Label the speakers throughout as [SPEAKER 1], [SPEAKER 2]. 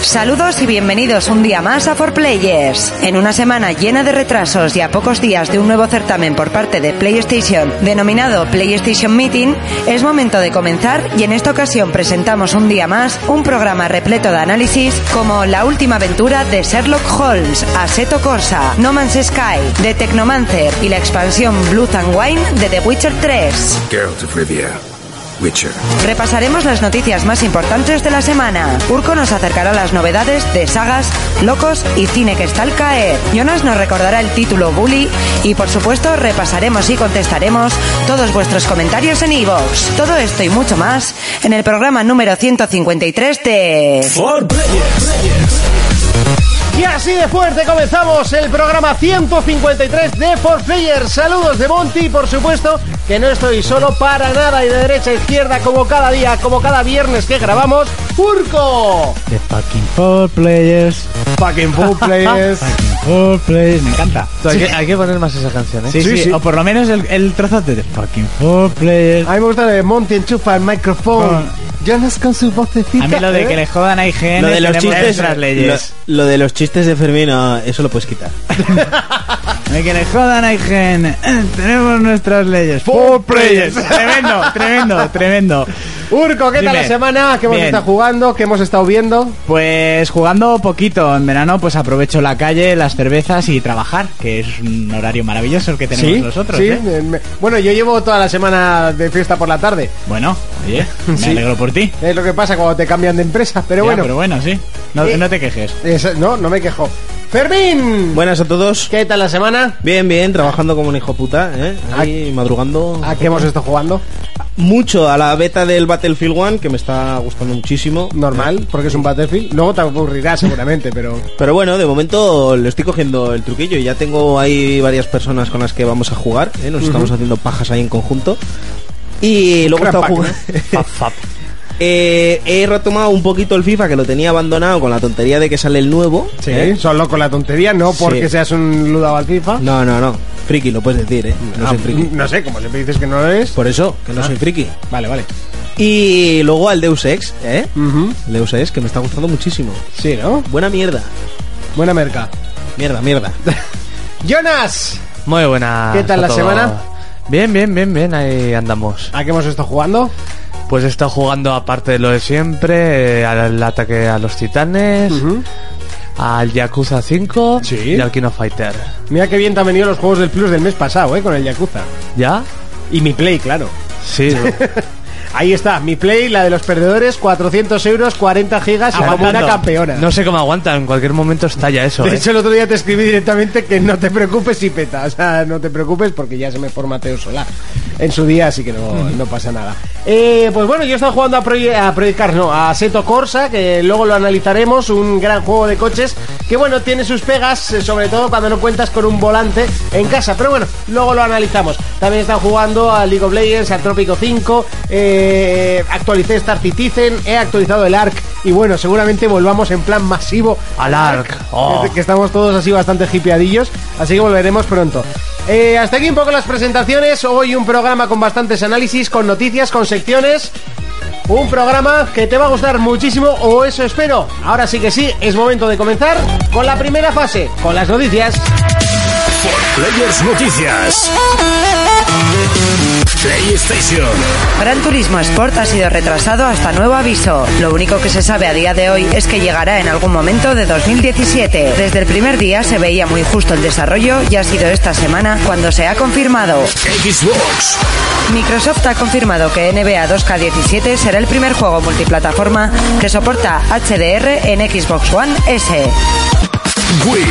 [SPEAKER 1] Saludos y bienvenidos un día más a For Players. En una semana llena de retrasos y a pocos días de un nuevo certamen por parte de PlayStation denominado PlayStation Meeting, es momento de comenzar y en esta ocasión presentamos un día más un programa repleto de análisis como La última aventura de Sherlock Holmes, Aseto Corsa, No Man's Sky, The Technomancer y la expansión Blood and Wine de The Witcher 3.
[SPEAKER 2] Geralt of Rivia, Witcher.
[SPEAKER 1] Repasaremos las noticias más importantes de la semana. Urco nos acercará las novedades de sagas, locos y cine que está al caer. Jonas nos recordará el título Bully y por supuesto repasaremos y contestaremos todos vuestros comentarios en iVoox. Todo esto y mucho más en el programa número 153 de...
[SPEAKER 3] For Players.
[SPEAKER 4] Y así de fuerte comenzamos el programa 153 de 4Player. Saludos de Monty, por supuesto, que no estoy solo para nada y de derecha a izquierda, como cada día, como cada viernes que grabamos, Urco.
[SPEAKER 5] The fucking four players.
[SPEAKER 4] Fucking 4Players.
[SPEAKER 5] Fucking four players. Me encanta.
[SPEAKER 6] Hay que, hay que poner más esa canción, ¿eh?
[SPEAKER 5] Sí, sí,
[SPEAKER 4] sí.
[SPEAKER 5] O por lo menos el, el trozo de The fucking four players.
[SPEAKER 4] A mí me gusta lo de Monty enchufa el micrófono.
[SPEAKER 5] Con-
[SPEAKER 4] Jonas con su vocecita. ¿eh?
[SPEAKER 5] A mí lo de que le jodan a IGN
[SPEAKER 6] Lo de los
[SPEAKER 5] tenemos
[SPEAKER 6] chistes,
[SPEAKER 5] nuestras leyes.
[SPEAKER 6] Lo, lo de los chistes de Fermín, no, eso lo puedes quitar.
[SPEAKER 5] De que le jodan a IGN eh, tenemos nuestras leyes. Four players. tremendo, tremendo, tremendo.
[SPEAKER 4] Urco, ¿qué tal
[SPEAKER 5] Dime.
[SPEAKER 4] la semana? ¿Qué hemos
[SPEAKER 5] Bien.
[SPEAKER 4] estado jugando? ¿Qué hemos estado viendo?
[SPEAKER 5] Pues jugando poquito en verano, pues aprovecho la calle, las cervezas y trabajar, que es un horario maravilloso el que tenemos nosotros.
[SPEAKER 4] sí.
[SPEAKER 5] ¿eh?
[SPEAKER 4] eh, me- Bueno, yo llevo toda la semana de fiesta por la tarde.
[SPEAKER 5] Bueno, oye, me
[SPEAKER 4] Sí.
[SPEAKER 5] alegro por ti.
[SPEAKER 4] Es lo que pasa cuando te cambian de empresa, pero
[SPEAKER 5] Ya,
[SPEAKER 4] bueno.
[SPEAKER 5] pero bueno, sí. No,
[SPEAKER 4] Eh.
[SPEAKER 5] no te quejes.
[SPEAKER 4] Esa- no, no me quejo. Fermín,
[SPEAKER 6] Buenas a todos.
[SPEAKER 4] ¿qué tal la semana?
[SPEAKER 6] Bien, bien, trabajando como un hijo puta, ¿eh? Ahí madrugando.
[SPEAKER 4] ¿A qué hemos estado jugando?
[SPEAKER 6] Mucho a la beta del Battlefield 1, que me está gustando muchísimo.
[SPEAKER 4] Normal, porque es un Battlefield. Luego te aburrirá seguramente, pero...
[SPEAKER 6] Pero bueno, de momento le estoy cogiendo el truquillo. Ya tengo ahí varias personas con las que vamos a jugar. ¿eh? Nos estamos haciendo pajas ahí en conjunto. Y luego he
[SPEAKER 4] Gran
[SPEAKER 6] estado
[SPEAKER 4] pack,
[SPEAKER 6] jugando. Eh, he retomado un poquito el FIFA que lo tenía abandonado con la tontería de que sale el nuevo.
[SPEAKER 4] Sí,
[SPEAKER 6] ¿eh?
[SPEAKER 4] solo con la tontería, no porque
[SPEAKER 6] Sí.
[SPEAKER 4] seas un ludado al FIFA.
[SPEAKER 6] No, no, no. Friki, lo puedes decir, ¿eh? No
[SPEAKER 4] Ah,
[SPEAKER 6] soy friki.
[SPEAKER 4] no Ah. sé, como siempre dices que no lo es.
[SPEAKER 6] Por eso, que no soy friki.
[SPEAKER 4] Vale, vale.
[SPEAKER 6] Y luego al Deus Ex, ¿eh?
[SPEAKER 4] Ujú.
[SPEAKER 6] Deus Ex, que me está gustando muchísimo.
[SPEAKER 4] Sí, ¿no?
[SPEAKER 6] Buena mierda.
[SPEAKER 4] Buena merca.
[SPEAKER 6] Mierda, mierda.
[SPEAKER 4] Jonas,
[SPEAKER 7] Muy buenas.
[SPEAKER 4] ¿Qué tal
[SPEAKER 7] a
[SPEAKER 4] la
[SPEAKER 7] todos.
[SPEAKER 4] semana?
[SPEAKER 7] Bien, bien, bien, bien, ahí andamos.
[SPEAKER 4] ¿a qué hemos estado jugando?
[SPEAKER 7] Pues he estado jugando aparte de lo de siempre, eh, al ataque a los titanes,
[SPEAKER 4] Ujú.
[SPEAKER 7] al Yakuza 5
[SPEAKER 4] Sí.
[SPEAKER 7] y al Kino Fighter.
[SPEAKER 4] Mira qué bien te han venido los juegos del Plus del mes pasado, ¿eh? Con el Yakuza.
[SPEAKER 7] ¿Ya?
[SPEAKER 4] Y mi Play, claro.
[SPEAKER 7] Sí.
[SPEAKER 4] Ahí está, mi Play, la de los perdedores, 400 euros, 40 gigas, y como una
[SPEAKER 7] Aguantando.
[SPEAKER 4] campeona.
[SPEAKER 7] Ah, No sé cómo aguantan, en cualquier momento estalla eso.
[SPEAKER 4] De
[SPEAKER 7] ¿eh?
[SPEAKER 4] hecho, el otro día te escribí directamente que no te preocupes y peta. O sea, no te preocupes porque ya se me formateó sola en su día, así que no, no pasa nada. Eh, pues bueno, yo he estado jugando a, Proye- a Project Cars, no, a Seto Corsa, que luego lo analizaremos. Un gran juego de coches que, bueno, tiene sus pegas, eh, sobre todo cuando no cuentas con un volante en casa. Pero bueno, luego lo analizamos. También están jugando a League of Legends, a Trópico 5. eh, actualicé Star Citizen, he actualizado el ARC. Y bueno, seguramente volvamos en plan masivo
[SPEAKER 7] Al Ark. Oh.
[SPEAKER 4] que- Que estamos todos así bastante hipeadillos, así que volveremos pronto. Eh, hasta aquí un poco las presentaciones. Hoy un programa con bastantes análisis, con noticias, con secciones. Un programa que te va a gustar muchísimo, o eso espero. Ahora sí que sí, es momento de comenzar con la primera fase, con las noticias.
[SPEAKER 3] Players Noticias. PlayStation.
[SPEAKER 1] Gran Turismo Sport ha sido retrasado hasta nuevo aviso. Lo único que se sabe a día de hoy es que llegará en algún momento de 2017. Desde el primer día se veía muy justo el desarrollo y ha sido esta semana cuando se ha confirmado.
[SPEAKER 3] Xbox.
[SPEAKER 1] Microsoft ha confirmado que NBA 2K17 será el primer juego multiplataforma que soporta HDR en Xbox One S.
[SPEAKER 3] Wii.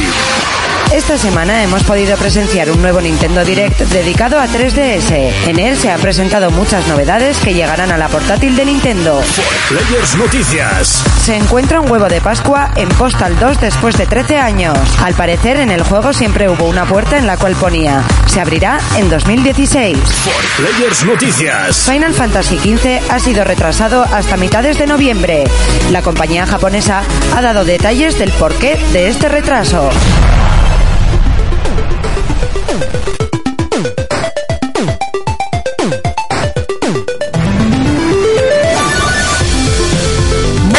[SPEAKER 1] Esta semana hemos podido presenciar un nuevo Nintendo Direct dedicado a 3DS. En él se han presentado muchas novedades que llegarán a la portátil de Nintendo.
[SPEAKER 3] Players Noticias.
[SPEAKER 1] Se encuentra un huevo de Pascua en Postal 2 después de 13 años. Al parecer, en el juego siempre hubo una puerta en la cual ponía se abrirá en 2016.
[SPEAKER 3] Players Noticias.
[SPEAKER 1] Final Fantasy XV ha sido retrasado hasta mitades de noviembre. La compañía japonesa ha dado detalles del porqué de este retraso.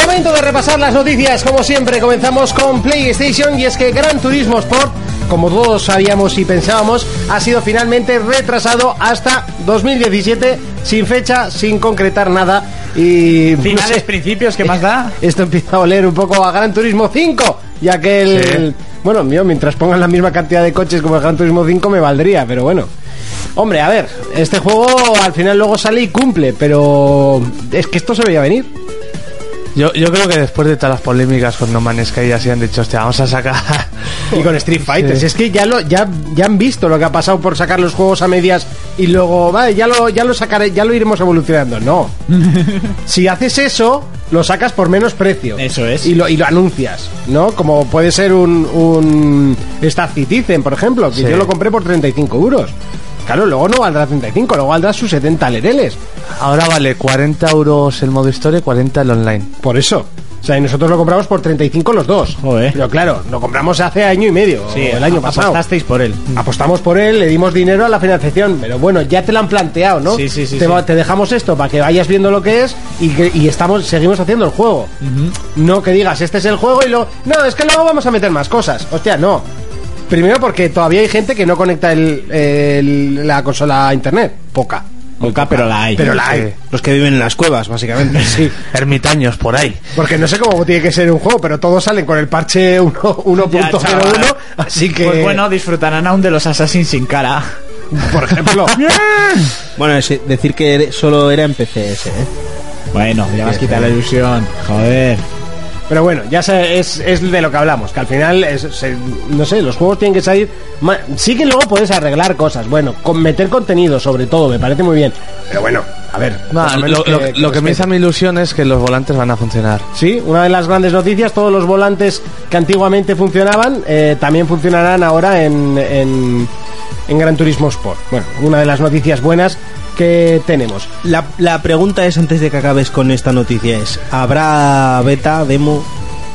[SPEAKER 4] Momento de repasar las noticias, como siempre, comenzamos con PlayStation y es que Gran Turismo Sport, como todos sabíamos y pensábamos, ha sido finalmente retrasado hasta 2017, sin fecha, sin concretar nada y... no
[SPEAKER 5] Finales,
[SPEAKER 4] sé.
[SPEAKER 5] principios, ¿qué más da?
[SPEAKER 4] Esto empieza a oler un poco a Gran Turismo 5, ya que el... Bueno, mío, mientras pongan la misma cantidad de coches como el Gran Turismo 5 me valdría, pero bueno. Hombre, a ver, este juego al final luego sale y cumple, pero es que esto se veía venir.
[SPEAKER 7] Yo, yo creo que después de todas las polémicas con No Man's Sky ya se han dicho, hostia, vamos a sacar...
[SPEAKER 4] Y con Street Fighters,
[SPEAKER 7] Sí.
[SPEAKER 4] es que ya lo ya, ya han visto lo que ha pasado por sacar los juegos a medias y luego, vale, ya lo ya lo sacaré, ya lo iremos evolucionando. No. si haces eso, lo sacas por menos precio.
[SPEAKER 5] Eso es.
[SPEAKER 4] Y lo, y lo anuncias, ¿no? Como puede ser un, un Star Citizen, por ejemplo, que
[SPEAKER 7] Sí.
[SPEAKER 4] yo lo compré por 35 euros. Claro, luego no valdrá 35, luego valdrá sus 70 lereles.
[SPEAKER 7] Ahora vale 40 euros el modo historia y 40 el online.
[SPEAKER 4] Por eso. O sea, y nosotros lo compramos por 35 los dos.
[SPEAKER 5] Joder.
[SPEAKER 4] Pero claro, lo compramos hace año y medio, o el año pasado.
[SPEAKER 5] Apostasteis por él.
[SPEAKER 4] Mm. Apostamos por él, le dimos dinero a la financiación, pero bueno, ya te lo han planteado, ¿no?
[SPEAKER 5] Sí, sí, sí,
[SPEAKER 4] Te, va-
[SPEAKER 5] sí.
[SPEAKER 4] te dejamos esto para que vayas viendo lo que es y, que- y estamos seguimos haciendo el juego. No que digas, este es el juego y luego... No, es que luego vamos a meter más cosas. Hostia, no. Primero porque todavía hay gente que no conecta el- el- la consola a internet. Poca.
[SPEAKER 5] Poca, pero la hay.
[SPEAKER 4] Pero la hay.
[SPEAKER 6] Los que viven en las cuevas, básicamente.
[SPEAKER 4] Sí.
[SPEAKER 7] Ermitaños por ahí.
[SPEAKER 4] Porque no sé cómo tiene que ser un juego, pero todos salen con el parche uno- 1.01,
[SPEAKER 5] chaval.
[SPEAKER 4] así que...
[SPEAKER 5] Pues bueno, disfrutarán aún de los Assassins sin cara.
[SPEAKER 4] por ejemplo...
[SPEAKER 6] Bueno, es decir que er- solo era en PC ese, ¿eh?
[SPEAKER 5] Bueno, ya vas a quitar la ilusión. Joder.
[SPEAKER 4] Pero bueno, ya se- es, es de lo que hablamos, que al final, es- se- no sé, los juegos tienen que salir... ma- Sí que luego puedes arreglar cosas, bueno, con meter contenido sobre todo, me parece muy bien. Pero bueno, a ver...
[SPEAKER 7] No,
[SPEAKER 4] por menos
[SPEAKER 7] Pues lo, lo- lo que me
[SPEAKER 4] respete.
[SPEAKER 7] hizo mi ilusión es que los volantes van a funcionar.
[SPEAKER 4] Sí, una de las grandes noticias, todos los volantes que antiguamente funcionaban eh, también funcionarán ahora en, en, en Gran Turismo Sport. Bueno, una de las noticias buenas que tenemos.
[SPEAKER 6] La, la pregunta es, antes de que acabes con esta noticia, es ¿habrá beta, demo?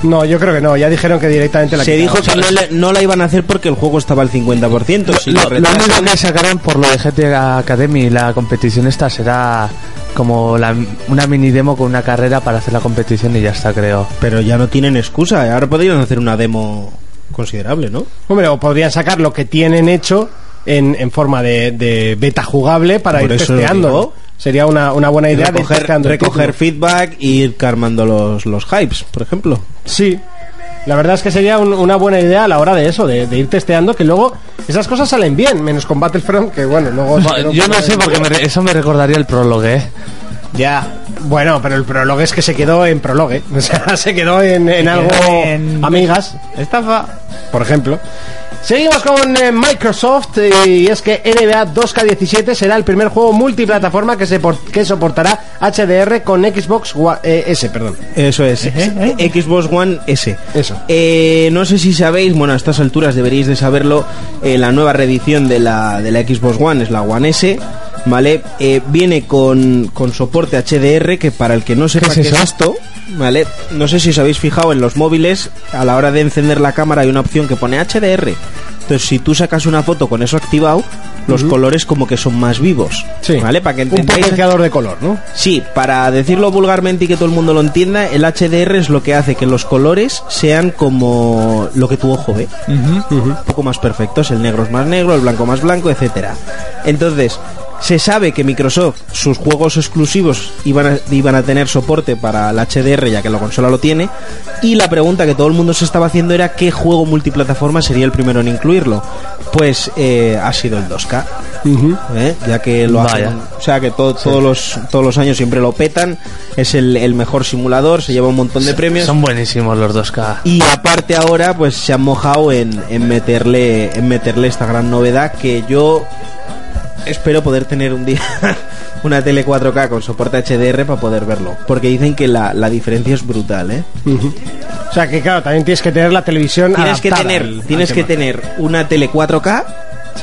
[SPEAKER 4] No, yo creo que no, ya dijeron que directamente la
[SPEAKER 6] Se dijo
[SPEAKER 4] quitaron.
[SPEAKER 6] que no, le- no la iban a hacer porque el juego estaba al 50%. Si lo
[SPEAKER 7] Lo, lo
[SPEAKER 6] retrasan-
[SPEAKER 7] único que sacarán por lo de GTA Academy, la competición esta será como la- una mini demo con una carrera para hacer la competición y ya está, creo.
[SPEAKER 6] Pero ya no tienen excusa. ¿eh? Ahora podrían hacer una demo considerable, ¿no?
[SPEAKER 4] Hombre, o podrían sacar lo que tienen hecho en, en forma de, de beta jugable para
[SPEAKER 6] Por
[SPEAKER 4] ir
[SPEAKER 6] eso lo
[SPEAKER 4] testeando.
[SPEAKER 6] digo.
[SPEAKER 4] Sería una, una buena idea de ir
[SPEAKER 6] recoger,
[SPEAKER 4] testeando el
[SPEAKER 6] recoger
[SPEAKER 4] título.
[SPEAKER 6] feedback e ir calmando los, los hypes, por ejemplo.
[SPEAKER 4] Sí. La verdad es que sería un- una buena idea a la hora de eso, de, de ir testeando, que luego esas cosas salen bien, menos con Battlefront, que bueno, luego... se quedó un
[SPEAKER 7] Yo
[SPEAKER 4] poco
[SPEAKER 7] no sé
[SPEAKER 4] de-
[SPEAKER 7] porque me re- eso me recordaría el prólogo, ¿eh?
[SPEAKER 5] Ya.
[SPEAKER 4] Bueno, pero el prólogo es que se quedó en prologue. O sea, se quedó en, en algo.
[SPEAKER 5] en-
[SPEAKER 4] Amigas,
[SPEAKER 5] Estafa.
[SPEAKER 4] por ejemplo. Seguimos con eh, Microsoft eh, y es que NBA 2K17 será el primer juego multiplataforma que, se por- que soportará HDR con Xbox Wa- eh, S, perdón.
[SPEAKER 6] Eso es.
[SPEAKER 5] ¿Eh?
[SPEAKER 6] Xbox One S.
[SPEAKER 4] Eso.
[SPEAKER 6] Eh, no sé si sabéis, bueno, a estas alturas deberíais de saberlo, eh, la nueva reedición de la, de la Xbox One es la One S, ¿vale? Eh, viene con, con soporte HDR, que para el que no sepa
[SPEAKER 7] es
[SPEAKER 6] qué
[SPEAKER 7] eso?
[SPEAKER 6] es esto, ¿vale? No sé si os habéis fijado en los móviles, a la hora de encender la cámara hay una opción que pone HDR. Entonces, si tú sacas una foto con eso activado, los colores como que son más vivos, ¿vale? Para que
[SPEAKER 4] un
[SPEAKER 6] entendáis...
[SPEAKER 4] potenciador de color, ¿no?
[SPEAKER 6] Sí, para decirlo vulgarmente y que todo el mundo lo entienda, el HDR es lo que hace que los colores sean como lo que tu ojo ve. Un poco más perfectos, el negro es más negro, el blanco más blanco, etcétera. Entonces, se sabe que Microsoft, sus juegos exclusivos iban a, iban a tener soporte para el HDR ya que la consola lo tiene. Y la pregunta que todo el mundo se estaba haciendo era qué juego multiplataforma sería el primero en incluirlo. Pues eh, ha sido el 2K. ¿eh? Ya que lo hacen-
[SPEAKER 7] Vaya.
[SPEAKER 6] o sea que todo- todos los todos los años siempre lo petan. Es el, el mejor simulador, se lleva un montón de premios.
[SPEAKER 7] Son buenísimos los 2K.
[SPEAKER 6] Y aparte ahora pues se han mojado en, en meterle en meterle esta gran novedad que yo espero poder tener un día una tele 4K con soporte HDR para poder verlo. Porque dicen que la, la diferencia es brutal, ¿eh?
[SPEAKER 4] O sea que claro, también tienes que tener la televisión.
[SPEAKER 6] Tienes que
[SPEAKER 4] adaptada
[SPEAKER 6] tener,
[SPEAKER 4] al- al
[SPEAKER 6] tienes que
[SPEAKER 4] tema.
[SPEAKER 6] tener una tele 4K,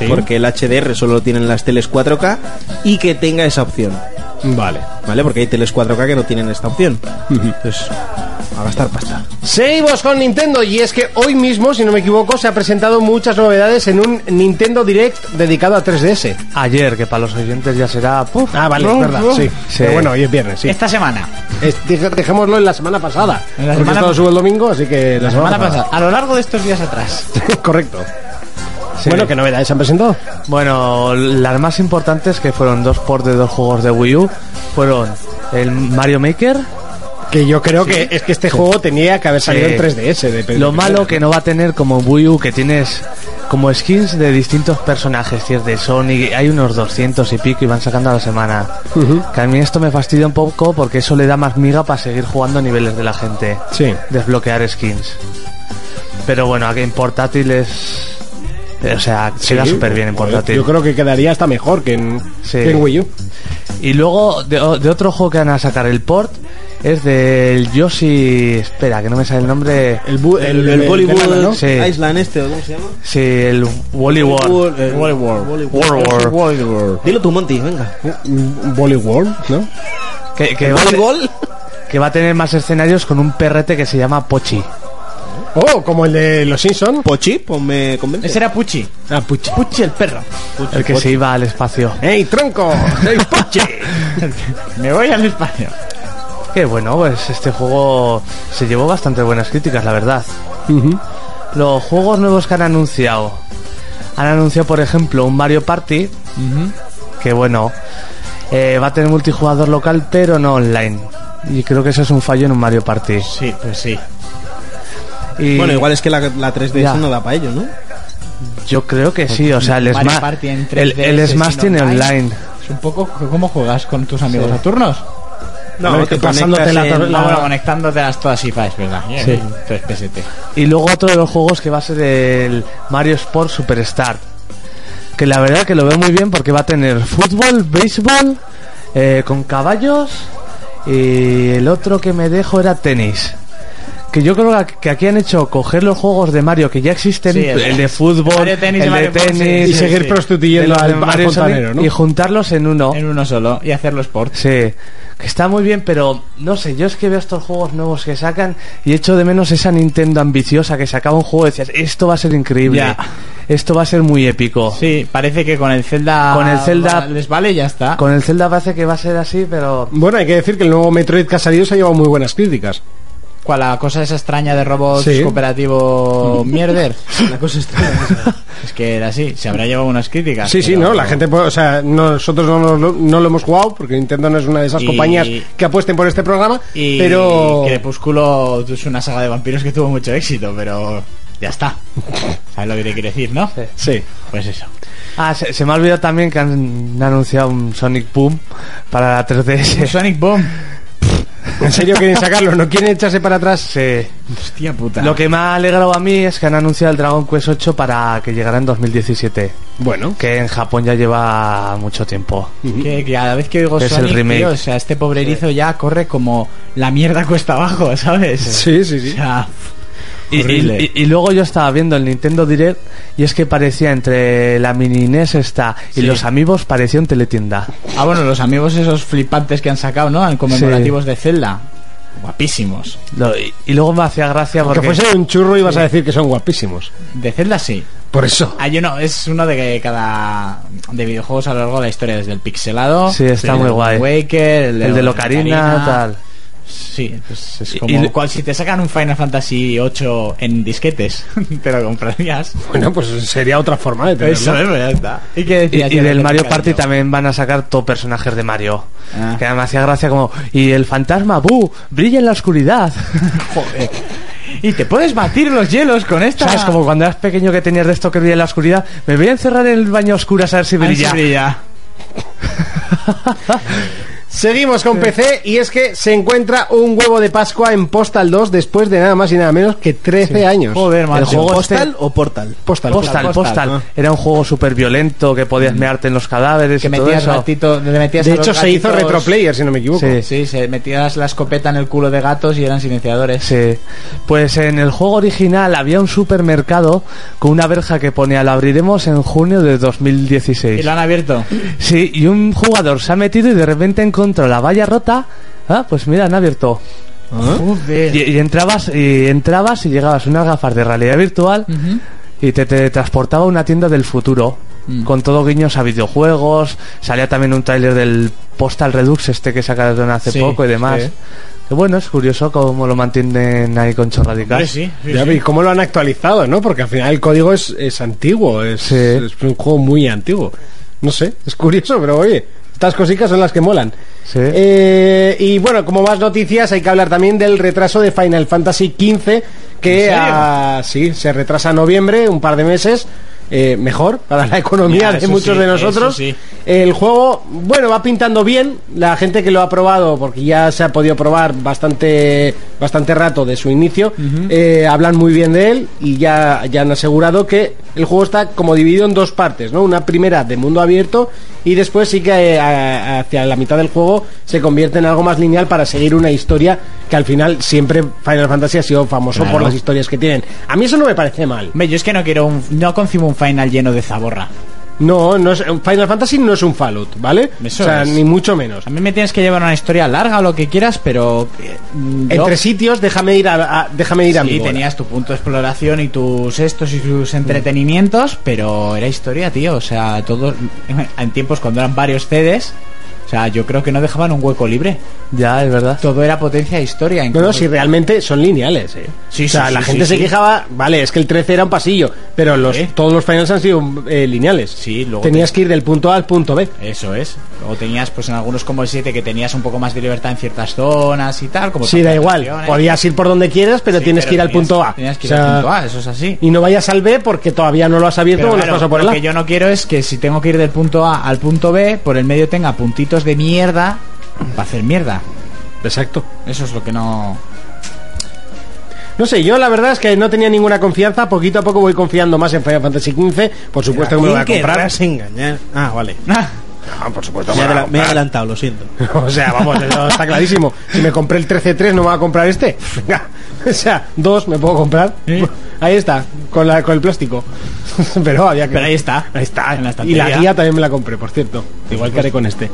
[SPEAKER 6] porque el HDR solo lo tienen las teles 4K, y que tenga esa opción.
[SPEAKER 4] Vale.
[SPEAKER 6] ¿Vale? Porque hay teles 4K que no tienen esta opción. Entonces, a gastar pasta.
[SPEAKER 4] Seguimos con Nintendo y es que hoy mismo, si no me equivoco, se ha presentado muchas novedades en un Nintendo Direct dedicado a 3DS.
[SPEAKER 7] Ayer, que para los oyentes ya será. puf,
[SPEAKER 4] Ah, vale, es
[SPEAKER 7] puf,
[SPEAKER 4] verdad,
[SPEAKER 7] puf.
[SPEAKER 4] sí.
[SPEAKER 7] Sí.
[SPEAKER 4] Pero bueno, hoy es viernes, sí.
[SPEAKER 5] Esta semana.
[SPEAKER 4] Es- dej- dejémoslo en la semana pasada.
[SPEAKER 5] En la
[SPEAKER 4] porque
[SPEAKER 5] semana-
[SPEAKER 4] esto lo sube el domingo, así que
[SPEAKER 5] La semana pasada. A lo largo de estos días atrás.
[SPEAKER 4] Correcto.
[SPEAKER 7] Sí.
[SPEAKER 4] Bueno, ¿qué novedades han presentado?
[SPEAKER 7] Bueno, las más importantes que fueron dos ports de dos juegos de Wii U fueron el Mario Maker.
[SPEAKER 4] Que yo creo que es que este juego tenía que haber salido
[SPEAKER 7] Sí.
[SPEAKER 4] en 3DS. de- de-
[SPEAKER 7] Eh, Lo malo que no va a tener como en Wii U que tienes como skins de distintos personajes, si es de Sonic, hay unos 200 y pico y van sacando a la semana. Que a mí esto me fastidia un poco porque eso le da más miga para seguir jugando a niveles de la gente.
[SPEAKER 4] Sí.
[SPEAKER 7] Desbloquear skins. Pero bueno, aquí en portátil es... O sea, queda
[SPEAKER 4] Sí.
[SPEAKER 7] súper bien en
[SPEAKER 4] Joder,
[SPEAKER 7] portátil.
[SPEAKER 4] Yo creo que quedaría hasta mejor que en,
[SPEAKER 7] Sí.
[SPEAKER 4] que en Wii U.
[SPEAKER 7] Y luego de, o- de otro juego que van a sacar el port es del Yoshi. Espera, que no me sale el nombre.
[SPEAKER 4] El, bu- el,
[SPEAKER 6] El,
[SPEAKER 4] el- el
[SPEAKER 6] Bollywood
[SPEAKER 4] enano, ¿no?
[SPEAKER 7] Sí.
[SPEAKER 6] Island este, ¿o ¿cómo se llama?
[SPEAKER 7] Sí, el Wally World.
[SPEAKER 6] Wall- eh, Wall-
[SPEAKER 7] World War.
[SPEAKER 6] Dilo tú, Monty, venga.
[SPEAKER 4] Mm, Bollywood, ¿no?
[SPEAKER 7] Que, que va a, te- que va a tener más escenarios con un perrete que se llama Pochi.
[SPEAKER 4] Oh, como el de los Simpsons.
[SPEAKER 6] Pochi, ponme pues convence.
[SPEAKER 5] Ese era Pucci.
[SPEAKER 4] Ah, puchi.
[SPEAKER 5] Pucci el perro.
[SPEAKER 7] El que se iba al espacio.
[SPEAKER 4] ¡Ey, tronco! ¡Ey, puchi!
[SPEAKER 5] Me voy al espacio.
[SPEAKER 7] Que bueno, pues este juego se llevó bastante buenas críticas, la verdad. Los juegos nuevos que han anunciado. Han anunciado, por ejemplo, un Mario Party. Que bueno, eh, va a tener multijugador local, pero no online. Y creo que eso es un fallo en un Mario Party.
[SPEAKER 5] Sí, pues sí.
[SPEAKER 7] Y
[SPEAKER 6] Bueno, igual es que la, la 3DS
[SPEAKER 7] Ya.
[SPEAKER 6] no da para ello, ¿no?
[SPEAKER 7] Yo creo que sí, o sea, el
[SPEAKER 5] Mario
[SPEAKER 7] Smash,
[SPEAKER 5] Party en
[SPEAKER 7] el,
[SPEAKER 5] 3DS
[SPEAKER 7] el Smash
[SPEAKER 5] sin
[SPEAKER 7] tiene
[SPEAKER 5] online.
[SPEAKER 7] online.
[SPEAKER 5] Es un poco c- cómo juegas con tus amigos a turnos.
[SPEAKER 4] No,
[SPEAKER 6] te pasándote la
[SPEAKER 5] Ah,
[SPEAKER 6] tor-
[SPEAKER 4] la-
[SPEAKER 5] bueno, conectándote a las todas y es verdad. Sí. Entonces, PST.
[SPEAKER 7] Y luego otro de los juegos que va a ser el Mario Sport Superstar. Que la verdad que lo veo muy bien porque va a tener fútbol, béisbol, eh, con caballos y el otro que me dejo era tenis. Que yo creo que- que aquí han hecho coger los juegos de Mario que ya existen,
[SPEAKER 5] Sí, el-
[SPEAKER 7] el, de fútbol,
[SPEAKER 5] Mario tenis y
[SPEAKER 7] el de
[SPEAKER 5] Mario Sport, sí,
[SPEAKER 7] tenis,
[SPEAKER 4] Y
[SPEAKER 5] sí,
[SPEAKER 4] seguir
[SPEAKER 5] sí.
[SPEAKER 7] de
[SPEAKER 4] prostituyendo
[SPEAKER 7] los de
[SPEAKER 4] al, al
[SPEAKER 7] Mario Sonic,
[SPEAKER 4] fontanero, ¿no?
[SPEAKER 7] y juntarlos en uno.
[SPEAKER 5] En uno solo y hacer los ports.
[SPEAKER 7] Sí, que está muy bien, pero no sé, yo es que veo estos juegos nuevos que sacan y echo de menos esa Nintendo ambiciosa que sacaba un juego y decías, esto va a ser increíble,
[SPEAKER 5] Ya.
[SPEAKER 7] esto va a ser muy épico.
[SPEAKER 5] Sí, parece que con el Zelda.
[SPEAKER 7] Con el Zelda-
[SPEAKER 5] Les vale y ya está.
[SPEAKER 7] Con el Zelda parece que va a ser así, pero...
[SPEAKER 4] Bueno, hay que decir que el nuevo Metroid que ha salido se ha llevado muy buenas críticas.
[SPEAKER 5] Con la cosa esa extraña de robots
[SPEAKER 4] Sí.
[SPEAKER 5] cooperativo mierder. La cosa extraña. es que era así, se habrá llevado unas críticas.
[SPEAKER 4] Sí, sí,
[SPEAKER 5] pero-
[SPEAKER 4] no, la gente, pues, o sea, nosotros no, nos lo- no lo hemos jugado porque Nintendo no es una de esas
[SPEAKER 5] Y-
[SPEAKER 4] compañías que apuesten por este programa,
[SPEAKER 5] Y
[SPEAKER 4] pero
[SPEAKER 5] Crepúsculo es una saga de vampiros que tuvo mucho éxito, pero ya está. ¿Sabes lo que te quiero decir, no?
[SPEAKER 4] sí.
[SPEAKER 5] Pues eso.
[SPEAKER 7] Ah, se, se me ha olvidado también que han anunciado un Sonic Boom para la 3DS.
[SPEAKER 5] Sonic Boom.
[SPEAKER 4] En serio quieren sacarlo, no quieren echarse para atrás.
[SPEAKER 7] Sí.
[SPEAKER 5] Hostia puta.
[SPEAKER 7] Lo que me ha alegrado a mí es que han anunciado el Dragon Quest 8 para que llegara en 2017,
[SPEAKER 4] Bueno,
[SPEAKER 7] que en Japón ya lleva mucho tiempo.
[SPEAKER 5] Que, que a la vez que oigo
[SPEAKER 7] Es el
[SPEAKER 5] Sonic,
[SPEAKER 7] remake.
[SPEAKER 5] tío, o sea, este pobre erizo ya corre como la mierda cuesta abajo, ¿sabes?
[SPEAKER 4] sí, sí,
[SPEAKER 5] O
[SPEAKER 4] sí.
[SPEAKER 5] sea,
[SPEAKER 7] Y,
[SPEAKER 5] Horrible.
[SPEAKER 7] y- y- y luego yo estaba viendo el Nintendo Direct y es que parecía entre la mini NES esta
[SPEAKER 5] Sí.
[SPEAKER 7] y los amigos parecía un teletienda.
[SPEAKER 5] ah, bueno, los amigos esos flipantes que han sacado, ¿no? En conmemorativos de Zelda. Guapísimos.
[SPEAKER 7] Lo- y, y luego me hacía gracia
[SPEAKER 4] Que
[SPEAKER 7] porque
[SPEAKER 4] fuese un churro ibas a decir que son guapísimos.
[SPEAKER 5] De Zelda sí.
[SPEAKER 4] Por eso.
[SPEAKER 5] Ah, yo no, es uno de cada. de videojuegos a lo largo de la historia, desde el pixelado.
[SPEAKER 7] Sí, está
[SPEAKER 5] el
[SPEAKER 7] muy
[SPEAKER 5] de
[SPEAKER 7] guay.
[SPEAKER 5] Waker, el de,
[SPEAKER 7] el de Locarina tal.
[SPEAKER 5] Sí, pues es
[SPEAKER 7] Y-
[SPEAKER 5] como.
[SPEAKER 7] y-
[SPEAKER 5] cual- si te sacan un Final Fantasy 8 en disquetes, te lo comprarías.
[SPEAKER 4] Bueno, pues sería otra forma de tenerlo.
[SPEAKER 5] Eso es, ya está. ¿Y, qué
[SPEAKER 7] Y,
[SPEAKER 5] decías
[SPEAKER 7] y
[SPEAKER 5] ya de
[SPEAKER 7] del
[SPEAKER 5] Locarina,
[SPEAKER 7] Mario
[SPEAKER 5] cariño?
[SPEAKER 7] Party también van a sacar todos personajes de Mario.
[SPEAKER 5] Ah.
[SPEAKER 7] Que me hacía gracia como, y el fantasma, ¡bu! Brilla en la oscuridad.
[SPEAKER 5] Joder. Y te puedes batir los hielos con esta.
[SPEAKER 7] ¿Sabes? Como cuando eras pequeño que tenías de esto que brilla en la oscuridad. Me voy a encerrar en el baño a oscuras a ver si
[SPEAKER 5] Ah, sí,
[SPEAKER 7] brilla.
[SPEAKER 5] brilla.
[SPEAKER 4] Seguimos con PC y es que se encuentra un huevo de Pascua en Postal 2 después de nada más y nada menos que 13 años.
[SPEAKER 5] Joder, macho.
[SPEAKER 7] El juego este-
[SPEAKER 6] ¿Postal o Portal?
[SPEAKER 4] Postal,
[SPEAKER 7] Postal,
[SPEAKER 5] Postal,
[SPEAKER 7] Postal.
[SPEAKER 5] Postal, Ah. Mm.
[SPEAKER 7] Era un juego súper violento que podías mearte en los cadáveres
[SPEAKER 5] Que
[SPEAKER 7] y todo
[SPEAKER 5] metías
[SPEAKER 7] eso.
[SPEAKER 5] gatito, le metías
[SPEAKER 4] De
[SPEAKER 5] a los
[SPEAKER 4] hecho, se hizo
[SPEAKER 5] gatitos-
[SPEAKER 4] retroplayer, si no me equivoco.
[SPEAKER 7] Sí.
[SPEAKER 5] Sí, se metías la escopeta en el culo de gatos y eran silenciadores.
[SPEAKER 7] Sí. Pues en el juego original había un supermercado con una verja que ponía lo abriremos en junio de
[SPEAKER 5] Y
[SPEAKER 7] 2016.
[SPEAKER 5] lo han abierto.
[SPEAKER 7] Sí, y un jugador se ha metido y de repente encontró la valla rota. Ah, pues mira, han abierto.
[SPEAKER 5] Joder.
[SPEAKER 7] Y, y entrabas y entrabas y llegabas a unas gafas de realidad virtual
[SPEAKER 5] Ujú.
[SPEAKER 7] y te, te transportaba a una tienda del futuro.
[SPEAKER 5] Mm.
[SPEAKER 7] Con todo guiños a videojuegos. Salía también un tráiler del Postal Redux este que sacaron hace
[SPEAKER 5] Sí,
[SPEAKER 7] poco y demás.
[SPEAKER 5] sí.
[SPEAKER 7] Que bueno, es curioso cómo lo mantienen ahí con Chorradical.
[SPEAKER 5] Hombre, sí, sí,
[SPEAKER 4] Ya
[SPEAKER 5] sí.
[SPEAKER 4] vi cómo lo han actualizado, ¿no? Porque al final el código es, es antiguo, es,
[SPEAKER 7] Sí.
[SPEAKER 4] es un juego muy antiguo. No sé, es curioso, pero oye, estas cositas son las que molan.
[SPEAKER 7] Sí.
[SPEAKER 4] Eh, y bueno, como más noticias, hay que hablar también del retraso de Final Fantasy XV, que ah, sí, se retrasa a noviembre, un par de meses. eh, mejor para la economía
[SPEAKER 5] Ya,
[SPEAKER 4] de
[SPEAKER 5] eso
[SPEAKER 4] muchos
[SPEAKER 5] sí,
[SPEAKER 4] de nosotros.
[SPEAKER 5] eso sí.
[SPEAKER 4] El juego, bueno, va pintando bien. La gente que lo ha probado, porque ya se ha podido probar bastante, bastante rato de su inicio, eh, hablan muy bien de él y ya, ya han asegurado que el juego está como dividido en dos partes, ¿no? Una primera de mundo abierto y después sí que eh, a- hacia la mitad del juego se convierte en algo más lineal para seguir una historia que al final siempre Final Fantasy ha sido famoso por las historias que tienen. A mí eso no me parece mal.
[SPEAKER 5] Hombre, yo es que no quiero un, no concibo un final lleno de zaborra.
[SPEAKER 4] No, no es, Final Fantasy no es un Fallout, ¿vale?
[SPEAKER 5] Eso
[SPEAKER 4] o sea,
[SPEAKER 5] es.
[SPEAKER 4] ni mucho menos.
[SPEAKER 5] A mí me tienes que llevar una historia larga o lo que quieras, pero eh, mm, yo-
[SPEAKER 4] Entre ¿eh? sitios, déjame ir a, a- déjame ir a mi
[SPEAKER 5] Sí,
[SPEAKER 4] bola.
[SPEAKER 5] tenías tu punto de exploración y tus estos y tus entretenimientos, pero era historia, tío. O sea, todos en tiempos cuando eran varios CDs, o sea, yo creo que no dejaban un hueco libre.
[SPEAKER 7] Ya, es verdad.
[SPEAKER 5] Todo era potencia e historia.
[SPEAKER 4] No, no,
[SPEAKER 5] incluso-
[SPEAKER 4] si realmente son lineales, ¿eh?
[SPEAKER 5] Sí,
[SPEAKER 4] o sea,
[SPEAKER 5] sí,
[SPEAKER 4] la
[SPEAKER 5] sí,
[SPEAKER 4] gente
[SPEAKER 5] sí,
[SPEAKER 4] se
[SPEAKER 5] sí.
[SPEAKER 4] quejaba, vale, es que el 13 era un pasillo, pero los,
[SPEAKER 5] ¿Eh?
[SPEAKER 4] todos los finals han sido eh, lineales.
[SPEAKER 5] Sí, luego
[SPEAKER 4] Tenías que ir del punto A al punto B.
[SPEAKER 5] Eso es. Luego tenías, pues en algunos como el 7, que tenías un poco más de libertad en ciertas zonas y tal. Como
[SPEAKER 4] Sí, da
[SPEAKER 5] tantas
[SPEAKER 4] igual,
[SPEAKER 5] regiones.
[SPEAKER 4] podías ir por donde quieras, pero
[SPEAKER 5] Pues eh. Sí,
[SPEAKER 4] tienes
[SPEAKER 5] pero
[SPEAKER 4] que ir al
[SPEAKER 5] tenías-
[SPEAKER 4] punto A.
[SPEAKER 5] Tenías que ir
[SPEAKER 4] O sea,
[SPEAKER 5] al punto A, eso es así.
[SPEAKER 4] Y no vayas al B porque todavía no lo has abierto
[SPEAKER 5] Pero
[SPEAKER 4] o lo has
[SPEAKER 5] claro,
[SPEAKER 4] pasado por el
[SPEAKER 5] lo
[SPEAKER 4] A.
[SPEAKER 5] que yo no quiero es que si tengo que ir del punto A al punto B, por el medio tenga puntitos de mierda para hacer mierda.
[SPEAKER 4] Exacto.
[SPEAKER 5] Eso es lo que no.
[SPEAKER 4] No sé, yo la verdad es que no tenía ninguna confianza, poquito a poco voy confiando más en Final Fantasy XV, por
[SPEAKER 5] Pues
[SPEAKER 4] supuesto que me lo voy a comprar.
[SPEAKER 6] engañar? Ah, vale.
[SPEAKER 4] Ah, por supuesto.
[SPEAKER 6] Me,
[SPEAKER 4] me lo voy a
[SPEAKER 6] adela- me he
[SPEAKER 4] comprar.
[SPEAKER 6] adelantado, lo siento.
[SPEAKER 4] O sea, vamos, eso está clarísimo. Si me compré el 13.3, ¿no me va a comprar este? Venga, o sea, dos me puedo comprar. Ahí está, con, la, con el plástico. Pero había que...
[SPEAKER 5] Pero ahí está.
[SPEAKER 4] Ahí está.
[SPEAKER 5] En la
[SPEAKER 4] y
[SPEAKER 5] estantería.
[SPEAKER 4] la guía también me la compré, por cierto. Igual que haré con este.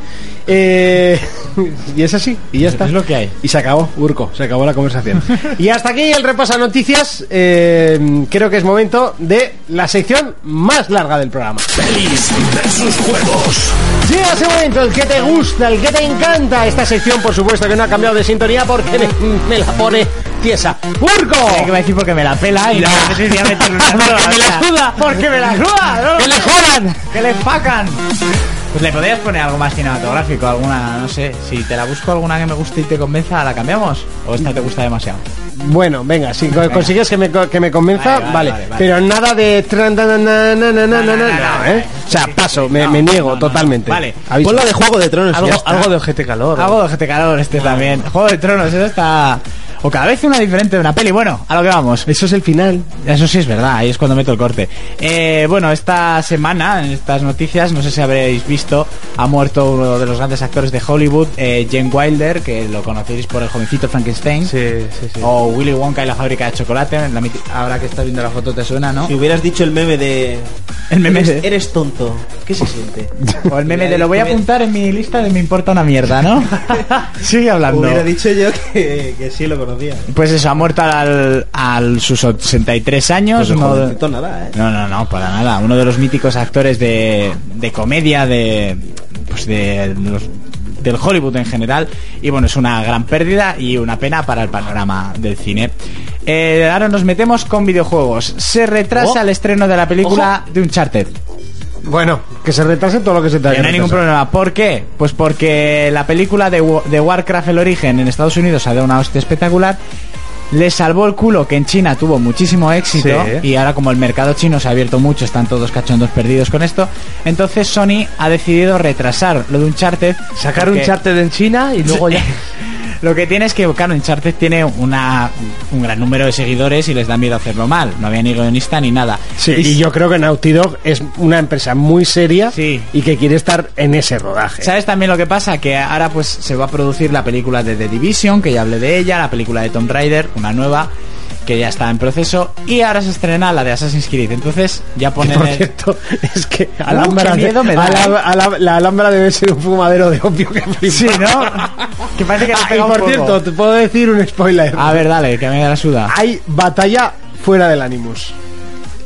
[SPEAKER 4] Eh, y es así, y ya está.
[SPEAKER 5] Es lo que hay.
[SPEAKER 4] Y se acabó, Urco, se acabó la conversación. y hasta aquí el repaso a noticias. Eh, creo que es momento de la sección más larga del programa.
[SPEAKER 3] Pelis versus juegos.
[SPEAKER 4] Llega ese momento, el que te gusta, el que te encanta. Esta sección, por supuesto, que no ha cambiado de sintonía porque me, me la pone tiesa.
[SPEAKER 5] Que va
[SPEAKER 4] ¡Urco!
[SPEAKER 5] a decir porque me la pela y no, no sé si voy a meterle una
[SPEAKER 4] Porque me la
[SPEAKER 5] hostia.
[SPEAKER 4] suda, porque me la suda.
[SPEAKER 5] ¡Que le
[SPEAKER 4] jodan!
[SPEAKER 5] ¡Que le facan! Pues le podrías poner algo más cinematográfico, alguna, no sé. Si te la busco alguna que me guste y te convenza, ¿la cambiamos? ¿O esta te gusta demasiado?
[SPEAKER 4] Bueno, venga, si co- consigues que me, co- que me convenza, vale,
[SPEAKER 5] Vale, vale, vale, vale.
[SPEAKER 4] Pero nada de... tran, tan, na, na, na, na, na, na,
[SPEAKER 5] No, no,
[SPEAKER 4] no,
[SPEAKER 5] no, no,
[SPEAKER 4] ¿eh?
[SPEAKER 5] no,
[SPEAKER 4] O sea,
[SPEAKER 5] sí, sí,
[SPEAKER 4] paso,
[SPEAKER 5] sí,
[SPEAKER 4] me,
[SPEAKER 5] no,
[SPEAKER 4] me niego
[SPEAKER 5] no, no,
[SPEAKER 4] totalmente.
[SPEAKER 5] Vale.
[SPEAKER 4] Aviso.
[SPEAKER 6] Ponlo de Juego de Tronos.
[SPEAKER 7] Algo,
[SPEAKER 6] ya está.
[SPEAKER 7] algo de ojete calor.
[SPEAKER 5] Algo de ojete calor este también. Juego de tronos, eso está. O cada vez una diferente de una peli. Bueno, a lo que vamos.
[SPEAKER 4] Eso es el final.
[SPEAKER 5] Eso sí es verdad, ahí es cuando meto el corte. Eh, bueno, esta semana, en estas noticias, no sé si habréis visto, ha muerto uno de los grandes actores de Hollywood, eh, Jane Wilder, que lo conocéis por el jovencito Frankenstein.
[SPEAKER 7] Sí, sí, sí.
[SPEAKER 5] O Willy Wonka y la fábrica de chocolate. la miti- ahora que estás viendo la foto te suena, ¿no?
[SPEAKER 6] Si hubieras dicho el meme de.
[SPEAKER 5] El meme
[SPEAKER 6] eres,
[SPEAKER 5] de-
[SPEAKER 6] eres tonto. ¿Qué se siente?
[SPEAKER 5] O el meme de lo voy a apuntar en mi lista de me importa una mierda, ¿no? Sigue hablando.
[SPEAKER 6] Hubiera dicho yo que, que sí lo conocía.
[SPEAKER 5] Pues eso, ha muerto al, al sus 83 años.
[SPEAKER 6] Pues de
[SPEAKER 5] uno de-
[SPEAKER 6] jovencito nada, ¿eh?
[SPEAKER 5] No, no, no, para nada. Uno de los míticos actores de, de comedia, de. Pues de los- del Hollywood en general. Y bueno, es una gran pérdida y una pena para el panorama del cine. Eh, ahora nos metemos con videojuegos. Se retrasa
[SPEAKER 6] Oh.
[SPEAKER 5] el estreno de la película de Uncharted.
[SPEAKER 4] Bueno, que se retrase todo lo que se te
[SPEAKER 5] Que no hay ningún problema. ¿Por qué? Pues porque la película de, Wa- de Warcraft El Origen en Estados Unidos ha dado una hostia espectacular. Le salvó el culo que en China tuvo muchísimo éxito
[SPEAKER 7] Sí.
[SPEAKER 5] y ahora como el mercado chino se ha abierto mucho, están todos cachondos perdidos con esto, entonces Sony ha decidido retrasar lo de Uncharted.
[SPEAKER 7] Sacar un
[SPEAKER 5] porque-
[SPEAKER 7] charter en China y luego ya.
[SPEAKER 5] Lo que tiene es que, claro, Uncharted tiene una, un gran número de seguidores y les da miedo hacerlo mal. No había ni guionista ni nada.
[SPEAKER 4] Sí,
[SPEAKER 5] Y
[SPEAKER 4] y yo creo que Naughty Dog es una empresa muy seria
[SPEAKER 5] Sí.
[SPEAKER 4] y que quiere estar en ese rodaje.
[SPEAKER 5] ¿Sabes también lo que pasa? Que ahora pues se va a producir la película de The Division, que ya hablé de ella, la película de Tomb Raider, una nueva. que ya está en proceso, y ahora se estrena la de Assassin's Creed. Entonces ya ponen...
[SPEAKER 4] Por
[SPEAKER 5] el-
[SPEAKER 4] cierto, es que
[SPEAKER 5] qué
[SPEAKER 4] Alhambra de-
[SPEAKER 5] miedo me da,
[SPEAKER 4] Ala-
[SPEAKER 5] ¿eh?
[SPEAKER 4] Ala- la Alhambra debe ser un fumadero de opio que flipa.
[SPEAKER 5] Sí, ¿no? que parece que le
[SPEAKER 4] Ah, y
[SPEAKER 5] pega un
[SPEAKER 4] por
[SPEAKER 5] poco. Ah.
[SPEAKER 4] cierto, te puedo decir un spoiler.
[SPEAKER 5] A ver, dale, que me da la suda.
[SPEAKER 4] Hay batalla fuera del Animus.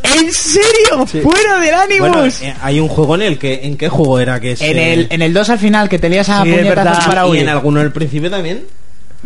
[SPEAKER 5] Ah, ¿En serio? ¡Fuera del Animus!
[SPEAKER 6] Bueno, eh, hay un juego en el que. ¿En qué juego era que es?
[SPEAKER 5] en,
[SPEAKER 6] eh,
[SPEAKER 5] el, en el 2 al final, que te lías a
[SPEAKER 7] Sí, es
[SPEAKER 5] puñetazos
[SPEAKER 7] verdad.
[SPEAKER 5] para
[SPEAKER 6] y
[SPEAKER 5] huir.
[SPEAKER 6] en alguno al principio también.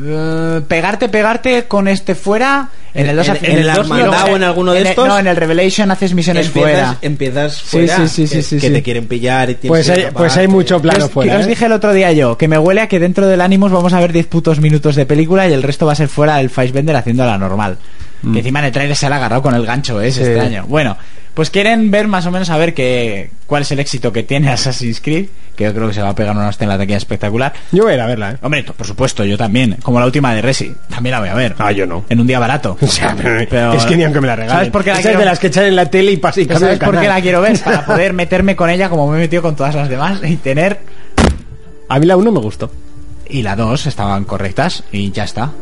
[SPEAKER 5] Eh, pegarte, pegarte con este fuera. En el 2
[SPEAKER 6] En- en el Hermandad o en alguno de estos.
[SPEAKER 5] No, en el Revelation haces misiones
[SPEAKER 6] Empiezas,
[SPEAKER 5] fuera.
[SPEAKER 6] empiezas
[SPEAKER 5] Sí,
[SPEAKER 6] fuera.
[SPEAKER 5] sí, sí, sí,
[SPEAKER 6] que,
[SPEAKER 5] sí,
[SPEAKER 6] que
[SPEAKER 5] sí.
[SPEAKER 6] te quieren pillar y tienes
[SPEAKER 4] Pues
[SPEAKER 6] que
[SPEAKER 4] hay, pues hay
[SPEAKER 6] escaparte.
[SPEAKER 4] mucho plano
[SPEAKER 5] Os- que
[SPEAKER 4] fuera.
[SPEAKER 5] os
[SPEAKER 4] ¿eh?
[SPEAKER 5] dije el otro día yo, que me huele a que dentro del Animus vamos a ver 10 putos minutos de película y el resto va a ser fuera del Fassbender haciendo la normal.
[SPEAKER 4] Mm.
[SPEAKER 5] Que encima en el trailer se la ha agarrado con el gancho, ¿eh? es
[SPEAKER 7] Sí.
[SPEAKER 5] extraño. Bueno, pues quieren ver más o menos a ver qué cuál es el éxito que tiene Assassin's Creed, que yo creo que se va a pegar una hostia en la taquilla espectacular.
[SPEAKER 4] Yo voy a ir a verla, ¿eh?
[SPEAKER 5] Hombre, t- por supuesto, yo también. Como la última de Resi, también la voy a ver.
[SPEAKER 4] Ah, yo no.
[SPEAKER 5] En un día barato.
[SPEAKER 4] O sea, pero-
[SPEAKER 5] Pero-
[SPEAKER 4] es que ni aunque me la regalen.
[SPEAKER 5] ¿Sabes por qué la
[SPEAKER 4] Esa es
[SPEAKER 5] quiero-
[SPEAKER 4] de las que echan en la tele y pasa y
[SPEAKER 5] Pero
[SPEAKER 4] cambia
[SPEAKER 5] ¿Sabes
[SPEAKER 4] el
[SPEAKER 5] por qué
[SPEAKER 4] canal.
[SPEAKER 5] la quiero ver? Para poder meterme con ella como me he metido con todas las demás y tener...
[SPEAKER 4] A mí la 1 me gustó.
[SPEAKER 5] Y la 2 estaban correctas y ya está.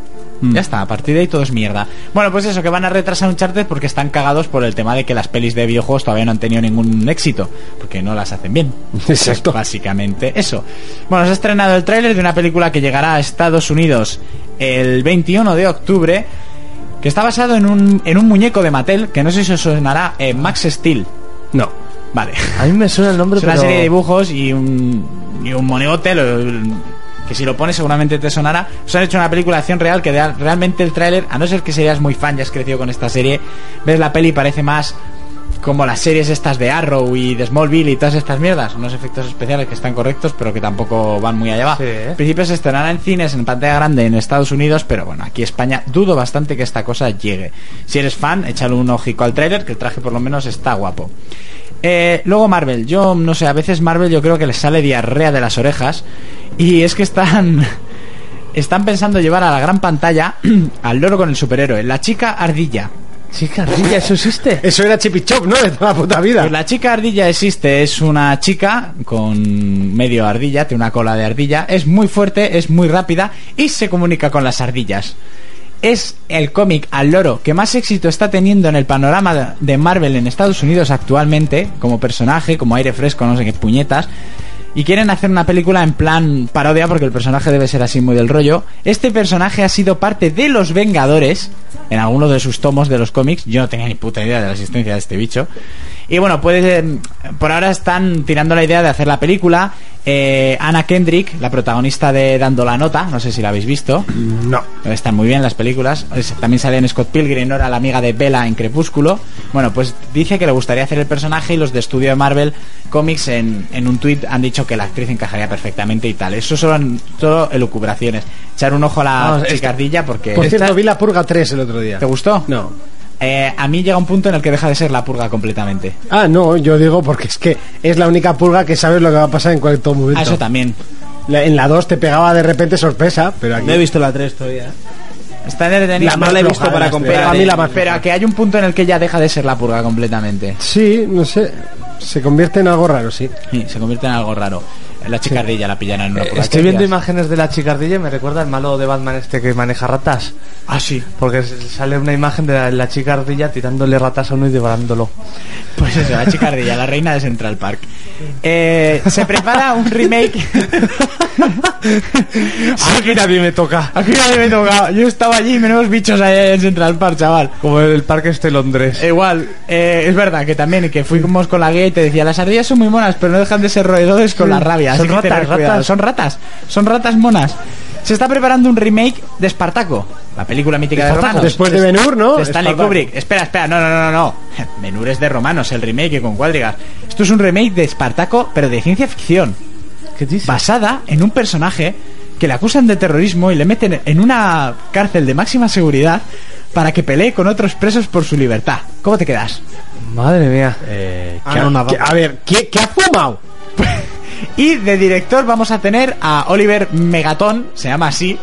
[SPEAKER 4] Mm.
[SPEAKER 5] Ya está, a partir de ahí todo es mierda. Bueno, pues eso, que van a retrasar un charter porque están cagados por el tema de que las pelis de videojuegos todavía no han tenido ningún éxito, porque no las hacen bien.
[SPEAKER 4] Exacto.
[SPEAKER 5] Pues básicamente eso. Bueno, se ha estrenado el tráiler de una película que llegará a Estados Unidos el 21 de octubre, que está basado en un, en un muñeco de Mattel, que no sé si os sonará, eh, Max Steel.
[SPEAKER 4] No.
[SPEAKER 5] Vale.
[SPEAKER 7] A mí me suena el nombre,
[SPEAKER 5] Es una
[SPEAKER 7] pero...
[SPEAKER 5] serie de dibujos y un, y un monigote lo- que si lo pones seguramente te sonará. Os han hecho una película de acción real que de- realmente el tráiler, a no ser que seas muy fan, ya has crecido con esta serie, ves la peli y parece más como las series estas de Arrow y de Smallville y todas estas mierdas. Unos efectos especiales que están correctos pero que tampoco van muy allá. abajo.
[SPEAKER 7] Sí, ¿eh?
[SPEAKER 5] En principio se estrenará en cines, en pantalla grande en Estados Unidos, pero bueno, aquí España dudo bastante que esta cosa llegue. Si eres fan, échale un ojico al tráiler, que el traje por lo menos está guapo. Eh, luego Marvel, yo no sé, a veces Marvel yo creo que les sale diarrea de las orejas y es que están están pensando llevar a la gran pantalla al loro con el superhéroe, la chica ardilla.
[SPEAKER 7] Chica ardilla, ¿eso existe?
[SPEAKER 4] Eso era Chipichop, ¿no? De toda la puta vida.
[SPEAKER 5] Pues la chica ardilla existe, es una chica con medio ardilla, tiene una cola de ardilla, es muy fuerte, es muy rápida y se comunica con las ardillas. Es el cómic al loro que más éxito está teniendo en el panorama de- de Marvel en Estados Unidos actualmente, como personaje, como aire fresco, no sé qué puñetas. Y quieren hacer una película en plan parodia porque el personaje debe ser así muy del rollo. Este personaje ha sido parte de los Vengadores en alguno de sus tomos de los cómics. Yo no tenía ni puta idea de la existencia de este bicho. Y bueno, puede eh, por ahora están tirando la idea de hacer la película. Eh, Anna Kendrick, la protagonista de Dando la Nota, no sé si la habéis visto.
[SPEAKER 4] No.
[SPEAKER 5] Están muy bien las películas. Es- También salía en Scott Pilgrim, ¿no? era la amiga de Bella en Crepúsculo. Bueno, pues dice que le gustaría hacer el personaje y los de estudio de Marvel Comics en, en un tuit han dicho que la actriz encajaría perfectamente y tal. Eso son solo elucubraciones. Echar un ojo a la
[SPEAKER 7] Vamos,
[SPEAKER 5] chicardilla porque...
[SPEAKER 4] Por cierto, vi la Purga 3 el otro día.
[SPEAKER 5] ¿Te gustó?
[SPEAKER 4] No.
[SPEAKER 5] Eh, a mí llega un punto en el que deja de ser la purga completamente.
[SPEAKER 4] Ah, no, yo digo porque es que es la única purga que sabes lo que va a pasar en cualquier momento.
[SPEAKER 5] Ah, eso también.
[SPEAKER 4] La- en la 2 te pegaba de repente sorpresa, pero aquí...
[SPEAKER 6] No he visto la 3 todavía.
[SPEAKER 5] Está entretenida.
[SPEAKER 4] La
[SPEAKER 5] pero
[SPEAKER 4] más
[SPEAKER 5] la he
[SPEAKER 4] floja
[SPEAKER 5] visto
[SPEAKER 4] de
[SPEAKER 5] para
[SPEAKER 4] las tres.
[SPEAKER 5] comprar.
[SPEAKER 4] Pero a mí la más
[SPEAKER 5] Pero a
[SPEAKER 4] floja.
[SPEAKER 5] que hay un punto en el que ya deja de ser la purga completamente.
[SPEAKER 4] Sí, no sé. Se convierte en algo raro, sí.
[SPEAKER 5] Sí, se convierte en algo raro. La chicardilla la pillan en una purga.
[SPEAKER 7] Estoy viendo
[SPEAKER 5] Hostias.
[SPEAKER 7] imágenes de la chica ardilla y me recuerda al malo de Batman este que maneja ratas.
[SPEAKER 5] Ah, sí.
[SPEAKER 7] Porque s- sale una imagen de la, la chica ardilla tirándole ratas a uno y devorándolo.
[SPEAKER 5] Pues eso, la chicardilla, la reina de Central Park. Eh, se prepara un remake.
[SPEAKER 7] Aquí nadie me toca.
[SPEAKER 5] Aquí nadie me tocaba. Yo estaba allí, menos bichos allá en Central Park, chaval.
[SPEAKER 7] Como el parque este de
[SPEAKER 4] Pues,
[SPEAKER 7] Londres.
[SPEAKER 5] Igual, eh, es verdad que también que fuimos con la guía y te decía, las ardillas son muy monas, pero no dejan de ser roedores con la rabia. así
[SPEAKER 7] Son
[SPEAKER 5] que tener
[SPEAKER 7] ratas,
[SPEAKER 5] cuidado".
[SPEAKER 7] ratas.
[SPEAKER 5] son ratas, son ratas monas. Se está preparando un remake de Espartaco, la película mítica de
[SPEAKER 7] Espartaco.
[SPEAKER 5] romanos.
[SPEAKER 4] Después de Ben-Hur, ¿no?
[SPEAKER 5] De Stanley
[SPEAKER 4] Espartaco.
[SPEAKER 5] Kubrick. Espera, espera, no, no, no, no, no. Menur es de romanos, el remake que con cuadrigas. Esto es un remake de Espartaco, pero de ciencia ficción
[SPEAKER 7] ¿Qué dices?
[SPEAKER 5] basada en un personaje que le acusan de terrorismo y le meten en una cárcel de máxima seguridad para que pelee con otros presos por su libertad. ¿Cómo te quedas?
[SPEAKER 7] Madre mía.
[SPEAKER 4] Ah, no, nada. Que- a ver, ¿qué, qué ha fumado?
[SPEAKER 5] Y de director vamos a tener a Oliver Megatón, se llama así,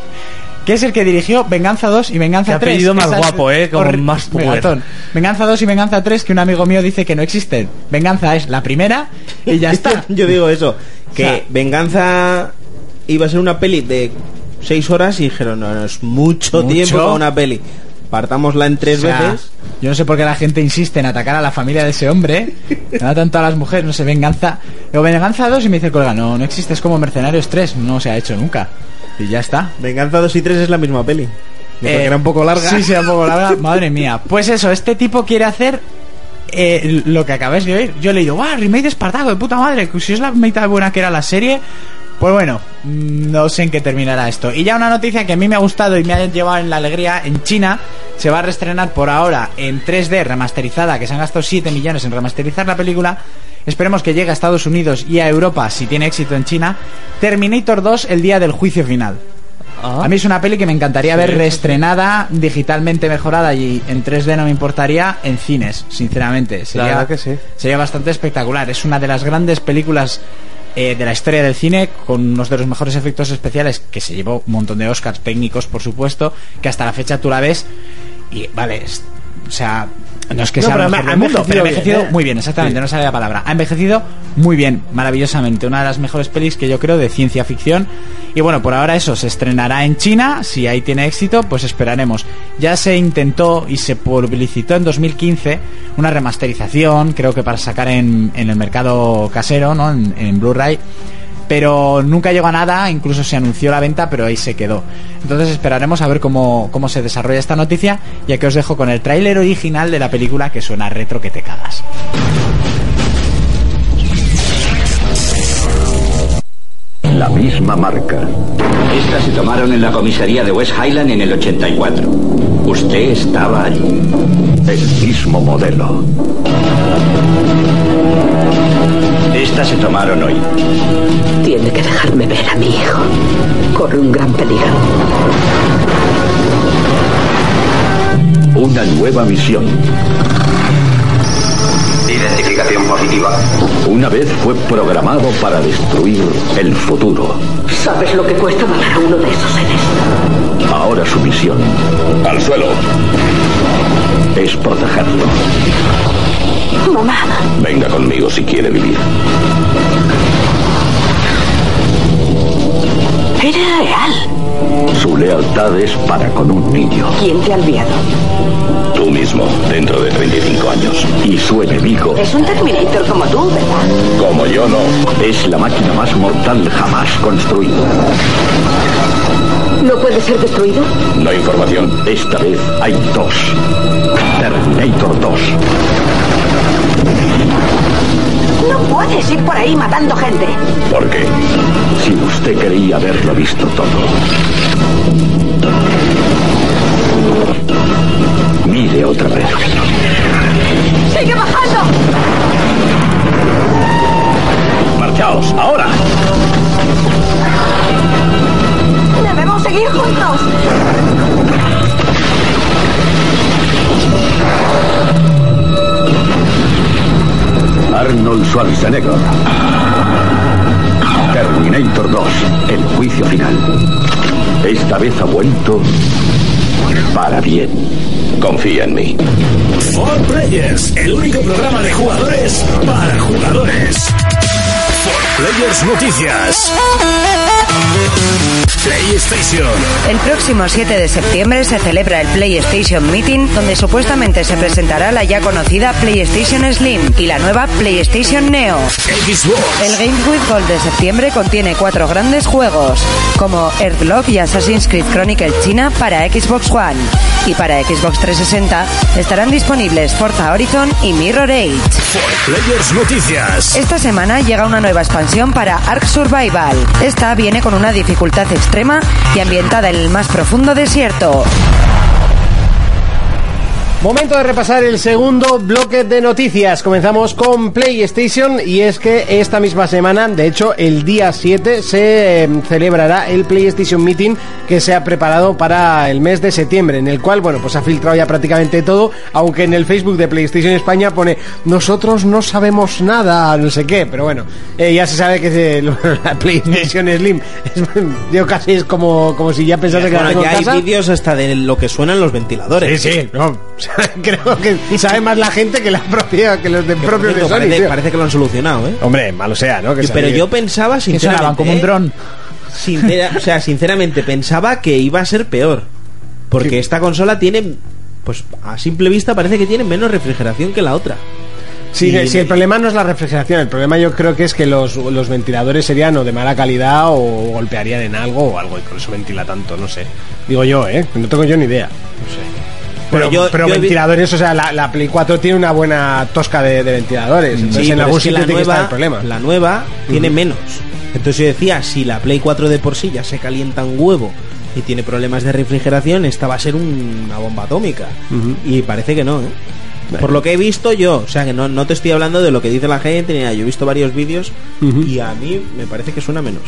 [SPEAKER 5] que es el que dirigió Venganza 2 y Venganza
[SPEAKER 7] Qué
[SPEAKER 5] 3.
[SPEAKER 7] apellido más
[SPEAKER 5] Esas-
[SPEAKER 7] guapo, eh, como
[SPEAKER 5] horri-
[SPEAKER 7] más power.
[SPEAKER 5] Megatón. Venganza 2 y Venganza 3 que un amigo mío dice que no existen. Venganza es la primera y ya está.
[SPEAKER 6] Yo digo eso. Que
[SPEAKER 5] O sea-
[SPEAKER 6] Venganza iba a ser una peli de 6 horas y dijeron, no, no, es mucho,
[SPEAKER 5] Mucho.
[SPEAKER 6] tiempo para una peli. Partámosla en tres
[SPEAKER 5] O sea,
[SPEAKER 6] veces.
[SPEAKER 5] Yo no sé por qué la gente insiste en atacar a la familia de ese hombre. Me da tanto a las mujeres, no sé, venganza. Digo, venganza 2 y me dice el colega, no, no existes como mercenarios 3, no se ha hecho nunca. Y ya está.
[SPEAKER 6] Venganza 2 y 3 es la misma peli. Porque
[SPEAKER 5] Eh,
[SPEAKER 6] era un poco larga.
[SPEAKER 5] Sí, sí, era un poco larga. Madre mía. Pues eso, este tipo quiere hacer eh, lo que acabáis de oír. Yo le digo, ¡guau! Remake de Espartaco, de puta madre. que Si es la mitad buena que era la serie. Pues bueno, mm, no sé en qué terminará esto. Y ya una noticia que a mí me ha gustado y me ha llevado en la alegría. En China se va a reestrenar por ahora en 3D remasterizada, que se han gastado 7 millones en remasterizar la película. Esperemos que llegue a Estados Unidos y a Europa, si tiene éxito en China. Terminator 2 el día del juicio final.
[SPEAKER 7] Ah.
[SPEAKER 5] A mí es una peli que me encantaría ver reestrenada, digitalmente mejorada y en 3D no me importaría en cines, sinceramente. Sería,
[SPEAKER 7] verdad que sí.
[SPEAKER 5] Sería bastante espectacular. Es una de las grandes películas eh, de la historia del cine, con unos de los mejores efectos especiales, que se llevó un montón de Oscars técnicos, por supuesto, que hasta la fecha tú la ves y, vale, es- o sea... No es que
[SPEAKER 4] No,
[SPEAKER 5] sea
[SPEAKER 4] pero
[SPEAKER 5] lo
[SPEAKER 4] ha-
[SPEAKER 5] mejor
[SPEAKER 4] ha
[SPEAKER 5] del mundo, pero ha
[SPEAKER 4] envejecido
[SPEAKER 5] envejecido
[SPEAKER 4] bien, ¿eh?
[SPEAKER 5] muy bien, exactamente, no sale la palabra. Ha envejecido muy bien, maravillosamente. Una de las mejores pelis que yo creo de ciencia ficción. Y bueno, por ahora eso, se estrenará en China. Si ahí tiene éxito, pues esperaremos. Ya se intentó y se publicitó en 2015 una remasterización, creo que para sacar en, en el mercado casero, ¿no? En, en Blu-ray. Pero nunca llegó a nada, incluso se anunció la venta, pero ahí se quedó. Entonces esperaremos a ver cómo, cómo se desarrolla esta noticia, ya que os dejo con el tráiler original de la película que suena retro que te cagas.
[SPEAKER 8] La misma marca.
[SPEAKER 9] Estas se tomaron en la comisaría de West Highland en el 84. Usted estaba allí.
[SPEAKER 8] El mismo modelo.
[SPEAKER 9] Estas se tomaron hoy.
[SPEAKER 10] Tiene que dejarme ver a mi hijo. Corre un gran peligro.
[SPEAKER 8] Una nueva visión.
[SPEAKER 9] Identificación positiva.
[SPEAKER 8] Una vez fue programado para destruir el futuro.
[SPEAKER 10] ¿Sabes lo que cuesta matar a uno de esos seres?
[SPEAKER 8] Ahora su misión. Al suelo. Es protegerlo.
[SPEAKER 10] Mamá,
[SPEAKER 8] Venga conmigo si quiere vivir.
[SPEAKER 10] eres real.
[SPEAKER 8] Su lealtad es para con un niño.
[SPEAKER 10] ¿Quién te ha enviado?
[SPEAKER 8] Tú mismo, dentro de 35 años. Y su enemigo,
[SPEAKER 10] Es un Terminator como tú, ¿verdad?
[SPEAKER 8] como yo no, es la máquina más mortal jamás construida.
[SPEAKER 10] ¿No puede ser destruido?
[SPEAKER 8] No hay información. Esta vez hay dos. Terminator 2.
[SPEAKER 10] No puedes ir por ahí matando gente.
[SPEAKER 8] ¿Por qué? Si usted creía haberlo visto todo. Mire otra vez.
[SPEAKER 10] ¡Sigue bajando!
[SPEAKER 8] ¡Marchaos! ¡Ahora!
[SPEAKER 10] ¡Debemos seguir juntos!
[SPEAKER 8] Arnold Schwarzenegger. Terminator 2. El juicio final. Esta vez ha vuelto para bien. Confía en mí.
[SPEAKER 3] For Players, el único programa de jugadores para jugadores. For Players Noticias. PlayStation.
[SPEAKER 1] El próximo 7 de septiembre se celebra el PlayStation Meeting, donde supuestamente se presentará la ya conocida PlayStation Slim y la nueva PlayStation Neo.
[SPEAKER 3] Xbox.
[SPEAKER 1] El Game with Gold de septiembre contiene cuatro grandes juegos, como Earthlock y Assassin's Creed Chronicle China para Xbox One. Y para Xbox 360 estarán disponibles Forza Horizon y Mirror Age.
[SPEAKER 3] For Players Noticias.
[SPEAKER 1] Esta semana llega una nueva expansión para Ark Survival. Esta viene con una dificultad extrema y ambientada en el más profundo desierto.
[SPEAKER 4] Momento de repasar el segundo bloque de noticias. Comenzamos con PlayStation y es que esta misma semana, de hecho el día 7, se eh, celebrará el PlayStation Meeting que se ha preparado para el mes de septiembre, en el cual, bueno, pues ha filtrado ya prácticamente todo, aunque en el Facebook de PlayStation España pone nosotros no sabemos nada, no sé qué, pero bueno, eh, ya se sabe que se- la PlayStation Slim, yo casi es como, como si ya pensase que la
[SPEAKER 6] Bueno,
[SPEAKER 4] tengo en
[SPEAKER 6] ya hay
[SPEAKER 4] casa.
[SPEAKER 6] vídeos hasta de lo que suenan los
[SPEAKER 4] Sí,
[SPEAKER 6] ventiladores.
[SPEAKER 4] sí, no. o sea, Creo que sabe más la gente que la propia, que los de
[SPEAKER 6] Que, por
[SPEAKER 4] propios de
[SPEAKER 6] cierto,
[SPEAKER 4] Sony,
[SPEAKER 6] parece,
[SPEAKER 4] tío.
[SPEAKER 6] parece que lo han solucionado, ¿eh?
[SPEAKER 4] Hombre, malo sea, ¿no? Que
[SPEAKER 6] Yo- Pero
[SPEAKER 4] salir-
[SPEAKER 6] yo pensaba,
[SPEAKER 5] Que sonaban
[SPEAKER 6] sinceramente,
[SPEAKER 5] como un
[SPEAKER 6] ¿eh?
[SPEAKER 5] dron.
[SPEAKER 6] Sincera- o sea, sinceramente, pensaba que iba a ser peor. Porque esta consola tiene pues a simple vista parece que tiene menos refrigeración que la otra.
[SPEAKER 4] Sí,
[SPEAKER 6] Y-
[SPEAKER 4] si el problema no es la refrigeración, el problema yo creo que es que los, los ventiladores serían o de mala calidad o golpearían en algo o algo y por eso ventila tanto, no sé. Digo yo, ¿eh? No tengo yo ni idea. No sé. Pero,
[SPEAKER 6] Pero yo-
[SPEAKER 4] pero
[SPEAKER 6] yo he vi-
[SPEAKER 4] ventiladores, o sea, la, la Play 4 tiene una buena tosca de, de ventiladores. Entonces
[SPEAKER 6] Sí,
[SPEAKER 4] en
[SPEAKER 6] pero
[SPEAKER 4] algún
[SPEAKER 6] es que
[SPEAKER 4] sitio
[SPEAKER 6] la
[SPEAKER 4] tiene que estar
[SPEAKER 6] nueva,
[SPEAKER 4] el problema.
[SPEAKER 6] la nueva tiene menos. Entonces yo decía, si la Play 4 de por sí ya se calienta un huevo y tiene problemas de refrigeración, esta va a ser un- una bomba atómica. Y parece que no, ¿eh? Por lo que he visto yo, o sea que no, no te estoy hablando de lo que dice la gente, ni nada. yo he visto varios vídeos y a mí me parece que suena menos.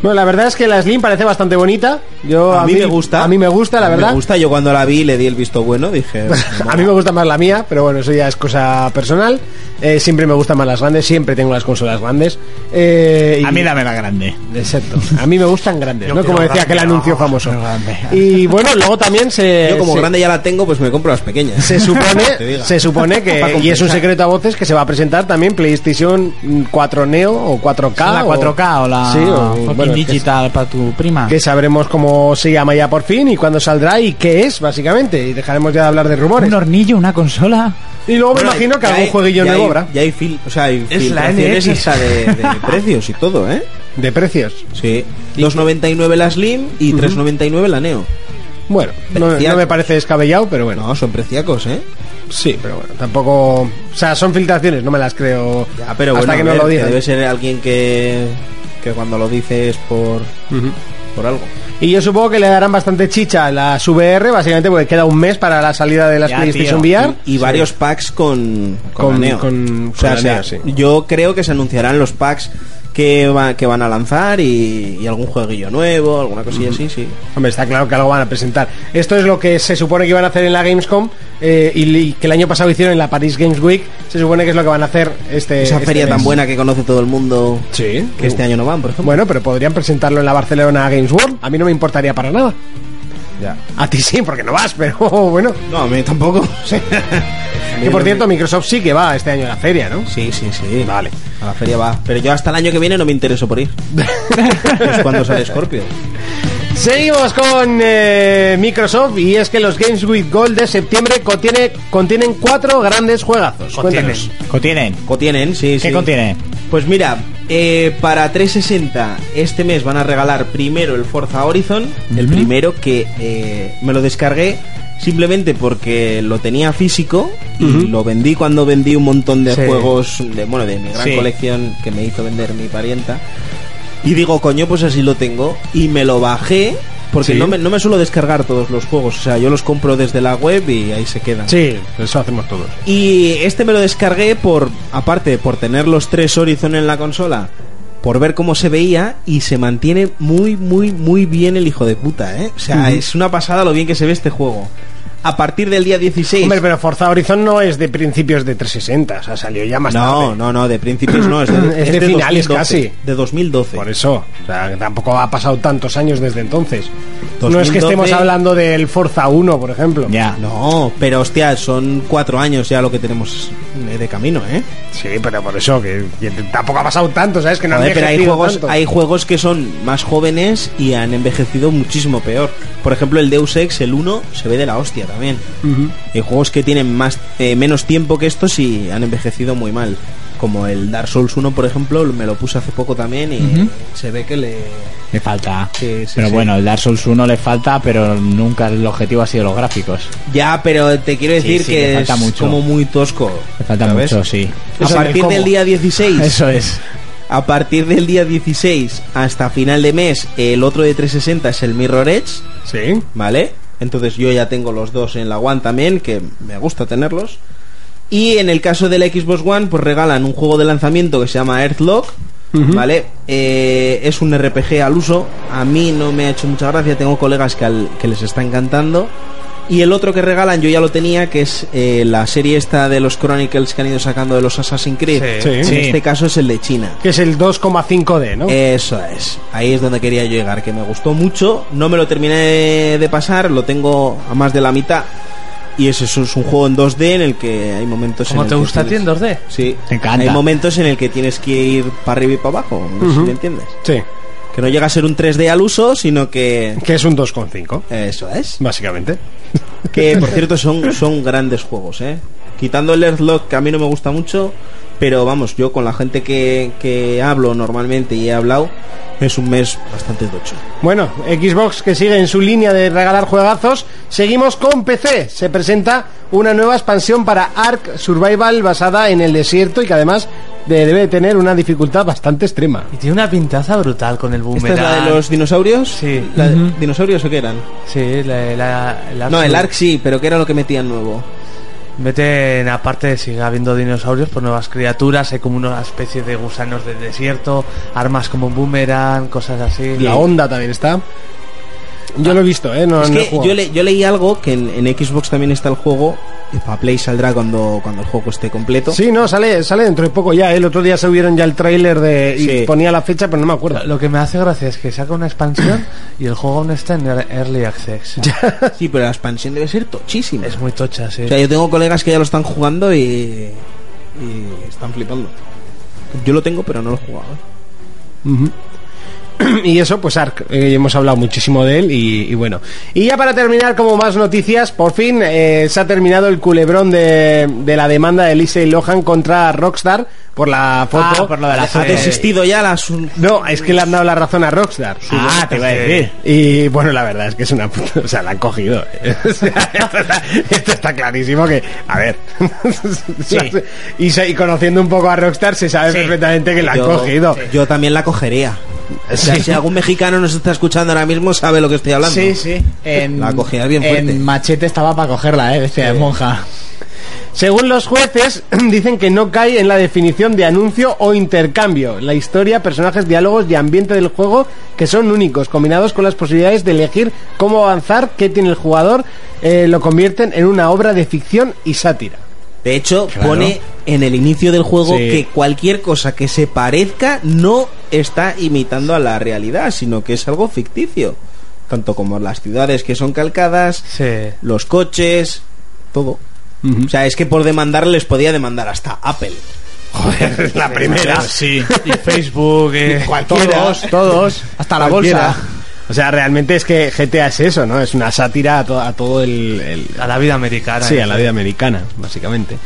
[SPEAKER 4] Bueno, la verdad es que la Slim parece bastante bonita. Yo,
[SPEAKER 6] a, mí, me gusta.
[SPEAKER 4] A mí me gusta, la
[SPEAKER 6] A mí
[SPEAKER 4] verdad.
[SPEAKER 6] Me gusta, yo cuando la vi le di el visto bueno, dije...
[SPEAKER 4] A mí me gusta más la mía, pero bueno, eso ya es cosa personal. Eh, siempre me gustan más las grandes, siempre tengo las consolas grandes. Eh, y-
[SPEAKER 5] A mí dame la grande.
[SPEAKER 4] Exacto. A mí me gustan grandes, ¿no? Como decía aquel anuncio famoso.
[SPEAKER 5] quiero grande.
[SPEAKER 4] Y bueno, luego también se.
[SPEAKER 6] Yo como
[SPEAKER 4] se-
[SPEAKER 6] grande ya la tengo, pues me compro las pequeñas.
[SPEAKER 4] Se
[SPEAKER 6] Te
[SPEAKER 4] supone,
[SPEAKER 6] diga.
[SPEAKER 4] se supone
[SPEAKER 6] Para
[SPEAKER 4] que, y es un
[SPEAKER 6] compensar.
[SPEAKER 4] secreto a voces, que se va a presentar también PlayStation 4 Neo o 4K.
[SPEAKER 5] la
[SPEAKER 4] o-
[SPEAKER 5] 4K o, la
[SPEAKER 4] Sí, o-
[SPEAKER 5] fucking
[SPEAKER 4] bueno, que-
[SPEAKER 5] digital para tu prima.
[SPEAKER 4] que sabremos cómo se llama ya por fin y cuándo saldrá y qué es, básicamente. Y dejaremos ya de hablar de rumores.
[SPEAKER 5] ¿Un hornillo, una consola?
[SPEAKER 4] Y luego me
[SPEAKER 6] Bueno,
[SPEAKER 4] imagino que
[SPEAKER 6] ya
[SPEAKER 4] algún
[SPEAKER 6] hay-
[SPEAKER 4] jueguillo
[SPEAKER 6] ya
[SPEAKER 4] nuevo
[SPEAKER 6] hay-
[SPEAKER 4] habrá.
[SPEAKER 6] Ya hay fil, o sea, hay
[SPEAKER 7] Es la
[SPEAKER 6] filtraciones
[SPEAKER 7] NX.
[SPEAKER 6] hasta de, de precios y todo, ¿eh?
[SPEAKER 4] De precios.
[SPEAKER 6] Sí. 2.99 la Slim y 3.99 la Neo.
[SPEAKER 4] Bueno, no,
[SPEAKER 6] Preciaco.
[SPEAKER 4] no me parece descabellado, pero bueno.
[SPEAKER 6] No, son preciacos, ¿eh?
[SPEAKER 4] Sí, pero bueno, tampoco. O sea, son filtraciones, no me las creo.
[SPEAKER 6] Ya, pero
[SPEAKER 4] hasta
[SPEAKER 6] bueno,
[SPEAKER 4] que
[SPEAKER 6] a
[SPEAKER 4] no
[SPEAKER 6] ver,
[SPEAKER 4] lo
[SPEAKER 6] que
[SPEAKER 4] digan.
[SPEAKER 6] debe ser alguien que que cuando lo dices por por algo.
[SPEAKER 4] Y yo supongo que le darán bastante chicha a las VR, básicamente porque queda un mes para la salida de las
[SPEAKER 5] Ya,
[SPEAKER 4] PlayStation
[SPEAKER 5] tío.
[SPEAKER 4] VR.
[SPEAKER 6] Y varios packs con con,
[SPEAKER 4] Con-
[SPEAKER 6] la Neo.
[SPEAKER 4] con-
[SPEAKER 6] O sea,
[SPEAKER 4] con la Neo,
[SPEAKER 6] o sea,
[SPEAKER 4] sí.
[SPEAKER 6] yo creo que se anunciarán los packs que, va- que van a lanzar y, y algún jueguillo nuevo, alguna cosilla así, sí.
[SPEAKER 4] Hombre, está claro que algo van a presentar. Esto es lo que se supone que iban a hacer en la Gamescom eh, y, y que el año pasado hicieron en la Paris Games Week. Se supone que es lo que van a hacer este.
[SPEAKER 6] Esa
[SPEAKER 4] este
[SPEAKER 6] feria tan
[SPEAKER 4] mes.
[SPEAKER 6] buena que conoce todo el mundo.
[SPEAKER 4] Sí. Uh.
[SPEAKER 6] Que este año no van, por ejemplo.
[SPEAKER 4] Bueno, pero podrían presentarlo en la Barcelona Games World. A mí no me importaría para nada. A ti sí, porque no vas, pero bueno.
[SPEAKER 6] No, a mí tampoco.
[SPEAKER 4] Que por cierto, Microsoft sí que va este año a la feria, ¿no?
[SPEAKER 6] Sí, sí, sí.
[SPEAKER 4] Vale.
[SPEAKER 6] A la feria va. Pero yo hasta el año que viene no me intereso por ir. es cuando sale Scorpio.
[SPEAKER 4] Seguimos con eh, Microsoft y es que los Games with Gold de septiembre contiene, contienen cuatro grandes juegazos. Cuéntanos.
[SPEAKER 5] ¿Contienen?
[SPEAKER 6] Contienen, sí, sí.
[SPEAKER 5] ¿Qué contiene?
[SPEAKER 6] Pues mira, eh, para 360 este mes van a regalar primero el Forza Horizon, el primero que eh, me lo descargué simplemente porque lo tenía físico y lo vendí cuando vendí un montón de
[SPEAKER 4] Sí.
[SPEAKER 6] juegos de, bueno, de mi gran
[SPEAKER 5] Sí.
[SPEAKER 6] colección que me hizo vender mi parienta. Y digo, coño, pues así lo tengo. Y me lo bajé. Porque
[SPEAKER 4] Sí.
[SPEAKER 6] no, me, no me suelo descargar todos los juegos. O sea, yo los compro desde la web y ahí se quedan.
[SPEAKER 4] Sí, eso hacemos todos.
[SPEAKER 6] Y este me lo descargué por, aparte, por tener los tres Horizon en la consola, por ver cómo se veía y se mantiene muy, muy, muy bien el hijo de puta, ¿eh? O sea, es una pasada lo bien que se ve este juego. A partir del día 16...
[SPEAKER 4] Hombre, pero Forza Horizon no es de principios de 360, o sea, salió ya más
[SPEAKER 6] no,
[SPEAKER 4] tarde.
[SPEAKER 6] no, no, de principios no, es de,
[SPEAKER 4] Es de finales casi.
[SPEAKER 6] De 2012.
[SPEAKER 4] Por eso, o sea, que tampoco ha pasado tantos años desde entonces. No es que
[SPEAKER 6] 2012.
[SPEAKER 4] estemos hablando del Forza 1, por ejemplo.
[SPEAKER 5] Ya.
[SPEAKER 6] No, pero hostia, son cuatro años ya lo que tenemos eh, de camino, ¿eh?
[SPEAKER 4] Sí, pero por eso, que, que tampoco ha pasado tanto, ¿sabes? Que no han
[SPEAKER 6] Joder, pero hay
[SPEAKER 4] envejecido
[SPEAKER 6] juegos,
[SPEAKER 4] tanto.
[SPEAKER 6] hay juegos que son más jóvenes y han envejecido muchísimo peor. Por ejemplo, el Deus Ex, el 1, se ve de la hostia también. Hay juegos que tienen más eh, menos tiempo que estos y han envejecido muy mal. Como el Dark Souls 1, por ejemplo, me lo puse hace poco también y se ve que le...
[SPEAKER 5] Le falta.
[SPEAKER 6] Sí, sí,
[SPEAKER 5] pero
[SPEAKER 6] sí.
[SPEAKER 5] bueno, el Dark Souls 1 le falta, pero nunca el objetivo ha sido los gráficos.
[SPEAKER 6] Ya, pero te quiero decir
[SPEAKER 5] sí, le
[SPEAKER 6] que es
[SPEAKER 5] falta mucho.
[SPEAKER 6] como muy tosco.
[SPEAKER 5] Le falta
[SPEAKER 6] ¿sabes?
[SPEAKER 5] mucho, sí.
[SPEAKER 6] A
[SPEAKER 4] Eso en el
[SPEAKER 6] partir
[SPEAKER 4] cómo.
[SPEAKER 6] del día 16
[SPEAKER 5] Eso es.
[SPEAKER 6] A partir del día 16 hasta final de mes, el otro de 360 es el Mirror Edge,
[SPEAKER 4] Sí.
[SPEAKER 6] ¿vale? Entonces yo ya tengo los dos en la One también, que me gusta tenerlos. Y en el caso de la Xbox One, pues regalan un juego de lanzamiento que se llama Earthlock, ¿vale? Eh, es un RPG al uso, a mí no me ha hecho mucha gracia, tengo colegas que, al- que les está encantando. Y el otro que regalan, yo ya lo tenía, que es eh, la serie esta de los Chronicles que han ido sacando de los Assassin's Creed.
[SPEAKER 4] Sí.
[SPEAKER 6] En
[SPEAKER 5] Sí.
[SPEAKER 6] este caso es el de China.
[SPEAKER 4] Que es el 2,5D, ¿no?
[SPEAKER 6] Eso es, ahí es donde quería yo llegar, que me gustó mucho, no me lo terminé de pasar, lo tengo a más de la mitad. Y eso, es un juego en 2D en el que hay momentos
[SPEAKER 7] ¿Cómo
[SPEAKER 6] en el
[SPEAKER 7] te
[SPEAKER 6] que
[SPEAKER 7] gusta a ti en
[SPEAKER 6] tienes-
[SPEAKER 7] 2D?
[SPEAKER 6] Sí,
[SPEAKER 5] Te encanta.
[SPEAKER 6] Hay momentos en el que tienes que ir para arriba y para abajo, no sé si me entiendes.
[SPEAKER 4] Sí.
[SPEAKER 6] Que no llega a ser un 3D al uso, sino que
[SPEAKER 4] Que es un 2,5,
[SPEAKER 6] eso es.
[SPEAKER 4] básicamente.
[SPEAKER 6] Que por cierto son, son grandes juegos, ¿eh? Quitando el Earthlock, que a mí no me gusta mucho, pero vamos, yo con la gente que, que hablo normalmente y he hablado, es un mes bastante tocho.
[SPEAKER 4] Bueno, Xbox que sigue en su línea de regalar juegazos. Seguimos con PC. Se presenta una nueva expansión para Ark Survival basada en el desierto y que además de- debe tener una dificultad bastante extrema.
[SPEAKER 7] Y tiene una pintaza brutal con el
[SPEAKER 6] ¿Esta
[SPEAKER 7] boomerang.
[SPEAKER 6] es Pues la de los dinosaurios?
[SPEAKER 7] Sí.
[SPEAKER 6] ¿La de- ¿Dinosaurios o qué eran?
[SPEAKER 7] Sí, la, la-
[SPEAKER 6] No, el Ark sí, pero ¿qué era lo que metían nuevo?
[SPEAKER 7] Meten, aparte, sigue habiendo dinosaurios, pues nuevas criaturas, hay como una especie de gusanos del desierto, armas como un boomerang, cosas así.
[SPEAKER 4] La onda también está. Yo lo he visto, ¿eh? No,
[SPEAKER 6] Es
[SPEAKER 4] no he
[SPEAKER 6] que
[SPEAKER 4] jugado.
[SPEAKER 6] yo, le- yo leí algo que en, en Xbox también está el juego. Y para Play saldrá cuando, cuando el juego esté completo.
[SPEAKER 4] Sí, no, sale, sale dentro de poco ya. ¿eh? El otro día subieron ya el tráiler de... y
[SPEAKER 6] Sí.
[SPEAKER 4] ponía la fecha, pero no me acuerdo.
[SPEAKER 7] Lo que me hace gracia es que saca una expansión y el juego aún está en ear- Early Access.
[SPEAKER 6] Sí, pero la expansión debe ser tochísima.
[SPEAKER 7] Es muy tocha, sí.
[SPEAKER 6] O sea, yo tengo colegas que ya lo están jugando y, y están flipando. Yo lo tengo, pero no lo he jugado. ¿eh?
[SPEAKER 4] Y eso, pues Ark, eh, hemos hablado muchísimo de él y, y bueno. Y ya para terminar, como más noticias, por fin eh, se ha terminado el culebrón de, de la demanda de Lindsay Lohan contra Rockstar por la foto.
[SPEAKER 5] Ah, por lo de la
[SPEAKER 6] Ha
[SPEAKER 5] foto.
[SPEAKER 6] desistido ya las.
[SPEAKER 4] No, es que le han dado la razón a Rockstar.
[SPEAKER 5] Ah, te iba a decir.
[SPEAKER 4] Y bueno, la verdad es que es una puta. O sea, la han cogido. ¿eh? O sea, esto, está, esto está clarísimo que. A ver. y, se- y conociendo un poco a Rockstar, se sabe perfectamente que la han
[SPEAKER 6] Yo-
[SPEAKER 4] cogido.
[SPEAKER 6] Yo también la cogería. O sea, si algún mexicano nos está escuchando ahora mismo, sabe lo que estoy hablando.
[SPEAKER 5] Sí, sí. En,
[SPEAKER 6] La cogía bien fuerte.
[SPEAKER 5] En machete estaba para cogerla, eh, bestia de monja.
[SPEAKER 4] Según los jueces, dicen que no cae en la definición de anuncio o intercambio. La historia, personajes, diálogos y ambiente del juego que son únicos, combinados con las posibilidades de elegir cómo avanzar, qué tiene el jugador, eh, lo convierten en una obra de ficción y sátira.
[SPEAKER 6] De hecho, pone en el inicio del juego
[SPEAKER 5] Sí.
[SPEAKER 6] que cualquier cosa que se parezca no está imitando a la realidad, sino que es algo ficticio. Tanto como las ciudades que son calcadas,
[SPEAKER 7] Sí.
[SPEAKER 6] los coches, todo. O sea, es que por demandar les podía demandar hasta Apple.
[SPEAKER 4] La primera.
[SPEAKER 5] Sí.
[SPEAKER 7] Y Facebook, eh,
[SPEAKER 4] Todos, todos.
[SPEAKER 5] Hasta la bolsa.
[SPEAKER 4] O sea, realmente es que GTA es eso, ¿no? Es una sátira a, to- a todo el- el,
[SPEAKER 7] a la vida americana.
[SPEAKER 4] Sí,
[SPEAKER 7] eh.
[SPEAKER 4] a la vida americana, básicamente.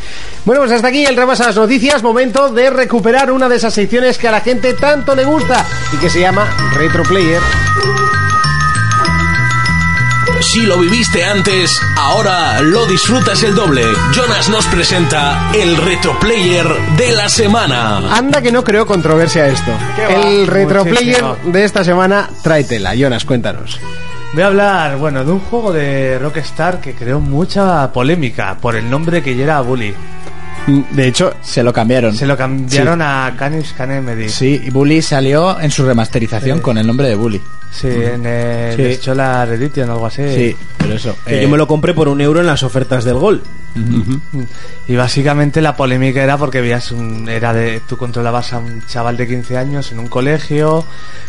[SPEAKER 4] Bueno, pues hasta aquí el repaso a las noticias. Momento de recuperar una de esas secciones que a la gente tanto le gusta y que se llama Retro Player.
[SPEAKER 3] Si lo viviste antes, ahora lo disfrutas el doble. Jonas nos presenta el Retro Player de la semana.
[SPEAKER 4] Anda que no creo controversia esto. El Retro Player
[SPEAKER 7] Muchísimo.
[SPEAKER 4] de esta semana, tráetela. Jonas, cuéntanos.
[SPEAKER 7] Voy a hablar, bueno, de un juego de Rockstar que creó mucha polémica por el nombre que ya era Bully.
[SPEAKER 4] De hecho,
[SPEAKER 5] Se lo cambiaron.
[SPEAKER 7] Se lo cambiaron a Canis Canemedy.
[SPEAKER 5] Sí, y Bully salió en su remasterización con el nombre de Bully.
[SPEAKER 7] Sí, en el
[SPEAKER 5] Sí.
[SPEAKER 7] Scholar Edition o algo así.
[SPEAKER 5] Sí, pero eso.
[SPEAKER 6] Que
[SPEAKER 5] eh,
[SPEAKER 6] yo me lo compré por un euro en las ofertas del Gol.
[SPEAKER 7] Y básicamente la polémica era porque veías un, era de tú controlabas a un chaval de 15 años en un colegio,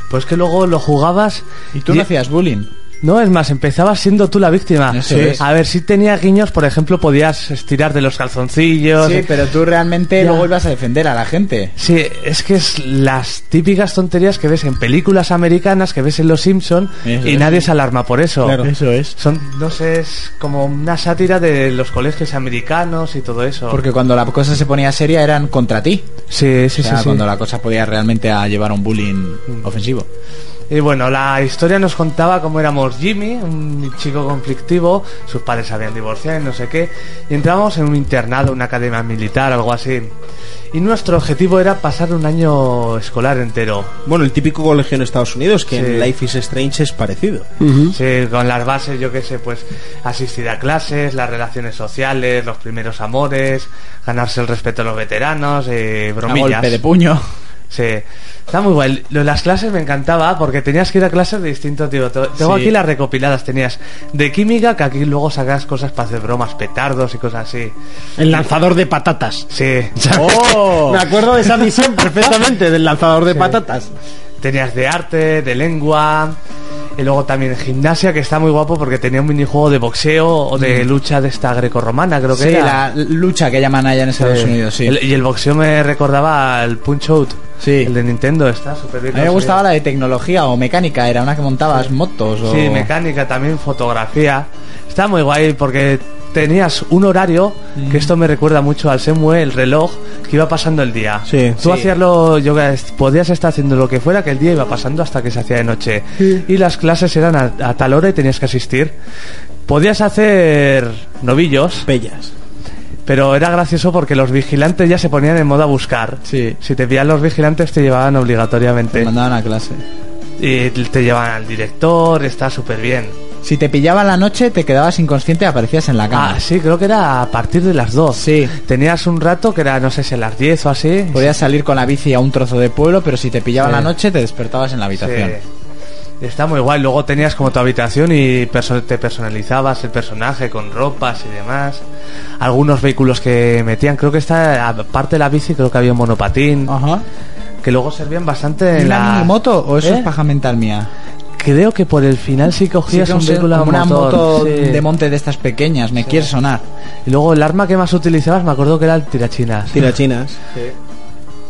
[SPEAKER 7] pues que luego lo jugabas
[SPEAKER 5] ¿Y tú no hacías bullying?
[SPEAKER 7] No, es más, empezabas siendo tú la víctima.
[SPEAKER 5] Eso es.
[SPEAKER 7] A ver, si tenía guiños, por ejemplo, podías estirar de los calzoncillos. eh,
[SPEAKER 5] Sí, pero tú realmente
[SPEAKER 7] Ya.
[SPEAKER 5] luego ibas a defender a la gente.
[SPEAKER 7] Sí, es que es las típicas tonterías que ves en películas americanas, que ves en Los Simpson
[SPEAKER 5] Eso
[SPEAKER 7] y
[SPEAKER 5] es.
[SPEAKER 7] nadie se alarma por eso.
[SPEAKER 5] Eso es.
[SPEAKER 7] Son, no sé, es como una sátira de los colegios americanos y todo eso.
[SPEAKER 5] Porque cuando la cosa se ponía seria eran contra ti.
[SPEAKER 7] sí, sí,
[SPEAKER 5] o sea,
[SPEAKER 7] sí, sí.
[SPEAKER 5] cuando la cosa podía realmente a llevar a un bullying ofensivo.
[SPEAKER 7] Y bueno, la historia nos contaba cómo éramos Jimmy, un chico conflictivo, sus padres se habían divorciado y no sé qué, y entramos en un internado, una academia militar, algo así. Y nuestro objetivo era pasar un año escolar entero,
[SPEAKER 6] Bueno, el típico colegio en Estados Unidos, que en
[SPEAKER 7] Sí.
[SPEAKER 6] Life is Strange es parecido.
[SPEAKER 4] Mm.
[SPEAKER 7] Sí, con las bases, yo qué sé, pues asistir a clases, las relaciones sociales, los primeros amores, ganarse el respeto a los veteranos, eh,
[SPEAKER 5] A
[SPEAKER 7] bromillas.
[SPEAKER 5] golpe de puño.
[SPEAKER 7] Sí, está muy guay. Lo de las clases me encantaba porque tenías que ir a clases de distinto tipo. Te- Tengo
[SPEAKER 5] Sí.
[SPEAKER 7] aquí las recopiladas, tenías de química, que aquí luego sacas cosas para hacer bromas, petardos y cosas así.
[SPEAKER 4] el lanzador de patatas.
[SPEAKER 7] Sí,
[SPEAKER 5] Oh.
[SPEAKER 4] Me acuerdo de esa misión perfectamente, del lanzador de patatas.
[SPEAKER 7] tenías de arte, de lengua. Y luego también gimnasia, que está muy guapo porque tenía un minijuego de boxeo o de lucha de esta grecorromana, creo que
[SPEAKER 5] Mm. Sí,
[SPEAKER 7] era. Eh,
[SPEAKER 5] la lucha que llaman allá en Estados Unidos, sí.
[SPEAKER 7] El- y el boxeo me recordaba al Punch Out.
[SPEAKER 5] Sí.
[SPEAKER 7] El de Nintendo está súper bien.
[SPEAKER 5] A mí me gustaba la de tecnología o mecánica, era una que montabas motos o...
[SPEAKER 7] Sí, mecánica, también fotografía. Está muy guay porque tenías un horario, que esto me recuerda mucho al Semue, el reloj, que iba pasando el día.
[SPEAKER 6] Sí,
[SPEAKER 7] Tú
[SPEAKER 6] sí.
[SPEAKER 7] hacías lo, yo que- podías estar haciendo lo que fuera, que el día iba pasando hasta que se hacía de noche. Y las clases eran a, a tal hora y tenías que asistir. Podías hacer novillos,
[SPEAKER 6] Bellas.
[SPEAKER 7] pero era gracioso porque los vigilantes ya se ponían en modo a buscar.
[SPEAKER 5] Sí.
[SPEAKER 7] Si te pillan los vigilantes te llevaban
[SPEAKER 5] Te
[SPEAKER 7] obligatoriamente.
[SPEAKER 5] mandaban a clase.
[SPEAKER 7] Y te llevaban al director, está súper bien.
[SPEAKER 5] Si te pillaba la noche, te quedabas inconsciente y aparecías en la cama.
[SPEAKER 7] Ah, sí, creo que era a partir de las 2.
[SPEAKER 5] Sí.
[SPEAKER 7] Tenías un rato que era, no sé si a las 10 o así.
[SPEAKER 5] Podías salir con la bici a un trozo de pueblo, pero si te pillaba
[SPEAKER 7] Sí.
[SPEAKER 5] la noche, te despertabas en la
[SPEAKER 7] Sí.
[SPEAKER 5] habitación.
[SPEAKER 7] Está muy guay. Luego tenías como tu habitación y perso- te personalizabas el personaje con ropas y demás. Algunos vehículos que metían, creo que está, aparte de la bici, creo que había un monopatín.
[SPEAKER 5] Ajá.
[SPEAKER 7] Que luego servían bastante
[SPEAKER 5] Ah. ¿Y
[SPEAKER 7] en
[SPEAKER 5] ¿Una
[SPEAKER 7] la.
[SPEAKER 5] minimoto o eso
[SPEAKER 7] ¿Eh?
[SPEAKER 5] es paja mental mía?
[SPEAKER 7] Creo que por el final sí cogías
[SPEAKER 5] como
[SPEAKER 7] un vehículo
[SPEAKER 5] como una
[SPEAKER 7] motor,
[SPEAKER 5] moto
[SPEAKER 7] sí.
[SPEAKER 5] de monte de estas pequeñas, me quiere sonar.
[SPEAKER 7] Y luego el arma que más utilizabas, me acuerdo que era el tirachinas.
[SPEAKER 6] Tirachinas.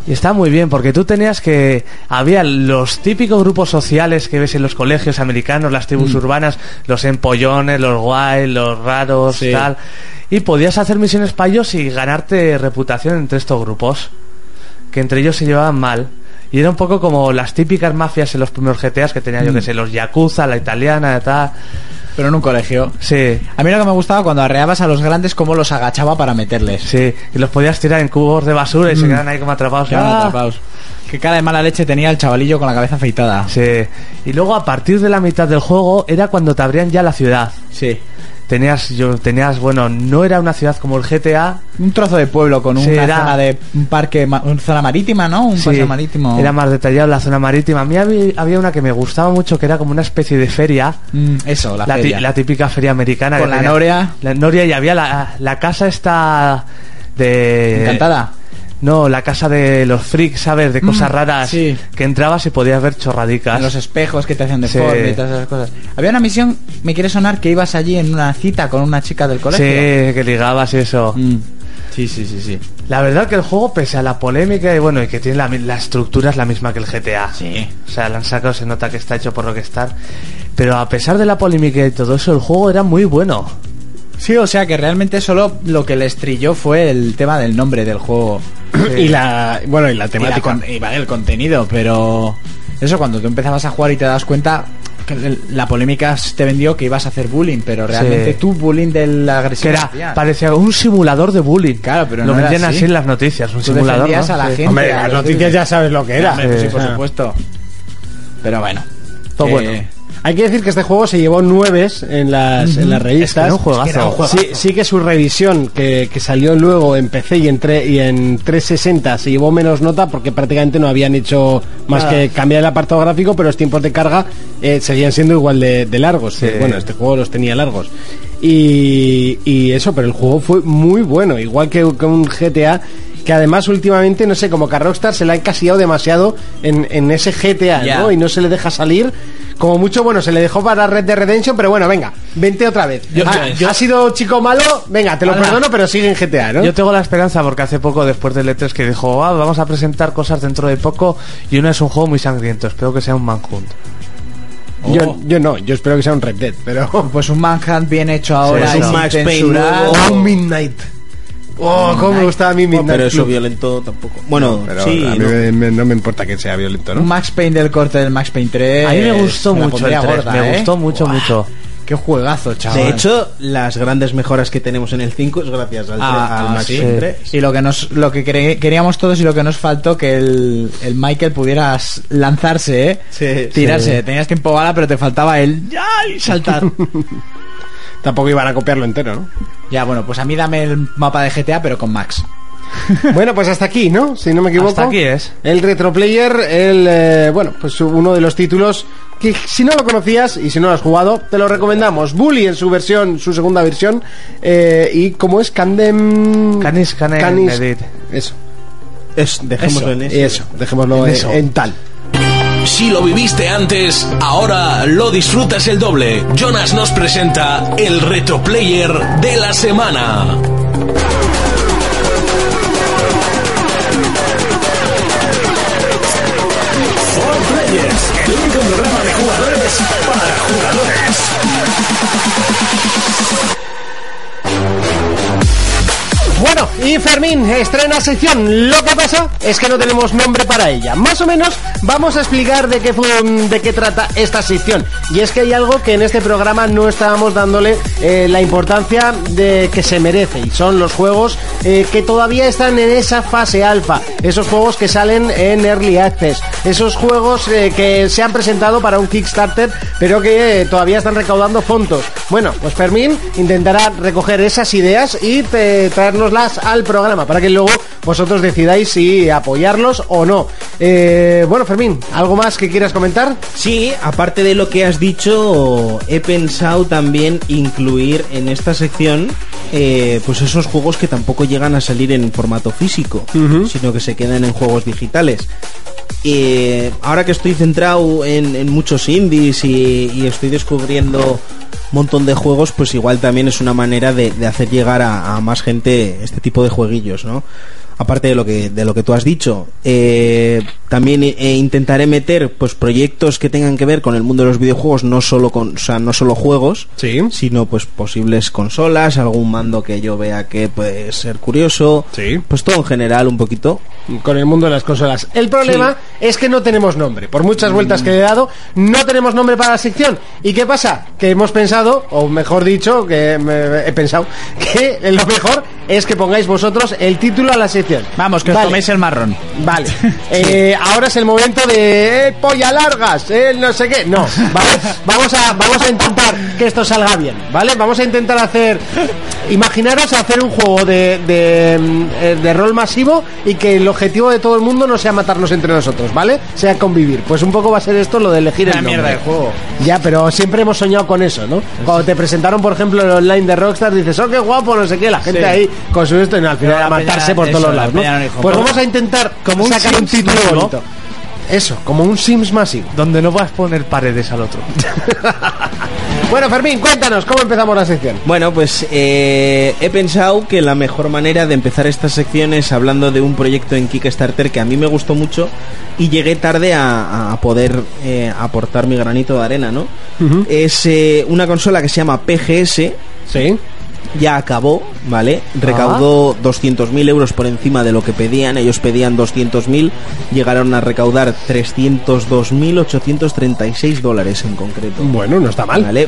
[SPEAKER 7] Y está muy bien, porque tú tenías que... Había los típicos grupos sociales que ves en los colegios americanos, las tribus
[SPEAKER 5] Mm.
[SPEAKER 7] urbanas, los empollones, los guay, los raros,
[SPEAKER 5] Sí.
[SPEAKER 7] tal. Y podías hacer misiones para ellos y ganarte reputación entre estos grupos, que entre ellos se llevaban mal. Y era un poco como las típicas mafias en los primeros GTAs que tenía, yo que
[SPEAKER 5] Mm.
[SPEAKER 7] sé, los Yakuza, la italiana, tal.
[SPEAKER 5] Pero en un colegio.
[SPEAKER 7] Sí,
[SPEAKER 5] A mí lo que me gustaba cuando arreabas a los grandes, cómo los agachaba para meterles.
[SPEAKER 7] sí. Y los podías tirar en cubos de basura y se quedan ahí como atrapados.
[SPEAKER 5] Mm. Quedaban
[SPEAKER 7] ¡Ah!
[SPEAKER 5] atrapados. Qué cara de mala leche tenía el chavalillo con la cabeza afeitada.
[SPEAKER 7] Sí. Y luego a partir de la mitad del juego era cuando te abrían ya la ciudad.
[SPEAKER 5] Sí.
[SPEAKER 7] Tenías, yo, tenías, bueno, no era una ciudad como el GTA.
[SPEAKER 5] Un trozo de pueblo con
[SPEAKER 7] Sí,
[SPEAKER 5] una
[SPEAKER 7] era-
[SPEAKER 5] zona de un parque, ma- una zona marítima, ¿no? Un
[SPEAKER 7] Sí,
[SPEAKER 5] paseo marítimo.
[SPEAKER 7] Era más detallado la zona marítima. A mí había, había una que me gustaba mucho, que era como una especie de feria.
[SPEAKER 5] Mm, eso, la,
[SPEAKER 7] ti-
[SPEAKER 5] feria.
[SPEAKER 7] la típica feria americana.
[SPEAKER 5] Con
[SPEAKER 7] que
[SPEAKER 5] la
[SPEAKER 7] tenía-
[SPEAKER 5] noria.
[SPEAKER 7] La noria y había la, la casa esta de...
[SPEAKER 5] Encantada. Mm,
[SPEAKER 7] No, la casa de los freaks, ¿sabes? De cosas raras.
[SPEAKER 5] sí.
[SPEAKER 7] Que entrabas y podías ver chorradicas.
[SPEAKER 5] En los espejos que te hacían
[SPEAKER 7] Sí.
[SPEAKER 5] deforme y todas esas cosas. Había una misión, me quiere sonar, que ibas allí en una cita con una chica del
[SPEAKER 7] sí,
[SPEAKER 5] colegio.
[SPEAKER 7] que ligabas y eso.
[SPEAKER 5] Mm. Sí, sí, sí, sí.
[SPEAKER 7] La verdad que el juego, pese a la polémica y bueno, y que tiene la, mi- la estructura es la misma que el GTA.
[SPEAKER 5] Sí.
[SPEAKER 7] O sea, la han sacado, se nota que está hecho por Rockstar. Pero a pesar de la polémica y todo eso, el juego era muy bueno.
[SPEAKER 5] Sí, o sea que realmente solo lo que les trilló fue el tema del nombre del juego.
[SPEAKER 4] Y la, bueno, y la
[SPEAKER 5] Y, la
[SPEAKER 4] temática.
[SPEAKER 5] con- y vale, el contenido, pero eso cuando tú empezabas a jugar y te das cuenta que el- la polémica te vendió que ibas a hacer bullying, pero realmente
[SPEAKER 7] Sí.
[SPEAKER 5] tú bullying de la agresión
[SPEAKER 7] Que era,
[SPEAKER 5] hacías.
[SPEAKER 7] parecía un simulador de bullying.
[SPEAKER 5] Claro, pero
[SPEAKER 7] Lo
[SPEAKER 5] no era
[SPEAKER 7] vendían
[SPEAKER 5] así.
[SPEAKER 7] así en las noticias, un
[SPEAKER 5] Tú
[SPEAKER 7] simulador.
[SPEAKER 5] defendías
[SPEAKER 7] ¿no?
[SPEAKER 5] a la
[SPEAKER 7] Sí.
[SPEAKER 5] gente.
[SPEAKER 4] Hombre,
[SPEAKER 5] a
[SPEAKER 4] las
[SPEAKER 5] los-
[SPEAKER 4] noticias ya sabes lo que era.
[SPEAKER 5] Hombre, pues sí, por
[SPEAKER 4] Ah.
[SPEAKER 5] supuesto. Pero bueno,
[SPEAKER 7] Todo
[SPEAKER 5] que-
[SPEAKER 7] bueno.
[SPEAKER 4] Oh, Hay que decir que este juego se llevó nueves en las, en las revistas.
[SPEAKER 7] Es que era un juegazo.
[SPEAKER 4] Sí, Sí, que su revisión, que, que salió luego en PC y en, tre- y en 360, se llevó menos nota porque prácticamente no habían hecho más que cambiar el apartado gráfico, pero los tiempos de carga eh, seguían siendo igual de, de largos. Eh, Bueno, este juego los tenía largos. Y, y eso, pero el juego fue muy bueno, igual que, que un GTA. Que además últimamente, no sé, como que a Rockstar se le ha encasillado demasiado en, en ese GTA,
[SPEAKER 5] Ya.
[SPEAKER 4] ¿no? Y no se le deja salir. Como mucho, bueno, se le dejó para Red Dead Redemption, pero bueno, venga, vente otra vez.
[SPEAKER 7] Yo-
[SPEAKER 4] Ah,
[SPEAKER 7] yo-
[SPEAKER 4] has sido chico malo, venga, te lo
[SPEAKER 7] Ala.
[SPEAKER 4] perdono, pero sigue en GTA, ¿no?
[SPEAKER 7] Yo tengo la esperanza porque hace poco, después del E3, que dijo, "Ah, vamos a presentar cosas dentro de poco y uno es un juego muy sangriento. Espero que sea un Manhunt.
[SPEAKER 4] Yo- yo no, yo espero que sea un Red Dead, pero...
[SPEAKER 5] Pues un Manhunt bien hecho ahora,
[SPEAKER 7] Sí,
[SPEAKER 5] sin
[SPEAKER 7] un
[SPEAKER 6] Max Payne
[SPEAKER 5] censurar.
[SPEAKER 6] nuevo.
[SPEAKER 4] Oh, Midnight. Oh, cómo me gustaba a mí Midnight.
[SPEAKER 6] pero eso
[SPEAKER 4] Club.
[SPEAKER 6] violento tampoco. Bueno,
[SPEAKER 4] Pero
[SPEAKER 6] sí.
[SPEAKER 4] a mí
[SPEAKER 6] no.
[SPEAKER 4] me- me- no me importa que sea violento,
[SPEAKER 5] Un
[SPEAKER 4] ¿no?
[SPEAKER 5] Max Payne del corte del Max Payne 3.
[SPEAKER 7] A mí me gustó
[SPEAKER 5] Eh, me la
[SPEAKER 7] mucho el
[SPEAKER 5] pondría
[SPEAKER 7] 3,
[SPEAKER 5] gorda,
[SPEAKER 7] me
[SPEAKER 5] ¿eh?
[SPEAKER 7] gustó mucho,
[SPEAKER 5] Buah,
[SPEAKER 7] mucho.
[SPEAKER 5] Qué juegazo, chaval.
[SPEAKER 6] De hecho, las grandes mejoras que tenemos en el 5 es gracias al,
[SPEAKER 5] Ah,
[SPEAKER 6] al
[SPEAKER 5] ah,
[SPEAKER 6] Max
[SPEAKER 5] sí.
[SPEAKER 6] Payne 3.
[SPEAKER 5] Y lo que nos lo que cre- queríamos todos y lo que nos faltó que el, el Michael pudiera s- lanzarse, ¿eh?
[SPEAKER 6] Sí,
[SPEAKER 5] tirarse. Tenías tiempo bala, pero te faltaba el ya y saltar.
[SPEAKER 4] Tampoco iban a copiarlo entero, ¿no?
[SPEAKER 5] ya, bueno, pues a mí dame el mapa de GTA pero con Max.
[SPEAKER 4] bueno, pues hasta aquí, ¿no? Si no me equivoco.
[SPEAKER 7] Hasta aquí es.
[SPEAKER 4] El retroplayer, el eh, bueno, pues uno de los títulos que si no lo conocías y si no lo has jugado, te lo recomendamos. Bully en su versión, su segunda versión, eh, y como es Candem
[SPEAKER 7] Canis- Canem
[SPEAKER 4] Canis-
[SPEAKER 7] Edit.
[SPEAKER 4] Eso,
[SPEAKER 6] Es, dejémoslo en eso.
[SPEAKER 4] eso, dejémoslo en, en tal.
[SPEAKER 3] Si lo viviste antes, ahora lo disfrutas el doble. Jonas nos presenta el reto player de la semana.
[SPEAKER 4] Bueno, y Fermín estrena sección. Lo que pasa es que no tenemos nombre para ella. Más o menos vamos a explicar de qué, fu- de qué trata esta sección. Y es que hay algo que en este programa no estábamos dándole eh, la importancia de que se merece. Y son los juegos eh, que todavía están en esa fase alfa. Esos juegos que salen en Early Access. Esos juegos eh, que se han presentado para un Kickstarter, pero que eh, todavía están recaudando fondos. Bueno, pues Fermín intentará recoger esas ideas y te- traérnoslas al programa para que luego vosotros decidáis si apoyarlos o no. Eh, bueno, Fermín, ¿algo más que quieras comentar?
[SPEAKER 6] Sí, aparte de lo que has dicho, he pensado también incluir en esta sección eh, pues esos juegos que tampoco llegan a salir en formato físico, sino que se quedan en juegos digitales. Eh, ahora que estoy centrado en, en muchos indies y, y estoy descubriendo un montón de juegos, pues igual también es una manera de, de hacer llegar a, a más gente este tipo de jueguillos, ¿no? Aparte de lo que, de lo que tú has dicho, eh, también eh, intentaré meter pues proyectos que tengan que ver con el mundo de los videojuegos, no solo con, o sea, no solo juegos,
[SPEAKER 4] Sí.
[SPEAKER 6] sino pues posibles consolas, algún mando que yo vea que puede ser curioso,
[SPEAKER 4] Sí.
[SPEAKER 6] pues todo en general un poquito.
[SPEAKER 4] con el mundo de las consolas. El problema es que no tenemos nombre. Por muchas vueltas que le he dado, no tenemos nombre para la sección. ¿Y qué pasa? Que hemos pensado, o mejor dicho, que me- he pensado, que lo mejor es que pongáis vosotros el título a la sección.
[SPEAKER 5] Vamos, que os
[SPEAKER 4] Vale.
[SPEAKER 5] toméis el marrón.
[SPEAKER 4] Vale. Eh, ahora es el momento de eh, polla largas, eh, no sé qué. No, ¿vale? Vamos a, vamos a intentar que esto salga bien, ¿vale? Vamos a intentar hacer. Imaginaros hacer un juego de, de, mm, eh, de rol masivo y que el objetivo de todo el mundo no sea matarnos entre nosotros, ¿vale? Sea convivir. Pues un poco va a ser esto lo de elegir el nombre.
[SPEAKER 5] juego.
[SPEAKER 4] Ya, pero siempre hemos soñado con eso, ¿no? Cuando te presentaron, por ejemplo, el online de Rockstar, dices, oh, qué guapo, no sé qué, la gente
[SPEAKER 5] Sí.
[SPEAKER 4] ahí con su esto y no, al final
[SPEAKER 5] Pero
[SPEAKER 4] a
[SPEAKER 5] la peña-
[SPEAKER 4] matarse por
[SPEAKER 5] eso,
[SPEAKER 4] todos
[SPEAKER 5] la
[SPEAKER 4] lados, ¿no?
[SPEAKER 5] peña no dijo,
[SPEAKER 4] Pues
[SPEAKER 5] "Pero-
[SPEAKER 4] vamos a intentar
[SPEAKER 7] como un
[SPEAKER 4] sacar un
[SPEAKER 7] Sims
[SPEAKER 4] título
[SPEAKER 7] masivo".
[SPEAKER 4] bonito. Eso, como un Sims masivo.
[SPEAKER 7] Donde no vas a poner paredes al otro.
[SPEAKER 4] Bueno, Fermín, cuéntanos, ¿cómo empezamos la sección?
[SPEAKER 6] Bueno, pues eh, he pensado que la mejor manera de empezar esta sección es hablando de un proyecto en Kickstarter que a mí me gustó mucho y llegué tarde a, a poder eh, aportar mi granito de arena, ¿no? Es eh, una consola que se llama PGS,
[SPEAKER 4] Sí.
[SPEAKER 6] ya acabó, ¿vale? Recaudó 200.000 euros por encima de lo que pedían, ellos pedían 200.000, llegaron a recaudar 302.836 dólares en concreto.
[SPEAKER 4] Bueno, no está mal.
[SPEAKER 6] Vale.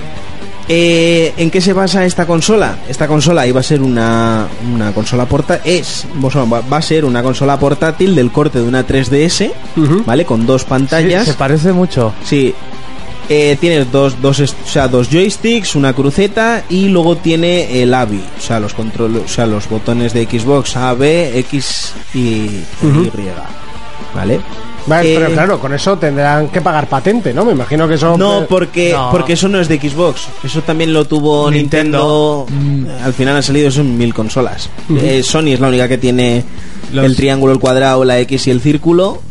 [SPEAKER 6] Eh, ¿En qué se basa esta consola? Esta consola iba a ser una, una consola portátil. Es, o sea, va va a ser una consola portátil del corte de una 3DS, ¿vale? Con dos pantallas.
[SPEAKER 7] Se parece mucho.
[SPEAKER 6] Sí. Eh, tienes dos, dos, est- o sea, dos joysticks, una cruceta y luego tiene el AVI, o sea, los controles, o sea, los botones de Xbox A, B, X y Y. ¿Vale?
[SPEAKER 4] Vale,
[SPEAKER 6] Eh,
[SPEAKER 4] pero claro, con eso tendrán que pagar patente, ¿no? Me imagino que eh, eso.
[SPEAKER 6] No, porque,
[SPEAKER 7] No.
[SPEAKER 6] porque eso no es de Xbox. Eso también lo tuvo Nintendo.
[SPEAKER 7] Nintendo.
[SPEAKER 6] Mm, Al final han salido eso en mil consolas. Eh, Sony es la única que tiene
[SPEAKER 5] Los-
[SPEAKER 6] el triángulo, el cuadrado, la X y el círculo.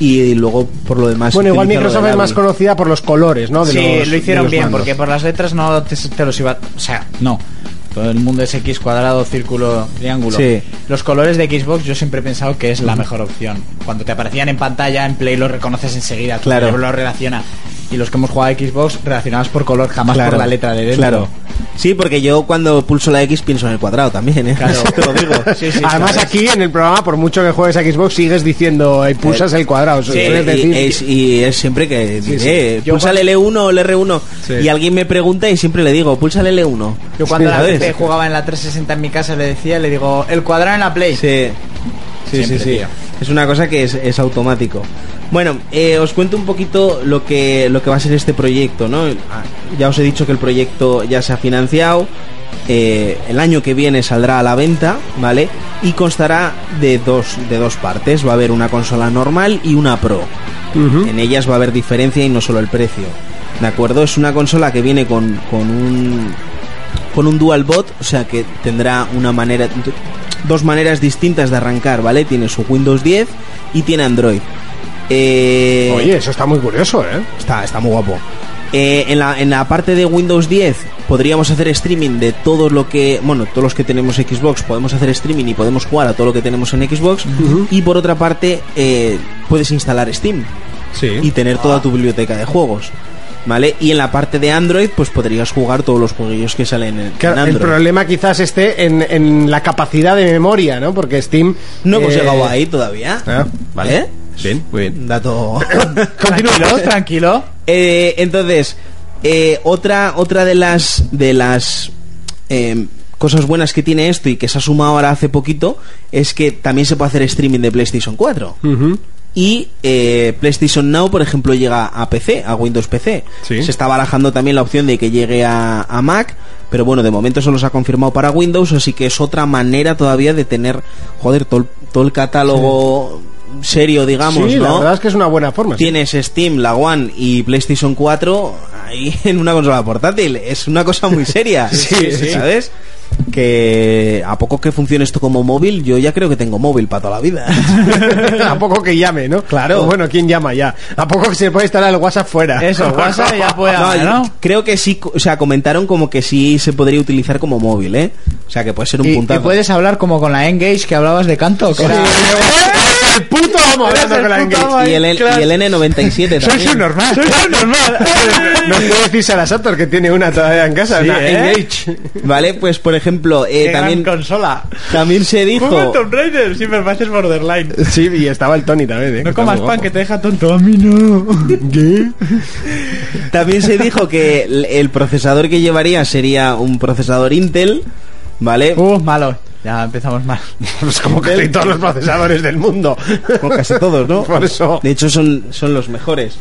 [SPEAKER 6] Y luego, por lo demás.
[SPEAKER 4] Bueno, igual
[SPEAKER 6] utiliza lo
[SPEAKER 4] Microsoft
[SPEAKER 6] del
[SPEAKER 4] es más
[SPEAKER 6] AVI.
[SPEAKER 4] conocida por los colores, ¿no? De
[SPEAKER 5] sí,
[SPEAKER 4] los-
[SPEAKER 5] lo
[SPEAKER 4] de
[SPEAKER 5] hicieron
[SPEAKER 4] los
[SPEAKER 5] bien,
[SPEAKER 4] mandos.
[SPEAKER 5] porque por las letras no te, te los iba. O sea, no. Todo el mundo es X cuadrado, círculo, triángulo.
[SPEAKER 6] Sí.
[SPEAKER 5] Los colores de Xbox yo siempre he pensado que es la mejor opción. Cuando te aparecían en pantalla, en Play los reconoces enseguida, tu
[SPEAKER 6] Claro.
[SPEAKER 5] cerebro los relaciona. Y los que hemos jugado a Xbox relacionados por color, jamás por la letra de dentro.
[SPEAKER 6] Claro. Sí, porque yo cuando pulso la X pienso en el cuadrado también, ¿eh?
[SPEAKER 5] Claro.
[SPEAKER 6] Te lo digo.
[SPEAKER 5] Sí, sí,
[SPEAKER 4] Además,
[SPEAKER 5] ¿sabes?
[SPEAKER 4] aquí en el programa, por mucho que juegues a Xbox, sigues diciendo y pulsas el cuadrado.
[SPEAKER 6] Sí,
[SPEAKER 4] sueles
[SPEAKER 6] y,
[SPEAKER 4] decir-
[SPEAKER 6] es, y es siempre que
[SPEAKER 4] Sí, sí.
[SPEAKER 6] diré,
[SPEAKER 5] Yo
[SPEAKER 6] pulsa el L1 o el R1
[SPEAKER 5] Sí.
[SPEAKER 6] y alguien me pregunta y siempre le digo, pulsa el L1.
[SPEAKER 5] Yo cuando
[SPEAKER 6] Sí,
[SPEAKER 5] la
[SPEAKER 6] ¿sabes?
[SPEAKER 5] PC jugaba en la 360 en mi casa le decía, le digo, el cuadrado en la Play.
[SPEAKER 6] Sí, sí,
[SPEAKER 5] Siempre,
[SPEAKER 6] sí, sí.
[SPEAKER 5] tío.
[SPEAKER 6] Es una cosa que es, es automático. Bueno, eh, os cuento un poquito lo que, lo que va a ser este proyecto, ¿no? Ah, Ya os he dicho que el proyecto ya se ha financiado. eh, el año que viene saldrá a la venta, ¿vale? Y constará de dos, de dos partes. Va a haber una consola normal y una pro. En ellas va a haber diferencia y no solo el precio. ¿De acuerdo? Es una consola que viene con, con un con un dual bot, o sea que tendrá una manera dos maneras distintas de arrancar, ¿vale? Tiene su Windows 10 y tiene Android. Eh,
[SPEAKER 4] Oye, eso está muy curioso, ¿eh?
[SPEAKER 6] está, está muy guapo. Eh, en, la, en la parte de Windows 10 podríamos hacer streaming de todo lo que, bueno, todos los que tenemos Xbox podemos hacer streaming y podemos jugar a todo lo que tenemos en Xbox. Y por otra parte, eh, puedes instalar Steam
[SPEAKER 4] Sí. Ah.
[SPEAKER 6] y tener toda tu biblioteca de juegos. ¿Vale? Y en la parte de Android, pues podrías jugar todos los jueguillos que salen en,
[SPEAKER 4] Claro,
[SPEAKER 6] en
[SPEAKER 4] el
[SPEAKER 6] Android.
[SPEAKER 4] problema quizás esté en, en la capacidad de memoria, ¿no? Porque Steam...
[SPEAKER 6] No hemos
[SPEAKER 4] eh,
[SPEAKER 6] llegado ahí todavía.
[SPEAKER 4] Ah,
[SPEAKER 6] ¿Vale?
[SPEAKER 2] Bien, muy bien.
[SPEAKER 6] Un Dato.
[SPEAKER 5] Tranquilo, tranquilo.
[SPEAKER 6] Eh, entonces, eh, otra, otra de las, de las eh, cosas buenas que tiene esto y que se ha sumado ahora hace poquito es que también se puede hacer streaming de PlayStation 4. Y eh, PlayStation Now, por ejemplo, llega a PC, a Windows PC.
[SPEAKER 2] Sí.
[SPEAKER 6] Se está barajando también la opción de que llegue a, a Mac, pero bueno, de momento solo se ha confirmado para Windows, así que es otra manera todavía de tener, joder, todo, el- todo el catálogo serio, digamos,
[SPEAKER 4] sí,
[SPEAKER 6] ¿no?
[SPEAKER 4] la verdad es que es una buena forma. sí.
[SPEAKER 6] Tienes Steam, la One y PlayStation 4 ahí en una consola portátil. Es una cosa muy seria.
[SPEAKER 4] Sí, sí.
[SPEAKER 6] ¿Sabes? Que a poco que funcione esto como móvil, yo ya creo que tengo móvil para toda la vida.
[SPEAKER 4] a poco que llame, ¿no?
[SPEAKER 6] Claro.
[SPEAKER 4] O bueno, ¿quién llama ya? A poco que se le puede instalar el WhatsApp fuera.
[SPEAKER 5] Eso, WhatsApp ya puede
[SPEAKER 6] No,
[SPEAKER 5] hablar,
[SPEAKER 6] yo
[SPEAKER 5] ¿no?
[SPEAKER 6] Creo que sí, o sea, comentaron como que sí se podría utilizar como móvil, ¿eh? O sea, que puede ser un
[SPEAKER 5] Y, y
[SPEAKER 6] puntazo.
[SPEAKER 5] puedes hablar como con la Engage que hablabas de canto. que era-
[SPEAKER 4] el puto amo hablando con la Engage.
[SPEAKER 6] Y el, y el N97 también.
[SPEAKER 5] normal.
[SPEAKER 4] No puedo decir Sara Sator que tiene una todavía en casa, una
[SPEAKER 5] ¿eh?
[SPEAKER 4] Engage.
[SPEAKER 6] Vale, pues por ejemplo, eh,
[SPEAKER 5] Qué gran
[SPEAKER 6] también,
[SPEAKER 5] consola.
[SPEAKER 6] también se
[SPEAKER 5] Juega
[SPEAKER 6] dijo.
[SPEAKER 5] al Tomb Raider, si me pareces borderline.
[SPEAKER 4] Sí, y estaba el Tony también, ¿eh?
[SPEAKER 5] No comas pan que te deja tonto.
[SPEAKER 6] También se dijo que el, el procesador que llevaría sería un procesador Intel, ¿vale?
[SPEAKER 5] Uh, malo. Ya empezamos mal.
[SPEAKER 4] Pues como que todos los procesadores del mundo.
[SPEAKER 6] Como casi todos, ¿no?
[SPEAKER 4] Por eso.
[SPEAKER 6] De hecho, son, son los mejores.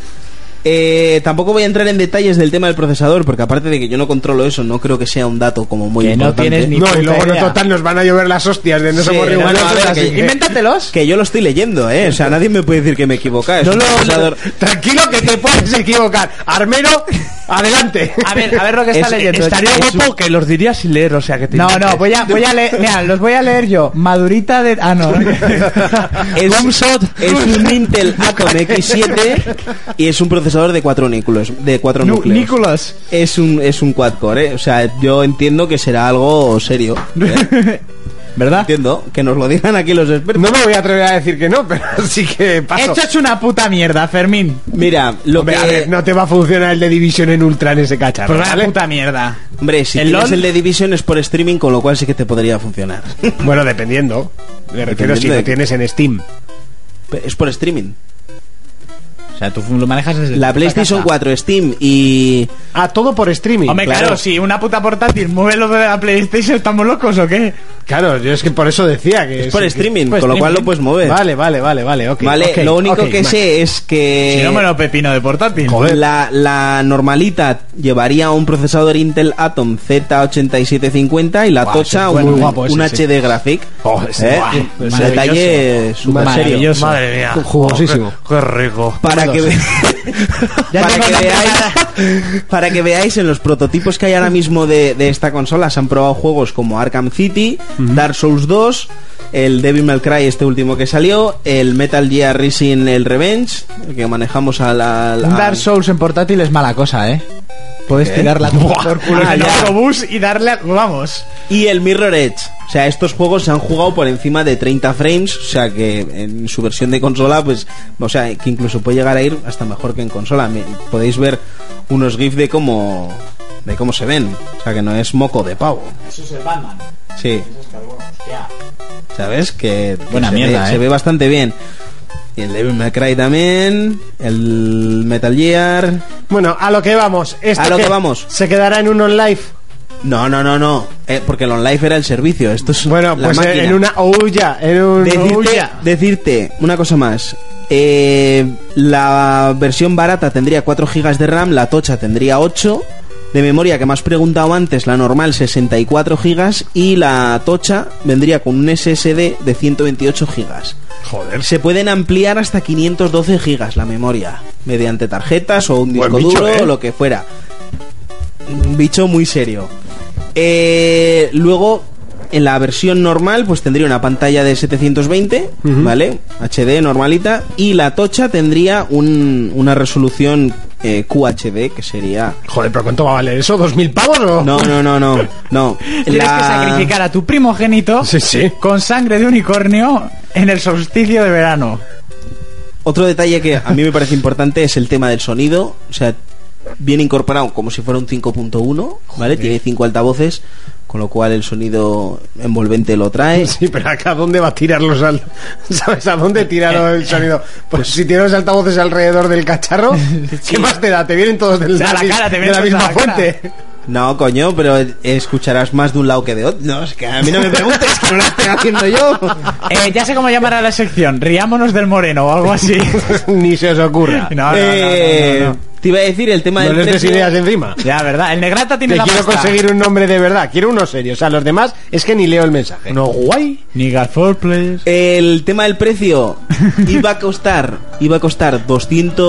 [SPEAKER 6] Eh, tampoco voy a entrar en detalles del tema del procesador, porque aparte de que yo no controlo eso, no creo que sea un dato como muy
[SPEAKER 5] Que no
[SPEAKER 6] importante.
[SPEAKER 5] tienes ni-
[SPEAKER 4] No, y luego
[SPEAKER 5] puta
[SPEAKER 4] en
[SPEAKER 5] idea.
[SPEAKER 4] total nos van a llover las hostias de no somos
[SPEAKER 6] no,
[SPEAKER 4] rivales.
[SPEAKER 6] no, a ver,
[SPEAKER 4] así
[SPEAKER 6] que-
[SPEAKER 4] que-
[SPEAKER 5] Invéntatelos.
[SPEAKER 6] Que yo lo estoy leyendo, ¿eh? O sea, nadie me puede decir que me equivoca. Es
[SPEAKER 5] No
[SPEAKER 6] un
[SPEAKER 5] lo-
[SPEAKER 6] procesador-
[SPEAKER 4] Tranquilo que te puedes equivocar. Armero, adelante.
[SPEAKER 5] A ver, a ver lo que está
[SPEAKER 7] Es-
[SPEAKER 5] leyendo.
[SPEAKER 7] Estaría
[SPEAKER 5] Es-
[SPEAKER 7] guapo que los diría sin leer, o sea que te
[SPEAKER 5] No,
[SPEAKER 7] inventes.
[SPEAKER 5] no, voy a, voy a leer. Mira, los voy a leer yo. Madurita de. Ah, no.
[SPEAKER 6] Es, es un Intel Atom X7 y es un procesador de cuatro núcleos. De cuatro
[SPEAKER 5] Nu-
[SPEAKER 6] núcleos.
[SPEAKER 5] Nicolás.
[SPEAKER 6] Es un, es un quad-core, ¿eh? O sea, yo entiendo que será algo serio. ¿eh?
[SPEAKER 5] ¿Verdad?
[SPEAKER 6] Entiendo que nos lo digan aquí los expertos.
[SPEAKER 4] No me voy a atrever a decir que no, pero sí que paso.
[SPEAKER 5] Esto es una puta mierda, Fermín.
[SPEAKER 6] Mira, lo
[SPEAKER 4] Hombre,
[SPEAKER 6] que...
[SPEAKER 4] a ver, no te va a funcionar el de Division en Ultra en ese cacharro,
[SPEAKER 5] Pues una
[SPEAKER 4] ¿vale?
[SPEAKER 5] puta mierda.
[SPEAKER 6] Hombre, si
[SPEAKER 5] ¿El
[SPEAKER 6] tienes
[SPEAKER 5] LOL?
[SPEAKER 6] el de Division es por streaming, con lo cual sí que te podría funcionar.
[SPEAKER 4] Bueno, dependiendo. Me refiero
[SPEAKER 6] Dependiendo
[SPEAKER 4] si lo
[SPEAKER 6] de-
[SPEAKER 4] tienes en Steam.
[SPEAKER 6] Pero es por streaming.
[SPEAKER 5] O sea, tú lo manejas desde
[SPEAKER 4] Pues
[SPEAKER 6] La
[SPEAKER 5] tu
[SPEAKER 6] PlayStation
[SPEAKER 5] casa.
[SPEAKER 6] 4, Steam y...
[SPEAKER 4] Ah, todo por streaming.
[SPEAKER 5] Hombre, claro.
[SPEAKER 6] Claro.
[SPEAKER 5] si una puta portátil mueve lo de la PlayStation, ¿estamos locos o qué?
[SPEAKER 4] Claro, yo es que por eso decía que...
[SPEAKER 6] Es por streaming, con lo cual lo puedes mover.
[SPEAKER 4] Vale, vale, vale, vale, ok.
[SPEAKER 6] ¿Vale?
[SPEAKER 4] ok,
[SPEAKER 6] lo único
[SPEAKER 4] ok,
[SPEAKER 6] que
[SPEAKER 4] va.
[SPEAKER 6] sé es que...
[SPEAKER 5] si no me lo pepino de portátil.
[SPEAKER 6] La, la normalita llevaría un procesador Intel Atom Z8750 y la
[SPEAKER 4] Guau, ese
[SPEAKER 6] tocha
[SPEAKER 4] es bueno,
[SPEAKER 6] un,
[SPEAKER 4] muy guapo ese,
[SPEAKER 6] un
[SPEAKER 4] sí.
[SPEAKER 6] HD Graphic.
[SPEAKER 4] Oh, ese, guau,
[SPEAKER 6] Un
[SPEAKER 5] maravilloso.
[SPEAKER 6] detalle súper serio.
[SPEAKER 5] Maravilloso.
[SPEAKER 7] Madre mía.
[SPEAKER 4] Jugosísimo.
[SPEAKER 7] Oh, qué, qué rico.
[SPEAKER 6] Para que, ve-
[SPEAKER 5] Ya
[SPEAKER 6] para,
[SPEAKER 5] tengo
[SPEAKER 6] que
[SPEAKER 5] la
[SPEAKER 6] veáis, para que veáis en los prototipos que hay ahora mismo de, de esta consola, se han probado juegos como Arkham City, Dark Souls 2, el Devil May Cry, este último que salió, el Metal Gear Rising, el Revenge, el que manejamos a la...
[SPEAKER 5] Un Dark Souls en portátil es mala cosa, ¿eh? Puedes tirarla como por culo
[SPEAKER 6] Ah,
[SPEAKER 5] en el
[SPEAKER 6] ya.
[SPEAKER 5] autobús y darle a... Vamos.
[SPEAKER 6] Y el Mirror Edge. O sea, estos juegos se han jugado por encima de 30 frames. O sea, que en su versión de consola, pues, o sea, que incluso puede llegar a ir hasta mejor que en consola. Me- Podéis ver unos GIFs de cómo, de cómo se ven. O sea, que no es moco de pavo.
[SPEAKER 5] Eso es el Batman.
[SPEAKER 6] Sí. ¿Sabes? Que, que
[SPEAKER 5] Buena
[SPEAKER 6] se
[SPEAKER 5] mierda,
[SPEAKER 6] ve-
[SPEAKER 5] eh.
[SPEAKER 6] se ve bastante bien. Y el Devil May Cry también. El Metal Gear.
[SPEAKER 4] Bueno, a lo que vamos. ¿Esto
[SPEAKER 6] A lo
[SPEAKER 4] qué?
[SPEAKER 6] que vamos.
[SPEAKER 4] ¿Se quedará en un online?
[SPEAKER 6] No, no, no, no. Eh, porque el online era el servicio. Esto es
[SPEAKER 4] Bueno,
[SPEAKER 6] la
[SPEAKER 4] pues
[SPEAKER 6] máquina.
[SPEAKER 4] en
[SPEAKER 5] Ah,
[SPEAKER 4] una
[SPEAKER 5] oh,
[SPEAKER 4] olla, en un
[SPEAKER 6] Decirte,
[SPEAKER 4] ouya.
[SPEAKER 6] decirte una cosa más. Eh, la versión barata tendría 4 GB de RAM, la tocha tendría 8 de memoria que me has preguntado antes, la normal 64 GB y la tocha vendría con un SSD de 128 GB.
[SPEAKER 4] Joder.
[SPEAKER 6] Se pueden ampliar hasta 512 GB la memoria mediante tarjetas o un disco
[SPEAKER 2] Buen bicho,
[SPEAKER 6] duro
[SPEAKER 2] ¿eh?
[SPEAKER 6] o lo que fuera. Un bicho muy serio. Eh, luego, en la versión normal, pues tendría una pantalla de 720, ¿vale? HD normalita. Y la tocha tendría un- una resolución eh, QHD, que sería...
[SPEAKER 4] Joder, pero ¿cuánto va a valer eso? ¿Dos mil pavos o...?
[SPEAKER 6] No, no, no, no, no.
[SPEAKER 5] Tienes
[SPEAKER 6] La-
[SPEAKER 5] que sacrificar a tu primogénito
[SPEAKER 4] Sí, sí.
[SPEAKER 5] con sangre de unicornio en el solsticio de verano.
[SPEAKER 6] Otro detalle que a mí me parece importante es el tema del sonido. O sea, bien incorporado, como si fuera un 5.1, ¿vale? Tiene cinco altavoces, con lo cual el sonido envolvente lo trae.
[SPEAKER 4] Sí, pero acá dónde va a tirar los al... ¿Sabes a dónde tiraron el sonido? Pues si tienen los altavoces alrededor del cacharro, ¿qué más te da? Te vienen todos del-
[SPEAKER 5] Te da la
[SPEAKER 4] de
[SPEAKER 5] cara, te
[SPEAKER 4] de
[SPEAKER 5] vienen
[SPEAKER 4] la
[SPEAKER 5] todos a
[SPEAKER 4] misma
[SPEAKER 5] la cara.
[SPEAKER 4] fuente.
[SPEAKER 6] No, coño, pero escucharás más de un lado que de otro. No, es que a mí no me preguntes, que no lo estoy haciendo yo.
[SPEAKER 5] Eh, ya sé cómo llamar a la sección. Riámonos del moreno o algo así.
[SPEAKER 4] Ni se os ocurra.
[SPEAKER 5] No, no, no,
[SPEAKER 6] Eh,
[SPEAKER 5] no, no, no.
[SPEAKER 6] Te iba a decir el tema
[SPEAKER 4] No
[SPEAKER 6] del
[SPEAKER 4] les des
[SPEAKER 6] precio.
[SPEAKER 4] ideas
[SPEAKER 5] eh.
[SPEAKER 4] encima.
[SPEAKER 5] Ya, ¿verdad? El negrata tiene
[SPEAKER 4] Te
[SPEAKER 5] la
[SPEAKER 4] quiero
[SPEAKER 5] pasta.
[SPEAKER 4] conseguir un nombre de verdad, quiero uno serio. O sea, los demás es que ni leo el mensaje.
[SPEAKER 7] No guay.
[SPEAKER 5] Niggas for players.
[SPEAKER 6] Eh, El tema del precio iba a costar, iba a costar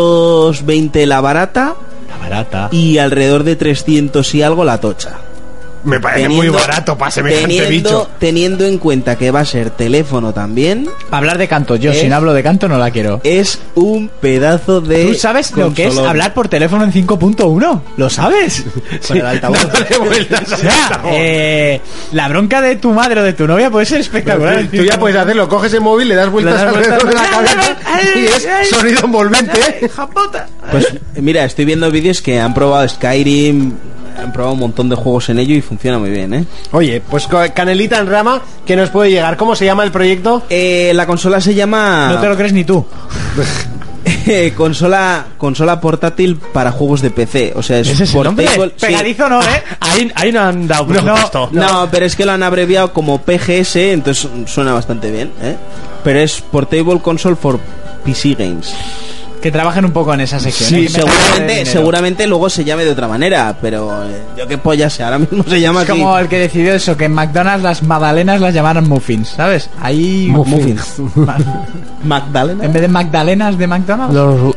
[SPEAKER 6] 220 la barata
[SPEAKER 5] La barata.
[SPEAKER 6] y alrededor de 300 y algo la tocha.
[SPEAKER 4] Me parece muy barato para semejante
[SPEAKER 6] teniendo,
[SPEAKER 4] bicho.
[SPEAKER 6] Teniendo en cuenta que va a ser teléfono también,
[SPEAKER 5] Hablar de canto. Yo,
[SPEAKER 6] Eh.
[SPEAKER 5] si no hablo de canto, no la quiero.
[SPEAKER 6] es un pedazo de.
[SPEAKER 5] ¿Tú sabes lo que es
[SPEAKER 6] consolón.
[SPEAKER 5] hablar por teléfono en 5.1? ¿Lo sabes?
[SPEAKER 6] Con el altavoz.
[SPEAKER 4] Dale vueltas
[SPEAKER 5] O
[SPEAKER 4] al
[SPEAKER 5] sea,
[SPEAKER 4] altavoz.
[SPEAKER 5] eh, la bronca de tu madre o de tu novia puede ser espectacular.
[SPEAKER 4] Tú ya puedes hacerlo, coges el móvil, le das vueltas
[SPEAKER 5] ¿eh? das vueltas
[SPEAKER 4] alrededor de la
[SPEAKER 5] al-
[SPEAKER 4] cabeza y es sonido envolvente.
[SPEAKER 6] Pues mira, estoy viendo vídeos que han probado Skyrim, han probado un montón de juegos en ello y funciona muy bien, ¿eh?
[SPEAKER 4] Oye, pues co- canelita en rama que nos puede llegar. ¿Cómo se llama el proyecto?
[SPEAKER 6] Eh, la consola se llama
[SPEAKER 5] No te lo crees ni tú.
[SPEAKER 6] eh, consola consola portátil para juegos de PC, o sea, es,
[SPEAKER 5] Ese es el nombre.
[SPEAKER 6] portable- sí.
[SPEAKER 5] Pegadizo no, ¿eh?
[SPEAKER 7] Ahí, ahí no han dado presupuesto.
[SPEAKER 6] No, pero es que lo han abreviado como PGS, entonces suena bastante bien, ¿eh? Pero es Portable Console for PC Games.
[SPEAKER 5] Que trabajen un poco en esa sección. ¿eh?
[SPEAKER 6] Sí,
[SPEAKER 5] Que me traen de
[SPEAKER 6] seguramente,
[SPEAKER 5] dinero.
[SPEAKER 6] seguramente luego se llame de otra manera, pero eh, yo qué polla sé, ahora mismo se llama
[SPEAKER 5] Es
[SPEAKER 6] así.
[SPEAKER 5] como el que decidió eso, que en McDonald's las magdalenas las llamaron muffins, ¿sabes? Ahí...
[SPEAKER 6] Muffins. Magdalena.
[SPEAKER 5] En vez de magdalenas de McDonald's...
[SPEAKER 7] Los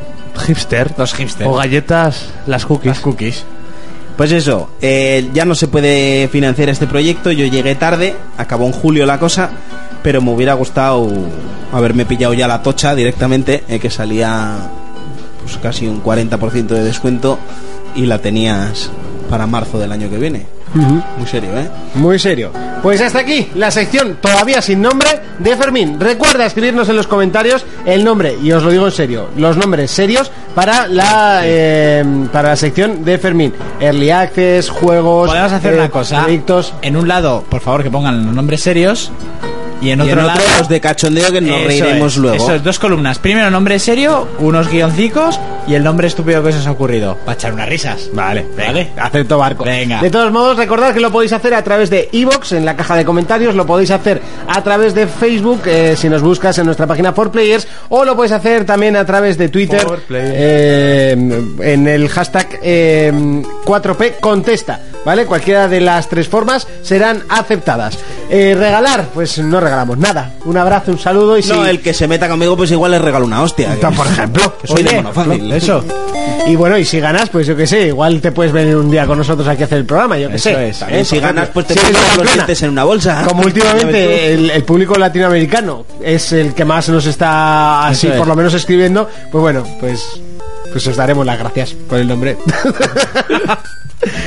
[SPEAKER 7] hipster.
[SPEAKER 5] Los hipsters.
[SPEAKER 7] O galletas, las cookies.
[SPEAKER 5] Las cookies.
[SPEAKER 6] Pues eso, eh, ya no se puede financiar este proyecto, yo llegué tarde, acabó en julio la cosa, pero me hubiera gustado haberme pillado ya la tocha directamente, eh, que salía pues casi un 40% de descuento y la tenías para marzo del año que viene. Muy serio, ¿eh?
[SPEAKER 4] Muy serio. Pues hasta aquí la sección todavía sin nombre de Fermín. Recuerda escribirnos en los comentarios el nombre, y os lo digo en serio, los nombres serios para la eh, para la sección de Fermín. Early Access, juegos,
[SPEAKER 5] Podemos hacer
[SPEAKER 4] eh,
[SPEAKER 5] una cosa.
[SPEAKER 4] proyectos.
[SPEAKER 5] En un lado, por favor, que pongan los nombres serios. Y en
[SPEAKER 6] Y
[SPEAKER 5] otro
[SPEAKER 6] en
[SPEAKER 5] lado...
[SPEAKER 6] otro, los de cachondeo que nos
[SPEAKER 5] Eso
[SPEAKER 6] reiremos
[SPEAKER 5] es,
[SPEAKER 6] luego.
[SPEAKER 5] Eso es, dos columnas. Primero nombre serio, unos guioncicos y el nombre estúpido que se os ha ocurrido. Para echar unas risas. Vale, vale.
[SPEAKER 4] Acepto barco.
[SPEAKER 5] Venga.
[SPEAKER 4] De todos modos, recordad que lo podéis hacer a través de iVoox, en la caja de comentarios, lo podéis hacer a través de Facebook, eh, si nos buscas en nuestra página For Players, o lo podéis hacer también a tavés de Twitter,
[SPEAKER 7] 4players.
[SPEAKER 4] eh, en el hashtag eh, 4P Contesta, ¿vale? Cualquiera de las tres formas serán aceptadas. Eh, regalar, pues no regalamos nada. Un abrazo, un saludo y
[SPEAKER 6] No,
[SPEAKER 4] si-
[SPEAKER 6] el que se meta conmigo pues igual le regalo una hostia.
[SPEAKER 4] Está, por ejemplo.
[SPEAKER 6] Que soy de
[SPEAKER 4] Oye,
[SPEAKER 6] monofácil.
[SPEAKER 4] Eso. Y bueno, y si ganas, pues yo qué sé, igual te puedes venir un día con nosotros aquí a hacer el programa, yo qué
[SPEAKER 5] Eso
[SPEAKER 4] sé.
[SPEAKER 5] es.
[SPEAKER 4] ¿eh?
[SPEAKER 6] También si
[SPEAKER 4] Por
[SPEAKER 6] ganas
[SPEAKER 4] ejemplo,
[SPEAKER 6] pues te
[SPEAKER 4] si eres
[SPEAKER 6] pones los
[SPEAKER 4] campeona,
[SPEAKER 6] dientes en una bolsa.
[SPEAKER 4] Como
[SPEAKER 6] ¿Sabes
[SPEAKER 4] últimamente
[SPEAKER 6] tú?
[SPEAKER 4] el, el público latinoamericano es el que más nos está así,
[SPEAKER 5] Eso es.
[SPEAKER 4] por lo menos escribiendo, pues bueno, pues, pues os daremos las gracias por el nombre.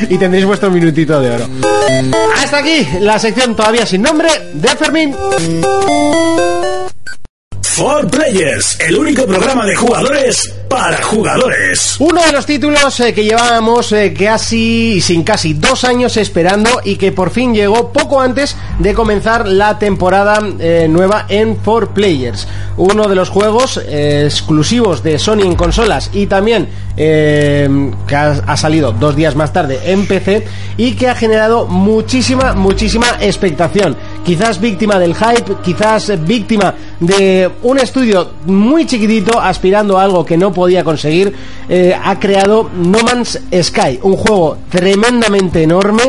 [SPEAKER 4] y tendréis vuestro minutito de oro. Hasta aquí la sección todavía sin nombre de Fermín.
[SPEAKER 3] For Players, el único programa de jugadores para jugadores.
[SPEAKER 4] Uno de los títulos eh, que llevábamos eh, casi, sin casi dos años esperando y que por fin llegó poco antes de comenzar la temporada eh, nueva en 4Players. Uno de los juegos eh, exclusivos de Sony en consolas y también eh, que ha, ha salido dos días más tarde en PC y que ha generado muchísima, muchísima expectación. Quizás víctima del hype, quizás eh, víctima de un estudio muy chiquitito aspirando a algo que no podía conseguir, eh, ha creado No Man's Sky, un juego tremendamente enorme,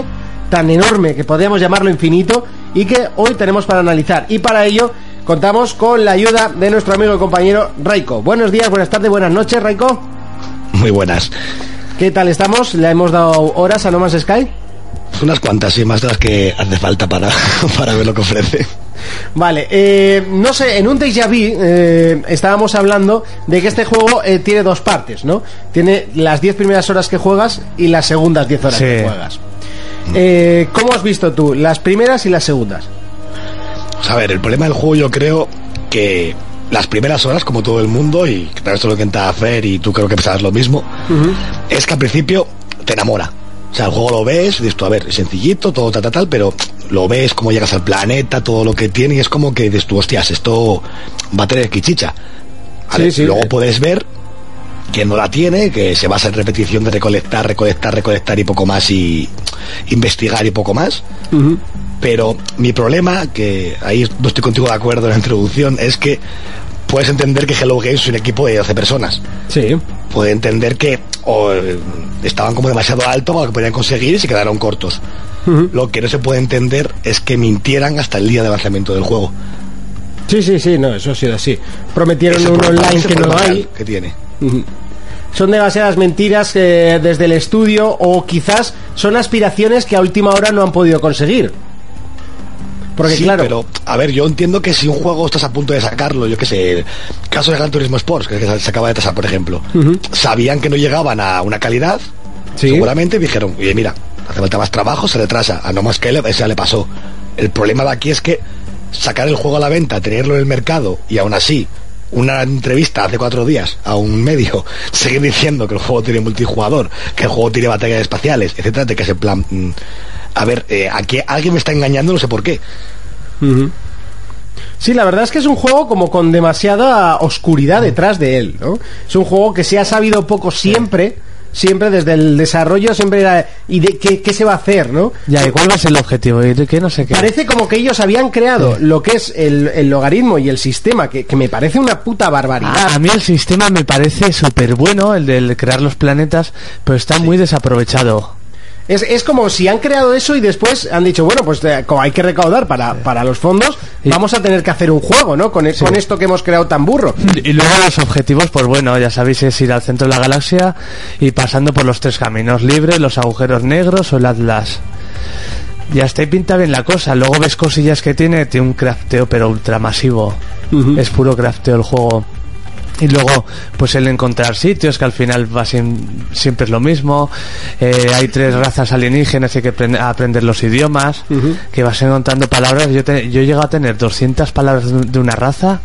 [SPEAKER 4] tan enorme que podríamos llamarlo infinito, y que hoy tenemos para analizar. Y para ello contamos con la ayuda de nuestro amigo y compañero Raiko. Buenos días, buenas tardes, buenas noches, Raiko.
[SPEAKER 11] Muy buenas.
[SPEAKER 4] ¿Qué tal estamos? Le hemos dado horas a No Man's Sky.
[SPEAKER 11] Unas cuantas y más de las que hace falta para, para ver lo que ofrece.
[SPEAKER 4] Vale, eh, no sé, en un déjà vu eh, estábamos hablando de que este juego eh, tiene dos partes, ¿no? Tiene las 10 primeras horas que juegas y las segundas 10 horas
[SPEAKER 7] Sí.
[SPEAKER 4] que juegas. Eh, ¿Cómo has visto tú las primeras y las segundas?
[SPEAKER 11] O sea, a ver, el problema del juego yo creo que las primeras horas, como todo el mundo, y claro, esto lo intenta hacer, y tú creo que pensabas lo mismo, es que al principio te enamora. O sea, el juego lo ves, y dices tú, a ver, es sencillito, todo tal, tal, tal, pero lo ves, cómo llegas al planeta, todo lo que tiene, y es como que dices tú, hostias, esto va a tener quichicha.
[SPEAKER 4] Sí,
[SPEAKER 11] Vale,
[SPEAKER 4] sí.
[SPEAKER 11] Luego puedes ver que no la tiene, que se basa en repetición de recolectar, recolectar, recolectar y poco más, y investigar y poco más. Pero mi problema, que ahí no estoy contigo de acuerdo en la introducción, es que puedes entender que Hello Games es un equipo de 12 personas.
[SPEAKER 4] Sí.
[SPEAKER 11] Puede entender que o, eh, estaban como demasiado alto para lo que podían conseguir y se quedaron cortos. Lo que no se puede entender es que mintieran hasta el día de lanzamiento del juego.
[SPEAKER 4] Sí, sí, sí, no, eso ha sido así.
[SPEAKER 11] Ese
[SPEAKER 4] Prometieron
[SPEAKER 11] es el
[SPEAKER 4] un
[SPEAKER 11] problema,
[SPEAKER 4] online
[SPEAKER 11] ese
[SPEAKER 4] que
[SPEAKER 11] es el
[SPEAKER 4] no
[SPEAKER 11] problema
[SPEAKER 4] hay.
[SPEAKER 11] real que tiene.
[SPEAKER 4] Ujú. Son demasiadas mentiras eh, desde el estudio o quizás son aspiraciones que a última hora no han podido conseguir. Porque
[SPEAKER 11] Sí,
[SPEAKER 4] claro,
[SPEAKER 11] pero a ver, yo entiendo que si un juego estás a punto de sacarlo, yo qué sé, el caso de Gran Turismo Sports, que se- se acaba de tasar, por ejemplo, sabían que no llegaban a una calidad, seguramente dijeron, oye, mira, hace falta más trabajo, se retrasa, a no más que le, sea, le pasó. El problema de aquí es que sacar el juego a la venta, tenerlo en el mercado y aún así una entrevista hace cuatro días a un medio seguir diciendo que el juego tiene multijugador que el juego tiene batallas espaciales etcétera te quedas en plan mm, a ver eh, aquí alguien me está engañando no sé por qué
[SPEAKER 4] sí, la verdad es que es un juego como con demasiada oscuridad detrás de él, ¿no? Es un juego que se ha sabido poco siempre, siempre desde el desarrollo, siempre era, ¿y de qué, qué se va a hacer, no?
[SPEAKER 7] Ya, eh. ¿y cuál va a ser el objetivo? ¿Y de qué no sé qué?
[SPEAKER 4] Parece como que ellos habían creado lo que es el, el logaritmo y el sistema, que, que me parece una puta barbaridad.
[SPEAKER 7] A, a mí el sistema me parece súper bueno, el de crear los planetas, pero está muy desaprovechado.
[SPEAKER 4] Es, es como si han creado eso y después han dicho, bueno, pues eh, como hay que recaudar para, para los fondos, vamos a tener que hacer un juego, ¿no? Con, e- con esto que hemos creado tan burro.
[SPEAKER 7] Y luego los objetivos, pues bueno, ya sabéis, es ir al centro de la galaxia y pasando por los tres caminos libres, los agujeros negros o el Atlas. Y hasta ahí pinta bien la cosa. Luego ves cosillas que tiene, tiene un crafteo pero ultramasivo. Es puro crafteo el juego. Y luego, pues el encontrar sitios, que al final va sin- siempre es lo mismo. Eh, hay tres razas alienígenas y hay que aprend- aprender los idiomas. Que vas encontrando palabras. Yo, te- yo he llegado a tener 200 palabras de de una raza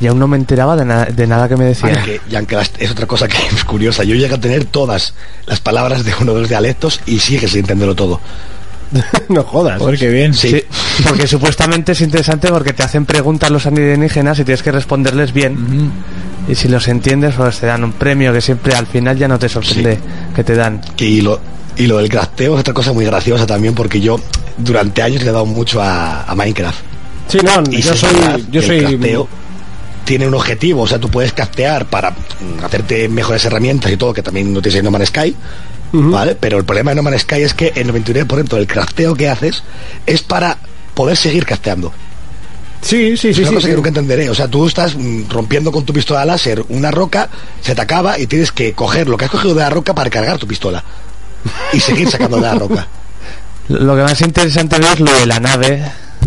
[SPEAKER 7] y aún no me enteraba de, na- de nada que me decían.
[SPEAKER 11] Aunque, y aunque las- es otra cosa que es curiosa, yo llegué a tener todas las palabras de uno de los dialectos y sigue sin entenderlo todo.
[SPEAKER 4] no jodas.
[SPEAKER 5] Joder, qué bien.
[SPEAKER 11] Sí.
[SPEAKER 7] Sí, porque supuestamente es interesante porque te hacen preguntas los alienígenas y tienes que responderles bien. Y si los entiendes, pues te dan un premio que siempre al final ya no te sorprende que te dan.
[SPEAKER 11] Y lo, y lo del crafteo es otra cosa muy graciosa también porque yo durante años le he dado mucho a, a Minecraft.
[SPEAKER 4] Sí, no,
[SPEAKER 11] Y
[SPEAKER 4] yo
[SPEAKER 11] sí es
[SPEAKER 4] soy...
[SPEAKER 11] verdad
[SPEAKER 4] Yo
[SPEAKER 11] que El
[SPEAKER 4] soy
[SPEAKER 11] crafteo tiene un objetivo, o sea, tú puedes craftear para mm, hacerte mejores herramientas y todo, que también no tienes en No Man's Sky. ¿Vale? Pero el problema de No Man's Sky es que el 99% del crafteo que haces es para poder seguir crafteando.
[SPEAKER 4] sí, sí, sí,
[SPEAKER 11] es una
[SPEAKER 4] sí,
[SPEAKER 11] cosa
[SPEAKER 4] sí.
[SPEAKER 11] que nunca entenderé. O sea, tú estás mm, rompiendo con tu pistola láser una roca, se te acaba y tienes que coger lo que has cogido de la roca para cargar tu pistola. Y seguir sacando de la roca.
[SPEAKER 7] Lo que más interesante veo es lo de la nave,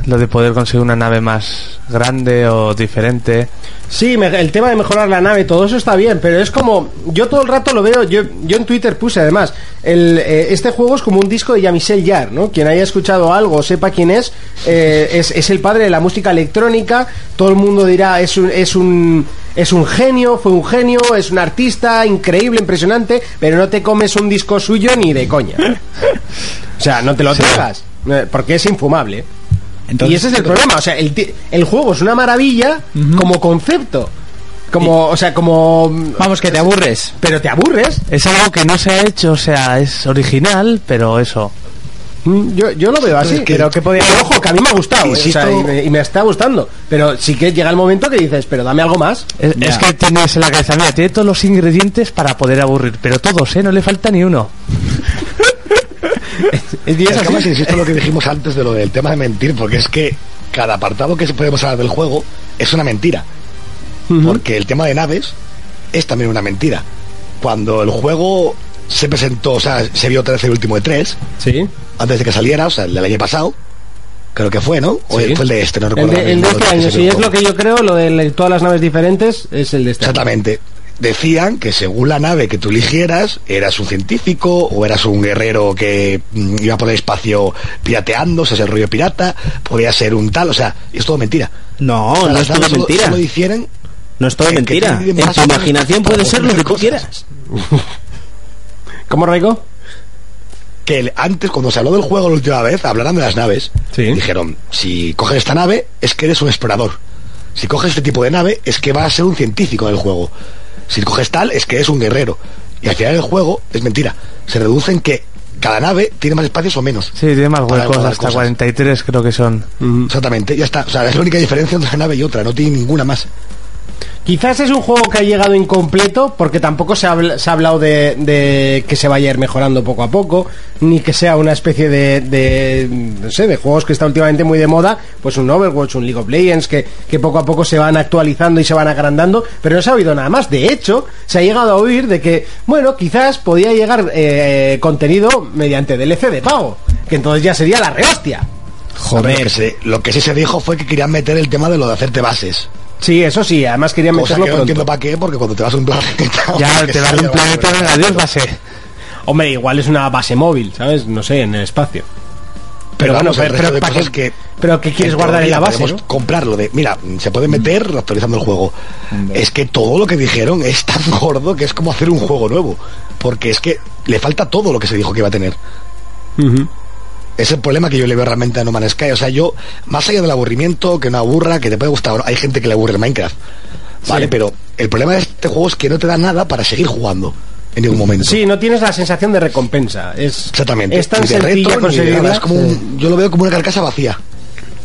[SPEAKER 7] lo de poder conseguir una nave más grande o diferente.
[SPEAKER 4] Sí, me- el tema de mejorar la nave, todo eso está bien, pero es como, yo todo el rato lo veo, yo, yo en Twitter puse además, el, eh, este juego es como un disco de Yamisel Yar, ¿no? Quien haya escuchado algo, sepa quién es, eh, es, es el padre de la música electrónica, todo el mundo dirá, es un, es un, es un genio, fue un genio, es un artista increíble, impresionante, pero no te comes un disco suyo ni de coña. O sea, no te lo tragas, eh, porque es infumable y ese es el problema, o sea, el, ti- el juego es una maravilla como concepto. Como, o sea, como...
[SPEAKER 5] Vamos, que te aburres.
[SPEAKER 4] Pero te aburres.
[SPEAKER 7] Es algo que no se ha hecho, o sea, es original, pero eso.
[SPEAKER 4] Mm, Yo, yo lo veo así.
[SPEAKER 11] Entonces, ¿qué-
[SPEAKER 4] pero que podía... pero Ojo, que a mí me ha gustado. eh, o sea,
[SPEAKER 11] Insisto-
[SPEAKER 4] y, me, y me está gustando. Pero sí que llega el momento que dices, pero dame algo más.
[SPEAKER 7] Es,
[SPEAKER 5] Ya.
[SPEAKER 7] es que tienes en la cabeza, mira, tiene todos los ingredientes para poder aburrir, pero todos, ¿eh? No le falta ni uno.
[SPEAKER 4] Y es
[SPEAKER 11] Es que
[SPEAKER 4] así.
[SPEAKER 11] además, insisto en lo que dijimos antes de lo del tema de mentir, porque es que cada apartado que podemos hablar del juego es una mentira. Porque el tema de naves es también una mentira. Cuando el juego se presentó, o sea, se vio otra vez el último de tres,
[SPEAKER 4] Sí.
[SPEAKER 11] antes de que saliera, o sea, el del año pasado, creo que fue, ¿no? O
[SPEAKER 4] Sí.
[SPEAKER 11] fue el de este, no
[SPEAKER 4] El
[SPEAKER 11] recuerdo. ahora
[SPEAKER 4] de, el de
[SPEAKER 11] mismo
[SPEAKER 4] este
[SPEAKER 11] que
[SPEAKER 4] año,
[SPEAKER 11] salió
[SPEAKER 4] si
[SPEAKER 11] el
[SPEAKER 4] es
[SPEAKER 11] juego.
[SPEAKER 4] lo que yo creo, lo de la- todas las naves diferentes, es el de este. año.
[SPEAKER 11] Exactamente. Decían que según la nave que tú eligieras, eras un científico o eras un guerrero que mm, iba por el espacio pirateando, o sea, es el rollo pirata, podía ser un tal, o sea, es todo mentira.
[SPEAKER 6] No,
[SPEAKER 11] O sea,
[SPEAKER 6] no
[SPEAKER 11] las
[SPEAKER 6] es todo
[SPEAKER 11] naves solo-
[SPEAKER 6] mentira.
[SPEAKER 11] solo hicieron-
[SPEAKER 6] No es todo
[SPEAKER 11] Que- que
[SPEAKER 6] mentira.
[SPEAKER 11] tiene
[SPEAKER 6] En tu
[SPEAKER 11] más-
[SPEAKER 6] imaginación puede ser lo que tú
[SPEAKER 11] cosas.
[SPEAKER 6] quieras.
[SPEAKER 4] ¿Cómo, Raico?
[SPEAKER 11] que el- antes, cuando se habló del juego la última vez, hablaron de las naves. Dijeron, si coges esta nave, es que eres un explorador. Si coges este tipo de nave, es que vas a ser un científico en el juego. Si coges tal, es que eres un guerrero. Y al final el juego es mentira. Se reduce en que cada nave tiene más espacios o menos.
[SPEAKER 7] Sí, tiene más
[SPEAKER 11] Para
[SPEAKER 7] huecos,
[SPEAKER 11] guardar
[SPEAKER 7] hasta
[SPEAKER 11] cosas.
[SPEAKER 7] 43 creo que son.
[SPEAKER 11] Exactamente, ya está. O sea, es la única diferencia entre una nave y otra, no tiene ninguna más.
[SPEAKER 4] Quizás es un juego que ha llegado incompleto porque tampoco se, habla- se ha hablado de, de que se vaya a ir mejorando poco a poco, ni que sea una especie de, de, no sé, de juegos que está últimamente muy de moda, pues un Overwatch, un League of Legends, que, que poco a poco se van actualizando y se van agrandando, pero no se ha oído nada más. De hecho, se ha llegado a oír de que, bueno, quizás podía llegar eh, contenido mediante DLC de pago, que entonces ya sería la rehostia.
[SPEAKER 11] Lo que, se- lo que sí se dijo fue que querían meter el tema de lo de hacerte bases.
[SPEAKER 4] Sí, eso sí, además quería
[SPEAKER 11] Cosa que
[SPEAKER 4] meterlo
[SPEAKER 11] no
[SPEAKER 4] pronto.
[SPEAKER 11] entiendo para qué, porque cuando te vas a un planeta...
[SPEAKER 7] Ya,
[SPEAKER 11] que
[SPEAKER 7] te vas
[SPEAKER 11] sale,
[SPEAKER 7] de un
[SPEAKER 11] vamos,
[SPEAKER 7] planeta,
[SPEAKER 11] pero-
[SPEAKER 7] adiós base.
[SPEAKER 4] Hombre, igual es una base móvil, ¿sabes? No sé, en el espacio. Pero, bueno,
[SPEAKER 11] vamos, el
[SPEAKER 4] pero,
[SPEAKER 11] resto de
[SPEAKER 4] ¿para
[SPEAKER 11] cosas
[SPEAKER 4] qué, pero ¿qué quieres
[SPEAKER 11] en
[SPEAKER 4] guardar en
[SPEAKER 11] teoría
[SPEAKER 4] la base?
[SPEAKER 11] podemos
[SPEAKER 4] no?
[SPEAKER 11] comprarlo de mira se puede meter actualizando el juego es que todo lo que dijeron es tan gordo que es como hacer un juego nuevo porque es que le falta todo lo que se dijo que iba a tener es el problema que yo le veo realmente a No Man's Sky o sea yo más allá del aburrimiento que no aburra que te puede gustar hay gente que le aburre el Minecraft vale pero el problema de este juego es que no te da nada para seguir jugando en ningún momento
[SPEAKER 4] Sí, no tienes la sensación de recompensa. Es,
[SPEAKER 11] exactamente
[SPEAKER 4] Es tan
[SPEAKER 11] Ni de reto,
[SPEAKER 4] sencilla
[SPEAKER 11] ni de nada.
[SPEAKER 4] conseguirla.
[SPEAKER 11] Es como un- yo lo veo como una carcasa vacía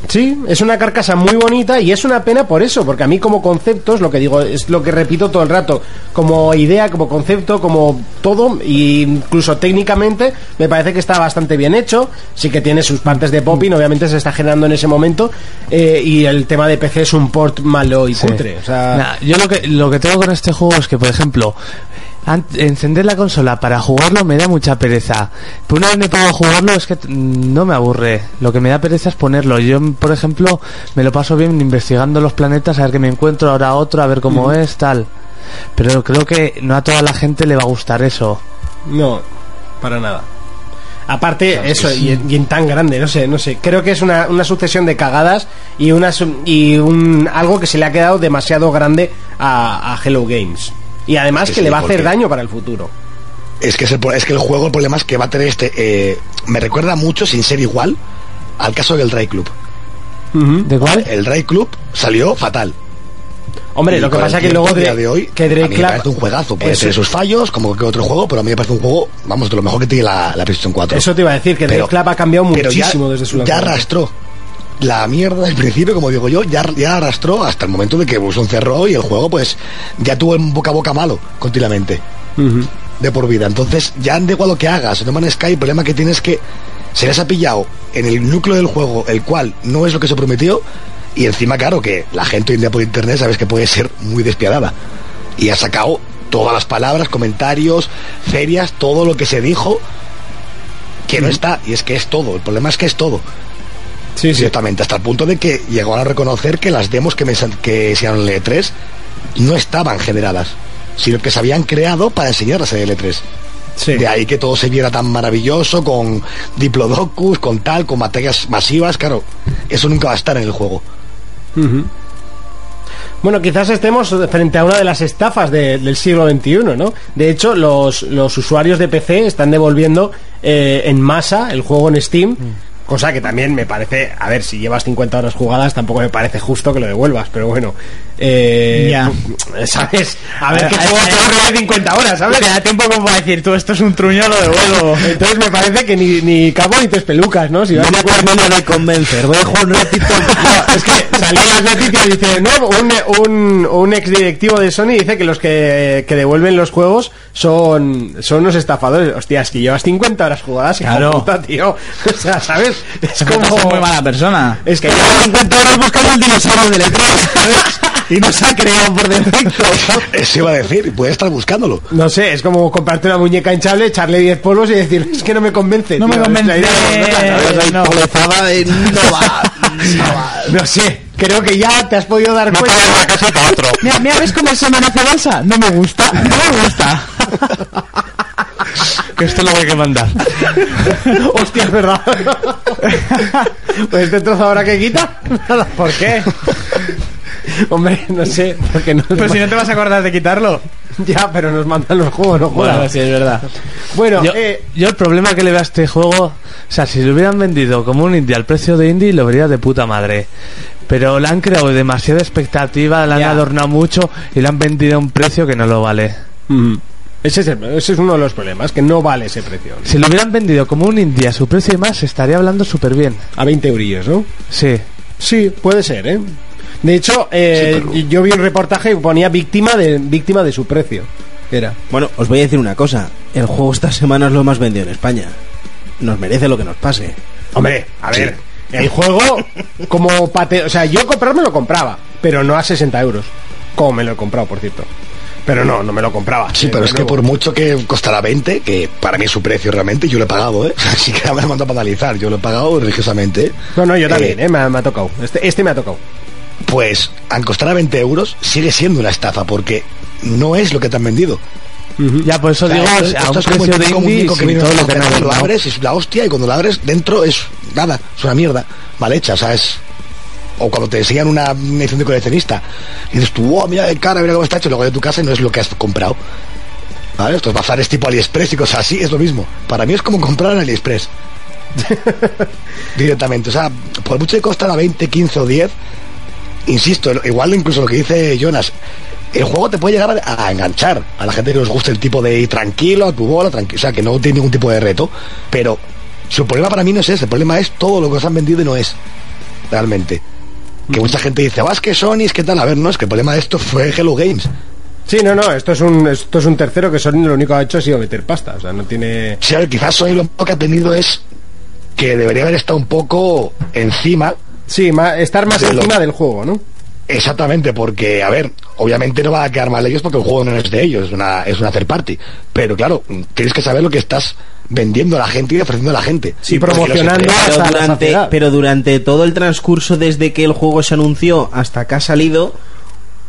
[SPEAKER 4] Sí, es una carcasa muy bonita y es una pena por eso, porque a mí como conceptos, lo que digo, es lo que repito todo el rato, como idea, como concepto, como todo, e incluso técnicamente, me parece que está bastante bien hecho, sí que tiene sus partes de popping, obviamente se está generando en ese momento, eh, y el tema de PC es un port malo y cutre. O sea,
[SPEAKER 7] Nah, yo lo que, lo que tengo con este juego es que, por ejemplo, an- encender la consola para jugarlo me da mucha pereza. Pero una vez me pongo a jugarlo es que mm, no me aburre. Lo que me da pereza es ponerlo. Yo, mm, por ejemplo, me lo paso bien investigando los planetas, a ver qué me encuentro, ahora otro, a ver cómo es, tal. Pero creo que no a toda la gente le va a gustar eso.
[SPEAKER 4] No, para nada. Aparte, eso, y, en- y en tan grande, no sé, no sé. Creo que es una, una sucesión de cagadas y, una, su- y un, algo que se le ha quedado demasiado grande a, a Hello Games. Y además
[SPEAKER 11] Sí,
[SPEAKER 4] que le
[SPEAKER 11] sí,
[SPEAKER 4] va a hacer
[SPEAKER 11] porque-
[SPEAKER 4] daño para el futuro.
[SPEAKER 11] Es que, es, el, pro- es que el juego, el problema es que va a tener este. eh, me recuerda mucho, sin ser igual, al caso del Ray Club.
[SPEAKER 7] ¿De cuál?
[SPEAKER 11] El Ray Club salió fatal.
[SPEAKER 4] Hombre,
[SPEAKER 11] Y
[SPEAKER 4] lo que
[SPEAKER 11] con el
[SPEAKER 4] pasa que
[SPEAKER 11] tiempo,
[SPEAKER 4] luego
[SPEAKER 11] a día
[SPEAKER 4] Dra-
[SPEAKER 11] de hoy,
[SPEAKER 4] que
[SPEAKER 11] a
[SPEAKER 4] Drake
[SPEAKER 11] mí me
[SPEAKER 4] Club-
[SPEAKER 11] parece un juegazo. Puede
[SPEAKER 4] Eso-
[SPEAKER 11] tener sus fallos, como que otro juego, pero a mí me parece un juego, vamos, de lo mejor que tiene la, la PlayStation 4.
[SPEAKER 4] Eso te iba a decir, que
[SPEAKER 11] Pero-
[SPEAKER 4] Drake Club ha cambiado
[SPEAKER 11] pero ya-
[SPEAKER 4] muchísimo desde su
[SPEAKER 11] Ya
[SPEAKER 4] lanzamiento.
[SPEAKER 11] arrastró. La mierda al principio, como digo yo, ya, ya arrastró hasta el momento de que Wilson cerró y el juego, pues, ya tuvo un boca a boca malo continuamente. De por vida. Entonces, ya da igual lo que hagas. No Man's Sky, el problema que tienes es que se les ha pillado en el núcleo del juego, el cual no es lo que se prometió. Y encima, claro, que la gente hoy en día por internet sabes que puede ser muy despiadada. Y ha sacado todas las palabras, comentarios, ferias, todo lo que se dijo que no está, y es que es todo, el problema es que es todo. Sí, Ciertamente, hasta el punto de que llegaron a reconocer que las demos que, me, sal- que se hicieron en el E3 no estaban generadas, sino que se habían creado para enseñarlas en el E3. De ahí que todo se viera tan maravilloso con Diplodocus, con tal, con batallas masivas, claro, eso nunca va a estar en el juego.
[SPEAKER 4] Bueno, quizás estemos frente a una de las estafas de- del siglo XXI, ¿no? De hecho, los, los usuarios de PC están devolviendo eh, en masa el juego en Steam,
[SPEAKER 5] Mm.
[SPEAKER 4] cosa que también me parece, a ver, si llevas 50 horas jugadas, tampoco me parece justo que lo devuelvas, pero bueno. Eh,
[SPEAKER 5] Ya.
[SPEAKER 4] ¿Sabes? A ver,
[SPEAKER 5] A-
[SPEAKER 4] ¿qué
[SPEAKER 5] a-
[SPEAKER 4] juego
[SPEAKER 5] a-
[SPEAKER 4] te devuelve 50 horas,
[SPEAKER 5] Me
[SPEAKER 4] ¿sabes?
[SPEAKER 5] da tiempo como para decir, tú, esto es un truño, lo devuelvo.
[SPEAKER 4] Entonces me parece que ni, ni capo ni te espelucas, ¿no? Si vas
[SPEAKER 6] No me termino de convencer. Voy a jugar un ratito.
[SPEAKER 4] No, es que salían las noticias dice, no, un, un, un ex directivo de Sony dice que los que, que devuelven los juegos son, son unos estafadores. Hostia, es que llevas 50 horas jugadas, hijo
[SPEAKER 5] Claro.
[SPEAKER 4] puta, tío. O sea, ¿sabes? Es
[SPEAKER 5] Como
[SPEAKER 4] como...
[SPEAKER 5] muy mala persona.
[SPEAKER 4] Es que
[SPEAKER 6] buscando el dinosaurio del E3. Y nos ha creado por defecto.
[SPEAKER 11] Eso iba a decir, puede estar buscándolo.
[SPEAKER 4] no sé, es como comprarte una muñeca hinchable, echarle 10 polvos y decir, es que no me convence.
[SPEAKER 5] No
[SPEAKER 4] tío,
[SPEAKER 5] me
[SPEAKER 4] es la idea de la
[SPEAKER 5] convence.
[SPEAKER 4] muñeca, ¿sabes?
[SPEAKER 5] Eh, no.
[SPEAKER 6] Polezada, eh, no va. No va.
[SPEAKER 4] No sé, creo que ya te has podido dar cuenta.
[SPEAKER 5] Mira, mira, ¿ves cómo se maneja balsa? No me gusta, no me gusta.
[SPEAKER 7] Que esto lo voy a mandar.
[SPEAKER 4] Hostia, es verdad. pues este trozo ahora que quita. Nada, ¿Por qué? Hombre, no sé, porque no.
[SPEAKER 5] Pero si no te vas a acordar de quitarlo.
[SPEAKER 4] Ya, pero nos mandan los juegos, no
[SPEAKER 5] Bueno,
[SPEAKER 4] jodas.
[SPEAKER 5] sí, es verdad.
[SPEAKER 4] Bueno,
[SPEAKER 7] Yo,
[SPEAKER 4] eh,
[SPEAKER 7] yo el problema que le veo a este juego, o sea, si lo hubieran vendido como un indie al precio de indie, lo vería de puta madre. Pero le han creado demasiada expectativa, le han
[SPEAKER 5] Ya.
[SPEAKER 7] adornado mucho y le han vendido a un precio que no lo vale.
[SPEAKER 4] mm, ese, es el- ese es uno de los problemas, que no vale ese precio.
[SPEAKER 7] Si lo hubieran vendido como un indie a su precio y más, estaría hablando súper bien.
[SPEAKER 4] A 20 eurillos, ¿no?
[SPEAKER 7] Sí.
[SPEAKER 4] Sí, puede ser, ¿eh? De hecho, eh, yo vi un reportaje que ponía víctima de, víctima de su precio. Era.
[SPEAKER 6] Bueno, os voy a decir una cosa. El juego esta semana es lo más vendido en España. Nos merece lo que nos pase.
[SPEAKER 4] Hombre, a ver, eh. el juego como pate... O sea, yo comprarme lo compraba, pero no a 60 euros. Como me lo he comprado, por cierto. Pero no, no me lo compraba.
[SPEAKER 11] Sí,
[SPEAKER 4] Eh,
[SPEAKER 11] pero
[SPEAKER 4] de
[SPEAKER 11] es que
[SPEAKER 4] nuevo.
[SPEAKER 11] por mucho que costará 20, que para mí es su precio realmente, yo lo he pagado, ¿eh? Así que ahora me lo mando a banalizar, yo lo he pagado religiosamente. ¿eh?
[SPEAKER 4] No, no, yo también, eh, me, ha- me ha tocado. Este, este me ha tocado.
[SPEAKER 11] Pues, al costar a 20 euros, sigue siendo una estafa, porque no es lo que te han vendido.
[SPEAKER 7] Ya, por eso
[SPEAKER 11] O sea,
[SPEAKER 7] digo, pues,
[SPEAKER 11] esto-
[SPEAKER 7] a
[SPEAKER 11] esto
[SPEAKER 7] un
[SPEAKER 11] es como
[SPEAKER 7] precio
[SPEAKER 11] el
[SPEAKER 7] de
[SPEAKER 11] típico
[SPEAKER 7] indie
[SPEAKER 11] muñeco que
[SPEAKER 7] sin
[SPEAKER 11] viene
[SPEAKER 7] todo
[SPEAKER 11] en
[SPEAKER 7] lo que
[SPEAKER 11] una
[SPEAKER 7] han
[SPEAKER 11] caja, Lo
[SPEAKER 7] adornado.
[SPEAKER 11] abres, es la hostia, y cuando la abres, dentro es nada, es una mierda mal hecha, o sea, es... O cuando te enseñan una edición de coleccionista, y dices tú, wow, mira de cara, mira cómo está hecho, y luego de tu casa y no es lo que has comprado. ¿Vale? Estos bazares este tipo AliExpress y cosas así, es lo mismo. Para mí es como comprar en AliExpress. Directamente, o sea, por mucho que costara 20, 15 o 10, insisto, igual incluso lo que dice Jonas, el juego te puede llegar a, a enganchar a la gente que nos gusta el tipo de ir tranquilo, a tu bola, tranquilo, o sea, que no tiene ningún tipo de reto, pero su problema para mí no es ese, el problema es todo lo que os han vendido y no es, realmente. Que mucha gente dice, vas que Sony, es que tal, a ver, no, es que el problema de esto fue Hello Games.
[SPEAKER 4] Sí, no, no, esto es un, esto es un tercero que Sony lo único que ha hecho ha sido meter pasta. O sea, no tiene.
[SPEAKER 11] Sí, a ver, quizás Sony lo poco que ha tenido es que debería haber estado un poco encima
[SPEAKER 4] Sí, ma- estar más
[SPEAKER 11] De lo-
[SPEAKER 4] encima del juego, ¿no?
[SPEAKER 11] Exactamente, porque, a ver, obviamente no va a quedar mal ellos porque el juego no es de ellos, es una, es una third party. Pero claro, tienes que saber lo que estás vendiendo a la gente y ofreciendo a la gente.
[SPEAKER 4] Sí,
[SPEAKER 11] Porque los
[SPEAKER 4] promocionando
[SPEAKER 11] empleados-
[SPEAKER 4] hasta
[SPEAKER 6] Pero
[SPEAKER 4] la
[SPEAKER 6] durante,
[SPEAKER 4] saciedad.
[SPEAKER 6] pero durante todo el transcurso desde que el juego se anunció hasta que ha salido,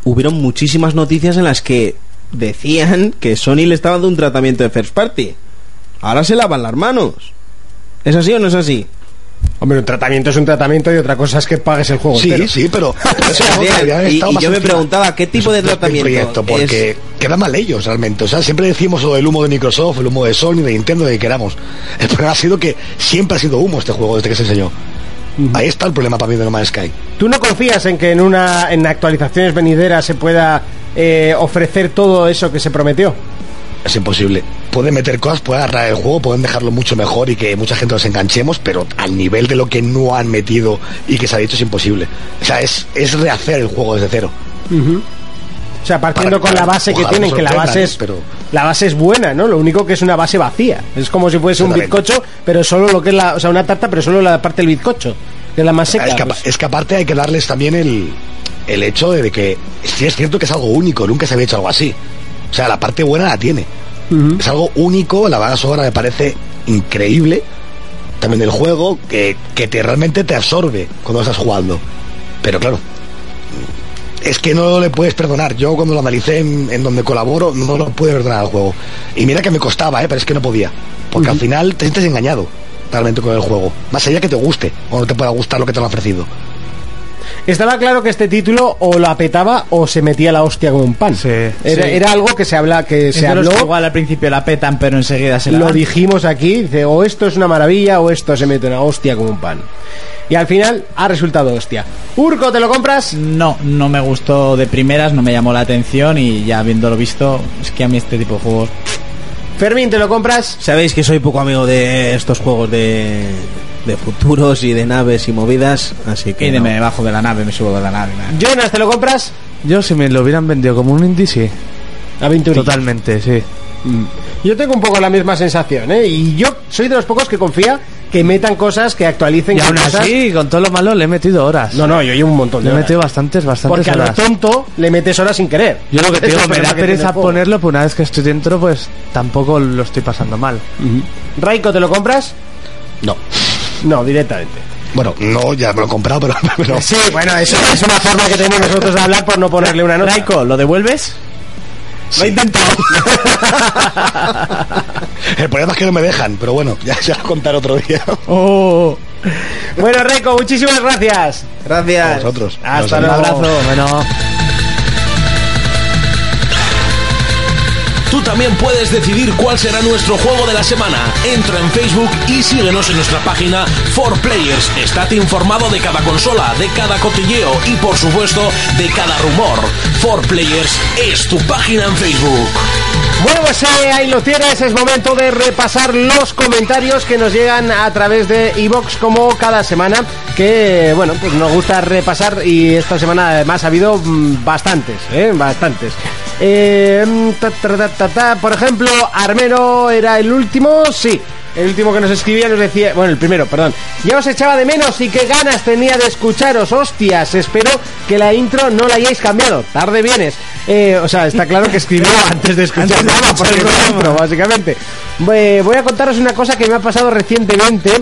[SPEAKER 6] hubieron muchísimas noticias en las que decían que Sony le estaba dando un tratamiento de first party. Ahora se lavan las manos. ¿Es así o no es así?
[SPEAKER 4] Hombre, un tratamiento es un tratamiento y otra cosa es que pagues el juego.
[SPEAKER 11] Sí,
[SPEAKER 4] entero.
[SPEAKER 11] sí, pero... pero eso no,
[SPEAKER 6] Bien,
[SPEAKER 11] deberían haber
[SPEAKER 6] y-
[SPEAKER 11] estado
[SPEAKER 6] y
[SPEAKER 11] más
[SPEAKER 6] yo me
[SPEAKER 11] encima
[SPEAKER 6] preguntaba, ¿qué tipo de
[SPEAKER 11] del
[SPEAKER 6] tratamiento
[SPEAKER 11] proyecto,
[SPEAKER 6] es?
[SPEAKER 11] porque queda mal ellos realmente. O sea, siempre decimos lo del humo de Microsoft, el humo de Sony, de Nintendo, de que queramos. El problema ha sido que siempre ha sido humo este juego desde que se enseñó. Ahí está el problema para mí de No Man's Sky.
[SPEAKER 4] ¿Tú no confías en que en una en actualizaciones venideras se pueda eh, ofrecer todo eso que se prometió?
[SPEAKER 11] Es imposible. Pueden meter cosas, pueden agarrar el juego, pueden dejarlo mucho mejor y que mucha gente nos enganchemos, pero al nivel de lo que no han metido y que se ha dicho es imposible. O sea, es, es rehacer el juego desde cero.
[SPEAKER 4] O sea, partiendo
[SPEAKER 11] Para-
[SPEAKER 4] con la base que
[SPEAKER 11] ojalá
[SPEAKER 4] tienen,
[SPEAKER 11] nos
[SPEAKER 4] que la
[SPEAKER 11] sorprendan,
[SPEAKER 4] base es
[SPEAKER 11] pero-
[SPEAKER 4] la base es buena, ¿no? Lo único que es una base vacía. Es como si fuese un
[SPEAKER 11] Exactamente.
[SPEAKER 4] bizcocho, pero solo lo que es la, o sea, una tarta, pero solo la parte del bizcocho, que es la más seca.
[SPEAKER 11] es, que, apa-
[SPEAKER 4] pues.
[SPEAKER 11] es que aparte hay que darles también el, el hecho de que sí es cierto que es algo único, nunca se había hecho algo así. O sea, la parte buena la tiene. Es algo único, la banda sonora me parece increíble. También del juego, que, que te, realmente te absorbe cuando estás jugando. Pero claro, es que no le puedes perdonar. Yo cuando lo analicé en, en donde colaboro, no lo pude perdonar al juego. Y mira que me costaba, ¿eh? pero es que no podía. Porque al final te sientes engañado realmente con el juego. Más allá que te guste o no te pueda gustar lo que te lo han ofrecido.
[SPEAKER 4] Estaba claro que este título o la petaba o se metía la hostia como un pan.
[SPEAKER 7] Sí,
[SPEAKER 4] era,
[SPEAKER 5] sí.
[SPEAKER 4] era algo que se habla que se
[SPEAKER 5] Entre los
[SPEAKER 4] habló
[SPEAKER 5] que igual al principio la petan, pero enseguida se la
[SPEAKER 4] lo
[SPEAKER 5] dan.
[SPEAKER 4] dijimos aquí, dice, o esto es una maravilla o esto se mete una hostia como un pan. Y al final ha resultado hostia. Urco, ¿te lo compras?
[SPEAKER 5] No, no me gustó de primeras, no me llamó la atención y ya habiéndolo visto, es que a mí este tipo de juegos...
[SPEAKER 4] Fermín, ¿te lo compras?
[SPEAKER 6] Sabéis que soy poco amigo de estos juegos de, de futuros y de naves y movidas, así que...
[SPEAKER 5] Y de
[SPEAKER 6] no.
[SPEAKER 5] me bajo de la nave, me subo de la nave. nada.
[SPEAKER 4] Jonas, ¿te lo compras?
[SPEAKER 7] Yo si me lo hubieran vendido como un indie, sí.
[SPEAKER 4] Aventurilla.
[SPEAKER 7] Totalmente, sí.
[SPEAKER 4] Yo tengo un poco la misma sensación, ¿eh? Y yo soy de los pocos que confía que metan cosas, que actualicen
[SPEAKER 7] Y
[SPEAKER 4] que
[SPEAKER 7] aún
[SPEAKER 4] cosas.
[SPEAKER 7] así, con todo lo malo, le he metido horas.
[SPEAKER 4] No, no, yo llevo un montón de
[SPEAKER 7] le he
[SPEAKER 4] horas.
[SPEAKER 7] metido bastantes, bastantes
[SPEAKER 4] Porque a lo
[SPEAKER 7] horas.
[SPEAKER 4] tonto le metes horas sin querer.
[SPEAKER 7] Yo lo que
[SPEAKER 4] Ese
[SPEAKER 7] te
[SPEAKER 4] es
[SPEAKER 7] digo,
[SPEAKER 4] el
[SPEAKER 7] me
[SPEAKER 4] problema
[SPEAKER 7] da
[SPEAKER 4] que tiene el
[SPEAKER 7] pereza
[SPEAKER 4] juego.
[SPEAKER 7] ponerlo, pero una vez que estoy dentro, pues tampoco lo estoy pasando mal.
[SPEAKER 4] Raiko, ¿te lo compras?
[SPEAKER 11] No.
[SPEAKER 4] No, directamente.
[SPEAKER 11] Bueno, no, ya me lo he comprado, pero, pero
[SPEAKER 4] Sí, bueno, eso es una forma que tenemos nosotros de hablar por no ponerle una nota.
[SPEAKER 5] Raiko, ¿lo devuelves?
[SPEAKER 11] Lo he intentado. El problema es que no me dejan, pero bueno, ya se va a contar otro día.
[SPEAKER 4] Oh. Bueno, Reco, muchísimas gracias.
[SPEAKER 6] Gracias.
[SPEAKER 11] A vosotros.
[SPEAKER 4] Hasta
[SPEAKER 11] Nos
[SPEAKER 4] luego.
[SPEAKER 11] vemos.
[SPEAKER 4] Bueno.
[SPEAKER 3] Tú también puedes decidir cuál será nuestro juego de la semana. Entra en Facebook y síguenos en nuestra página 4Players. Estate informado de cada consola, de cada cotilleo y por supuesto de cada rumor. 4Players es tu página en Facebook.
[SPEAKER 4] Bueno, pues eh, ahí lo tienes. Es momento de repasar los comentarios que nos llegan a través de iBox como cada semana. Que bueno, pues nos gusta repasar y esta semana además ha habido mm, bastantes, ¿eh? bastantes. Eh, mm, ta, ta, ta, ta, ta. Por ejemplo, Armero era el último, sí. El último que nos escribía nos decía, bueno, el primero, perdón. Ya os echaba de menos y qué ganas tenía de escucharos, hostias. Espero que la intro no la hayáis cambiado. Tarde vienes. Eh, o sea, está claro que escribió antes de escuchar
[SPEAKER 5] Antes de
[SPEAKER 4] nada,
[SPEAKER 5] escuchar
[SPEAKER 4] porque
[SPEAKER 5] el
[SPEAKER 4] no
[SPEAKER 5] programa.
[SPEAKER 4] entro, básicamente. Eh, voy a contaros una cosa que me ha pasado recientemente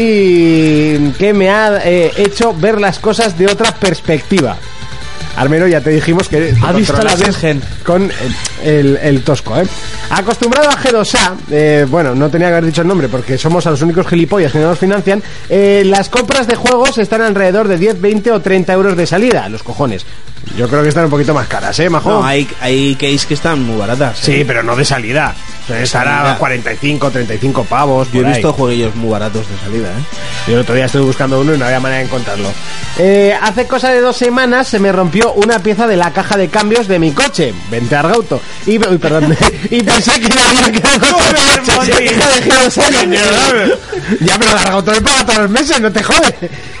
[SPEAKER 4] y que me ha eh, hecho ver las cosas de otra perspectiva. Armero, ya te dijimos que... te
[SPEAKER 7] Ha visto a la
[SPEAKER 4] controlases
[SPEAKER 7] Virgen.
[SPEAKER 4] Con eh, el, el tosco, ¿eh? Acostumbrado a G2A, eh, bueno, no tenía que haber dicho el nombre porque somos a los únicos gilipollas que no nos financian, eh, las compras de juegos están alrededor de 10, 20 o 30 euros de salida, los cojones. Yo creo que están un poquito más caras, ¿eh, Majo?
[SPEAKER 6] No, hay, hay case que están muy baratas. ¿eh?
[SPEAKER 4] Sí, pero no de salida. O sea, estará a
[SPEAKER 6] salida.
[SPEAKER 4] 45, 35 pavos.
[SPEAKER 6] Yo he
[SPEAKER 4] por
[SPEAKER 6] visto
[SPEAKER 4] ahí.
[SPEAKER 6] jueguillos muy baratos de salida, ¿eh?
[SPEAKER 4] Yo el otro día estuve buscando uno y no había manera de encontrarlo. Eh, hace cosa de dos semanas se me rompió una pieza de la caja de cambios de mi coche. Vente a Argauto. Y, uy, perdón. y pensé que me había quedado con el coche.
[SPEAKER 5] Monty!
[SPEAKER 4] Ya dejé dos años. Ya, pero Argauto me paga todos los meses, no te jodes.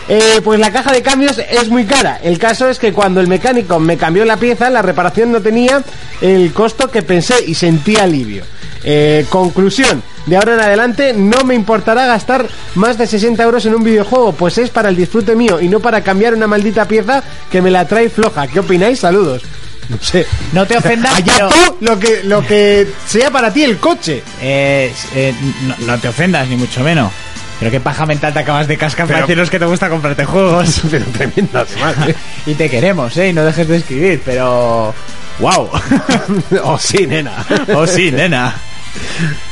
[SPEAKER 4] Eh, pues la caja de cambios es muy cara. El caso es que cuando el mecánico me cambió la pieza, la reparación no tenía el costo que pensé y sentí alivio. Eh, conclusión, de ahora en adelante no me importará gastar más de 60 euros en un videojuego, pues es para el disfrute mío y no para cambiar una maldita pieza que me la trae floja. ¿Qué opináis? Saludos. No sé.
[SPEAKER 5] No te ofendas,
[SPEAKER 4] Allá
[SPEAKER 5] pero-
[SPEAKER 4] tú lo que, lo que sea para ti el coche.
[SPEAKER 5] Eh, eh, no, no te ofendas, ni mucho menos. Pero qué paja mental te acabas de cascar para
[SPEAKER 4] Pero-
[SPEAKER 5] deciros que te gusta comprarte juegos.
[SPEAKER 4] Pero tremendo, además. ¿eh?
[SPEAKER 5] y te queremos, ¿eh? Y no dejes de escribir, pero... ¡Wow!
[SPEAKER 4] oh, sí, nena.
[SPEAKER 5] oh, sí, nena.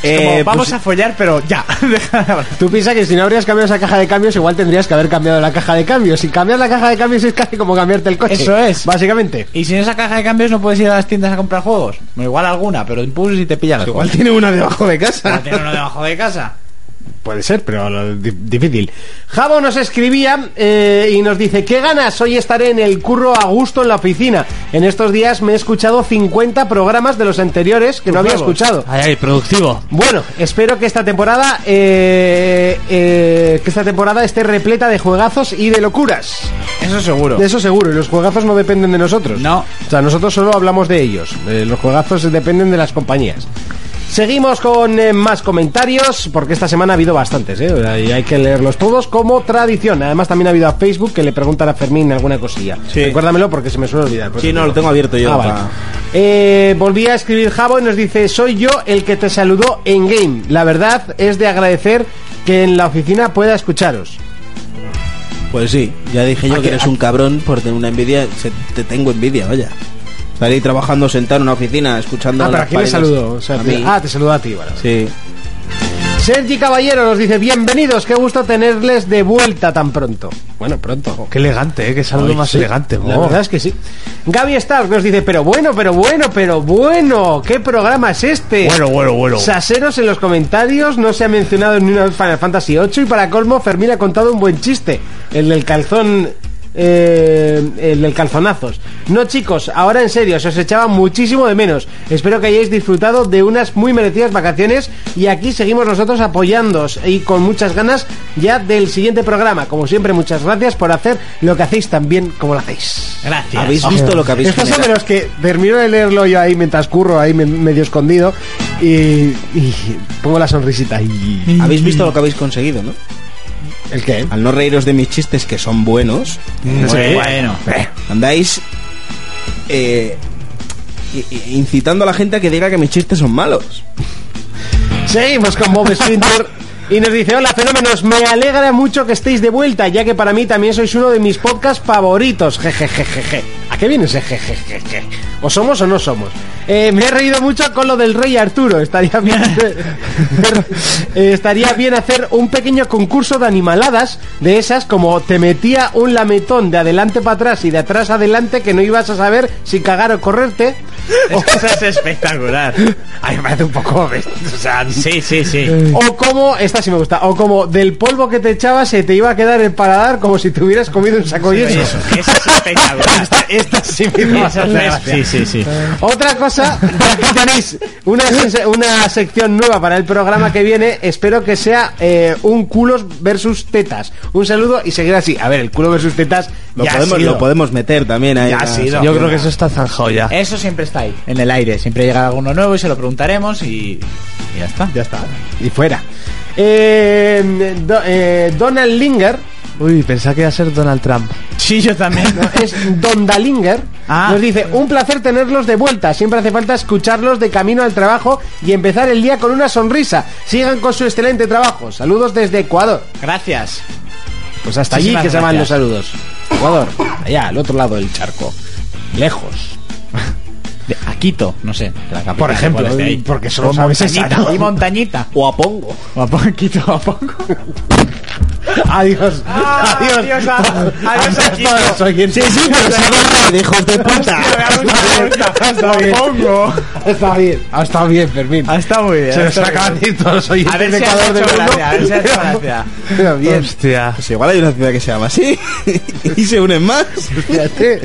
[SPEAKER 4] Es
[SPEAKER 5] Eh,
[SPEAKER 4] como,
[SPEAKER 5] vamos
[SPEAKER 4] pues-
[SPEAKER 5] a follar, pero ya. Deja-
[SPEAKER 4] Tú piensas que si no habrías cambiado esa caja de cambios, igual tendrías que haber cambiado la caja de cambios. Si cambias la caja de cambios es casi como cambiarte el coche.
[SPEAKER 5] Eso es.
[SPEAKER 4] Básicamente.
[SPEAKER 5] y sin esa caja de cambios no puedes ir a las tiendas a comprar juegos. Bueno, igual alguna, pero impulso y te pillan las
[SPEAKER 4] Igual
[SPEAKER 5] cosas.
[SPEAKER 4] tiene una debajo de casa.
[SPEAKER 5] Igual tiene uno debajo de casa.
[SPEAKER 4] Puede ser, pero lo di- difícil. Javo nos escribía eh, y nos dice, qué ganas, hoy estaré en el curro a gusto en la oficina. En estos días me he escuchado 50 programas de los anteriores que no había
[SPEAKER 5] Vamos.
[SPEAKER 4] escuchado.
[SPEAKER 7] Ay, ay, productivo.
[SPEAKER 4] Bueno, espero que esta temporada eh, eh, que esta temporada esté repleta de juegazos y de locuras.
[SPEAKER 5] Eso seguro.
[SPEAKER 4] De eso seguro, y los juegazos no dependen de nosotros.
[SPEAKER 5] No.
[SPEAKER 4] O sea, nosotros solo hablamos de ellos. Eh, los juegazos dependen de las compañías. Seguimos con eh, más comentarios, porque esta semana ha habido bastantes, ¿eh? O sea, y hay que leerlos todos como tradición. Además, también ha habido a Facebook que le preguntan a Fermín alguna cosilla.
[SPEAKER 6] Sí.
[SPEAKER 4] Recuérdamelo porque se me suele olvidar.
[SPEAKER 6] Sí, no, lo tengo abierto yo
[SPEAKER 4] Ah, vale.
[SPEAKER 6] para-
[SPEAKER 4] Eh, volví a escribir Javo y nos dice, soy yo el que te saludó en game. La verdad es de agradecer que en la oficina pueda escucharos.
[SPEAKER 6] Pues sí, ya dije yo
[SPEAKER 4] ¿A
[SPEAKER 6] que
[SPEAKER 4] qué-
[SPEAKER 6] eres
[SPEAKER 4] a-
[SPEAKER 6] un cabrón por tener una envidia. se- te tengo envidia, vaya. Estar ahí trabajando sentado en una oficina, escuchando.
[SPEAKER 4] ah, pero
[SPEAKER 6] las
[SPEAKER 4] ¿a quién le
[SPEAKER 6] páginas-
[SPEAKER 4] saludó? O sea,
[SPEAKER 6] a mí.
[SPEAKER 4] Ah, te saludó a ti, vale.
[SPEAKER 6] Sí.
[SPEAKER 4] Sergi Caballero nos dice, bienvenidos, qué gusto tenerles de vuelta tan pronto. Bueno, pronto.
[SPEAKER 7] Qué elegante, ¿eh? Que saludo
[SPEAKER 4] Ay,
[SPEAKER 7] más
[SPEAKER 4] sí.
[SPEAKER 7] elegante.
[SPEAKER 4] La
[SPEAKER 7] oh.
[SPEAKER 4] verdad es que sí. Gaby Stark nos dice, pero bueno, pero bueno, pero bueno, ¿qué programa es este?
[SPEAKER 7] Bueno, bueno, bueno.
[SPEAKER 4] Saseros en los comentarios, no se ha mencionado ni una Final Fantasy VIII y para colmo Fermín ha contado un buen chiste, el del calzón... eh, el del calzonazos. No chicos, ahora en serio, se os echaba muchísimo de menos. Espero que hayáis disfrutado de unas muy merecidas vacaciones y aquí seguimos nosotros apoyándoos y con muchas ganas ya del siguiente programa. Como siempre, muchas gracias por hacer lo que hacéis tan bien como lo hacéis.
[SPEAKER 5] Gracias.
[SPEAKER 6] ¿Habéis visto lo que habéis
[SPEAKER 4] Estos son de
[SPEAKER 6] generado?
[SPEAKER 4] los que termino de leerlo yo ahí mientras curro, ahí me- medio escondido, y, y pongo la sonrisita. Y...
[SPEAKER 6] Habéis visto lo que habéis conseguido, ¿no?
[SPEAKER 4] ¿El qué?
[SPEAKER 6] Al no reíros de mis chistes, que son buenos,
[SPEAKER 4] Mm,
[SPEAKER 6] pues,
[SPEAKER 5] Bueno.
[SPEAKER 6] andáis eh, i- i- incitando a la gente a que diga que mis chistes son malos.
[SPEAKER 4] Seguimos con Bob Sprinter. Y nos dice, hola fenómenos, me alegra mucho que estéis de vuelta, ya que para mí también sois uno de mis podcasts favoritos. Jejejejeje. ¿A qué viene ese jejejeje? ¿O somos o no somos? Eh, me he reído mucho con lo del rey Arturo. Estaría bien, eh, estaría bien hacer un pequeño concurso de animaladas de esas como te metía un lametón de adelante para atrás y de atrás adelante que no ibas a saber si cagar o correrte.
[SPEAKER 5] Es que esa es espectacular.
[SPEAKER 4] Ay, me parece un poco... O sea,
[SPEAKER 5] Sí, sí, sí.
[SPEAKER 4] O como, esta sí me gusta, o como del polvo que te echabas se te iba a quedar el paladar como si te hubieras comido un saco de
[SPEAKER 5] Oye,
[SPEAKER 4] yeso.
[SPEAKER 5] eso, eso es espectacular.
[SPEAKER 4] Esta sí me hizo
[SPEAKER 5] Eso
[SPEAKER 4] bastante
[SPEAKER 5] es-
[SPEAKER 4] gracia.
[SPEAKER 5] Sí, sí, sí.
[SPEAKER 4] Otra cosa, ya que tenéis una, se- una sección nueva para el programa que viene, espero que sea eh, un culos versus tetas. Un saludo y seguir así. A ver, el culo versus tetas
[SPEAKER 6] Lo,
[SPEAKER 4] ya ha
[SPEAKER 6] podemos,
[SPEAKER 4] sido.
[SPEAKER 6] lo podemos meter también ahí.
[SPEAKER 4] Ya ha
[SPEAKER 6] Ah,
[SPEAKER 4] sido.
[SPEAKER 7] Yo creo que eso está zanjado ya.
[SPEAKER 5] Eso siempre está ahí, en el aire. Siempre llega alguno nuevo y se lo preguntaremos y, y ya está.
[SPEAKER 4] Ya está. Y fuera. Eh, do- eh, Donald Linger,
[SPEAKER 7] Uy, pensaba que iba a ser Donald Trump.
[SPEAKER 5] Sí, yo también.
[SPEAKER 4] no, es Dondalinger,
[SPEAKER 5] Ah.
[SPEAKER 4] nos dice, un placer tenerlos de vuelta, siempre hace falta escucharlos de camino al trabajo y empezar el día con una sonrisa. Sigan con su excelente trabajo. Saludos desde Ecuador.
[SPEAKER 5] Gracias.
[SPEAKER 4] Pues hasta allí
[SPEAKER 5] Muchísimas
[SPEAKER 4] que se van los
[SPEAKER 5] gracias.
[SPEAKER 4] saludos. Ecuador, allá, al otro lado del charco. Lejos.
[SPEAKER 5] De- a Quito, no sé. de la capital,
[SPEAKER 4] Por ejemplo,
[SPEAKER 5] igual es de ahí.
[SPEAKER 4] porque solo
[SPEAKER 5] O
[SPEAKER 4] sabes
[SPEAKER 5] montañita.
[SPEAKER 4] esa, ¿no?
[SPEAKER 5] Y montañita.
[SPEAKER 6] O a Pongo.
[SPEAKER 5] O a Pon- Quito, o a Pongo.
[SPEAKER 4] Adiós.
[SPEAKER 5] Ah,
[SPEAKER 4] adiós.
[SPEAKER 5] adiós a- adiós a Quito.
[SPEAKER 4] todos los oyentes.
[SPEAKER 6] sí, pero se acordáis de hijos de puta.
[SPEAKER 4] Está bien. Está bien. Ha estado bien, Fermín.
[SPEAKER 5] Ah, está muy bien.
[SPEAKER 4] Se nos
[SPEAKER 5] está muy
[SPEAKER 4] acaban
[SPEAKER 5] bien.
[SPEAKER 4] de ir todos los oyentes
[SPEAKER 5] A ver
[SPEAKER 4] de
[SPEAKER 5] si has
[SPEAKER 4] Ecuador
[SPEAKER 5] hecho
[SPEAKER 4] del mundo.
[SPEAKER 5] gracia, a ver si has hecho gracia.
[SPEAKER 4] Pero bien.
[SPEAKER 7] Hostia.
[SPEAKER 6] Pues igual hay una ciudad que se llama así. y se unen más.
[SPEAKER 4] Fíjate.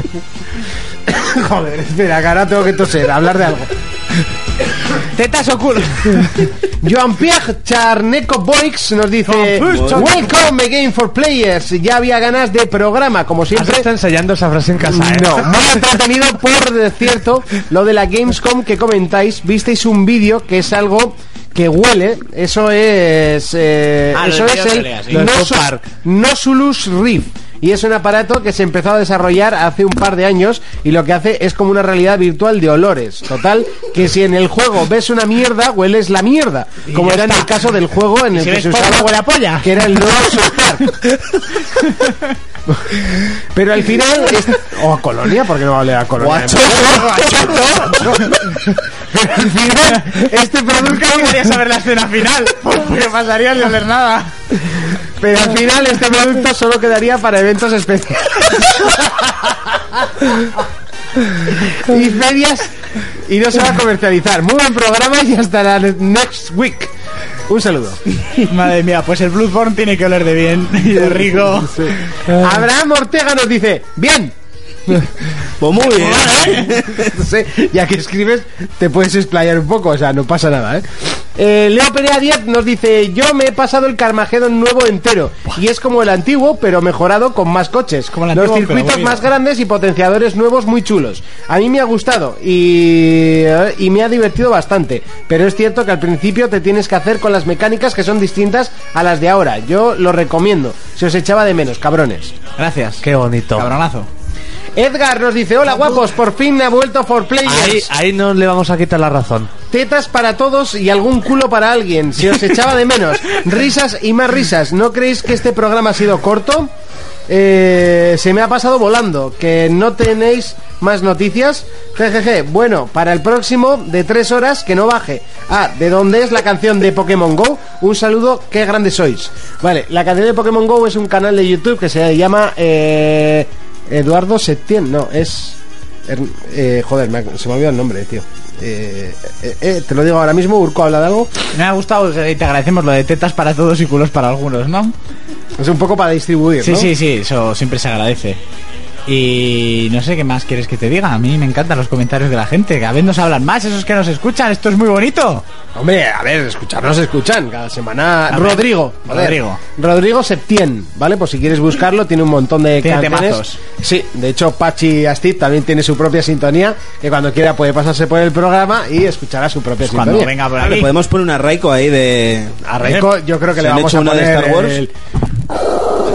[SPEAKER 4] Joder, espera, que ahora tengo que toser, hablar de algo.
[SPEAKER 5] Tetas o culo.
[SPEAKER 4] Jean-Pierre Charneco Boix nos dice:
[SPEAKER 5] Jean-Pierre Charneco.
[SPEAKER 4] Welcome again for players. Ya había ganas de programa, como
[SPEAKER 7] Has
[SPEAKER 4] siempre.
[SPEAKER 7] estado ensayando esa frase en casa, ¿eh?
[SPEAKER 4] No, muy entretenido por de cierto lo de la Gamescom que comentáis. Visteis un vídeo que es algo que huele. Eso es. eh,
[SPEAKER 5] Ah, lo
[SPEAKER 4] eso
[SPEAKER 5] del
[SPEAKER 4] es
[SPEAKER 5] vídeo
[SPEAKER 4] el
[SPEAKER 5] que leas, sí.
[SPEAKER 7] Lo de
[SPEAKER 4] Nosu-
[SPEAKER 7] South Park.
[SPEAKER 4] Nosulus Rift. Y es un aparato que se empezó a desarrollar hace un par de años y lo que hace es como una realidad virtual de olores. Total, que si en el juego ves una mierda, hueles la mierda. Como
[SPEAKER 5] ya
[SPEAKER 4] era en
[SPEAKER 5] está.
[SPEAKER 4] el caso del juego en el
[SPEAKER 5] si
[SPEAKER 4] que
[SPEAKER 5] ves
[SPEAKER 4] se
[SPEAKER 5] polvo,
[SPEAKER 4] usaba
[SPEAKER 5] huele a polla.
[SPEAKER 4] que era el nuevo South Park. Pero al final. es- O a Colonia, porque no vale a Colonia. Pero al final, este producto.
[SPEAKER 5] Quería saber la escena final. Porque pasaría sin hacer nada.
[SPEAKER 4] Pero al final, este producto solo quedaría para eventos especiales. y ferias. Y no se va a comercializar. Muy buen programa y hasta la next week. Un saludo.
[SPEAKER 5] Madre mía, pues el Bloodborne tiene que oler de bien y de rico.
[SPEAKER 4] Abraham Ortega nos dice: Bien,
[SPEAKER 6] Pues muy bien.
[SPEAKER 4] No sé, ya que escribes, te puedes explayar un poco, o sea, no pasa nada, ¿eh? Eh, Leo Perea Díaz nos dice: Yo me he pasado el Carmageddon nuevo entero. Y es como el antiguo, pero mejorado con más coches.
[SPEAKER 5] Como el
[SPEAKER 4] Los
[SPEAKER 5] antiguo, pero
[SPEAKER 4] circuitos
[SPEAKER 5] bueno.
[SPEAKER 4] más grandes y potenciadores nuevos muy chulos. A mí me ha gustado y, y me ha divertido bastante. Pero es cierto que al principio te tienes que hacer con las mecánicas que son distintas a las de ahora. Yo lo recomiendo. Se os echaba de menos, cabrones.
[SPEAKER 5] Gracias.
[SPEAKER 7] Qué bonito.
[SPEAKER 5] Cabronazo.
[SPEAKER 4] Edgar nos dice: Hola guapos, por fin ha vuelto For Players.
[SPEAKER 7] Ahí, ahí no le vamos a quitar la razón.
[SPEAKER 4] Tetas para todos y algún culo para alguien. Si os echaba de menos. Risas y más risas. ¿No creéis que este programa ha sido corto? Eh, se me ha pasado volando. Que no tenéis más noticias. Jejeje. Bueno, para el próximo de tres horas que no baje. Ah, ¿de dónde es la canción de Pokémon Go? Un saludo, qué grandes sois. Vale, la canción de Pokémon Go es un canal de YouTube que se llama eh, Eduardo Septién. No, es. Hern- eh, joder, me ha- se me olvidó el nombre, tío. Eh, eh, eh, te lo digo ahora mismo, Urco habla de algo.
[SPEAKER 5] Me ha gustado y te agradecemos lo de tetas para todos y culos para algunos, ¿no?
[SPEAKER 4] Es un poco para distribuir,
[SPEAKER 5] Sí,
[SPEAKER 4] ¿no?
[SPEAKER 5] sí, sí, eso siempre se agradece. Y no sé qué más quieres que te diga. A mí me encantan los comentarios de la gente. Cada vez nos hablan más, esos que nos escuchan. Esto es muy bonito.
[SPEAKER 4] Hombre, a ver, escucharnos escuchan cada semana.
[SPEAKER 5] A ver,
[SPEAKER 4] Rodrigo. joder.
[SPEAKER 5] Rodrigo.
[SPEAKER 4] Rodrigo Septién, ¿vale? Pues si quieres buscarlo, tiene un montón de
[SPEAKER 5] Tiene
[SPEAKER 4] canciones.
[SPEAKER 5] temazos.
[SPEAKER 4] Sí, de hecho, Pachi Astid también tiene su propia sintonía, que cuando quiera puede pasarse por el programa y escuchará su propia
[SPEAKER 5] Cuando
[SPEAKER 4] sintonía.
[SPEAKER 5] venga por
[SPEAKER 6] Ah, Le
[SPEAKER 5] aquí.
[SPEAKER 6] podemos poner una Raiko ahí de.
[SPEAKER 4] A Raiko, yo creo que
[SPEAKER 6] ¿Se
[SPEAKER 4] le
[SPEAKER 6] han
[SPEAKER 4] vamos
[SPEAKER 6] hecho
[SPEAKER 4] a
[SPEAKER 6] una de
[SPEAKER 4] poner
[SPEAKER 6] Star Wars?
[SPEAKER 4] el-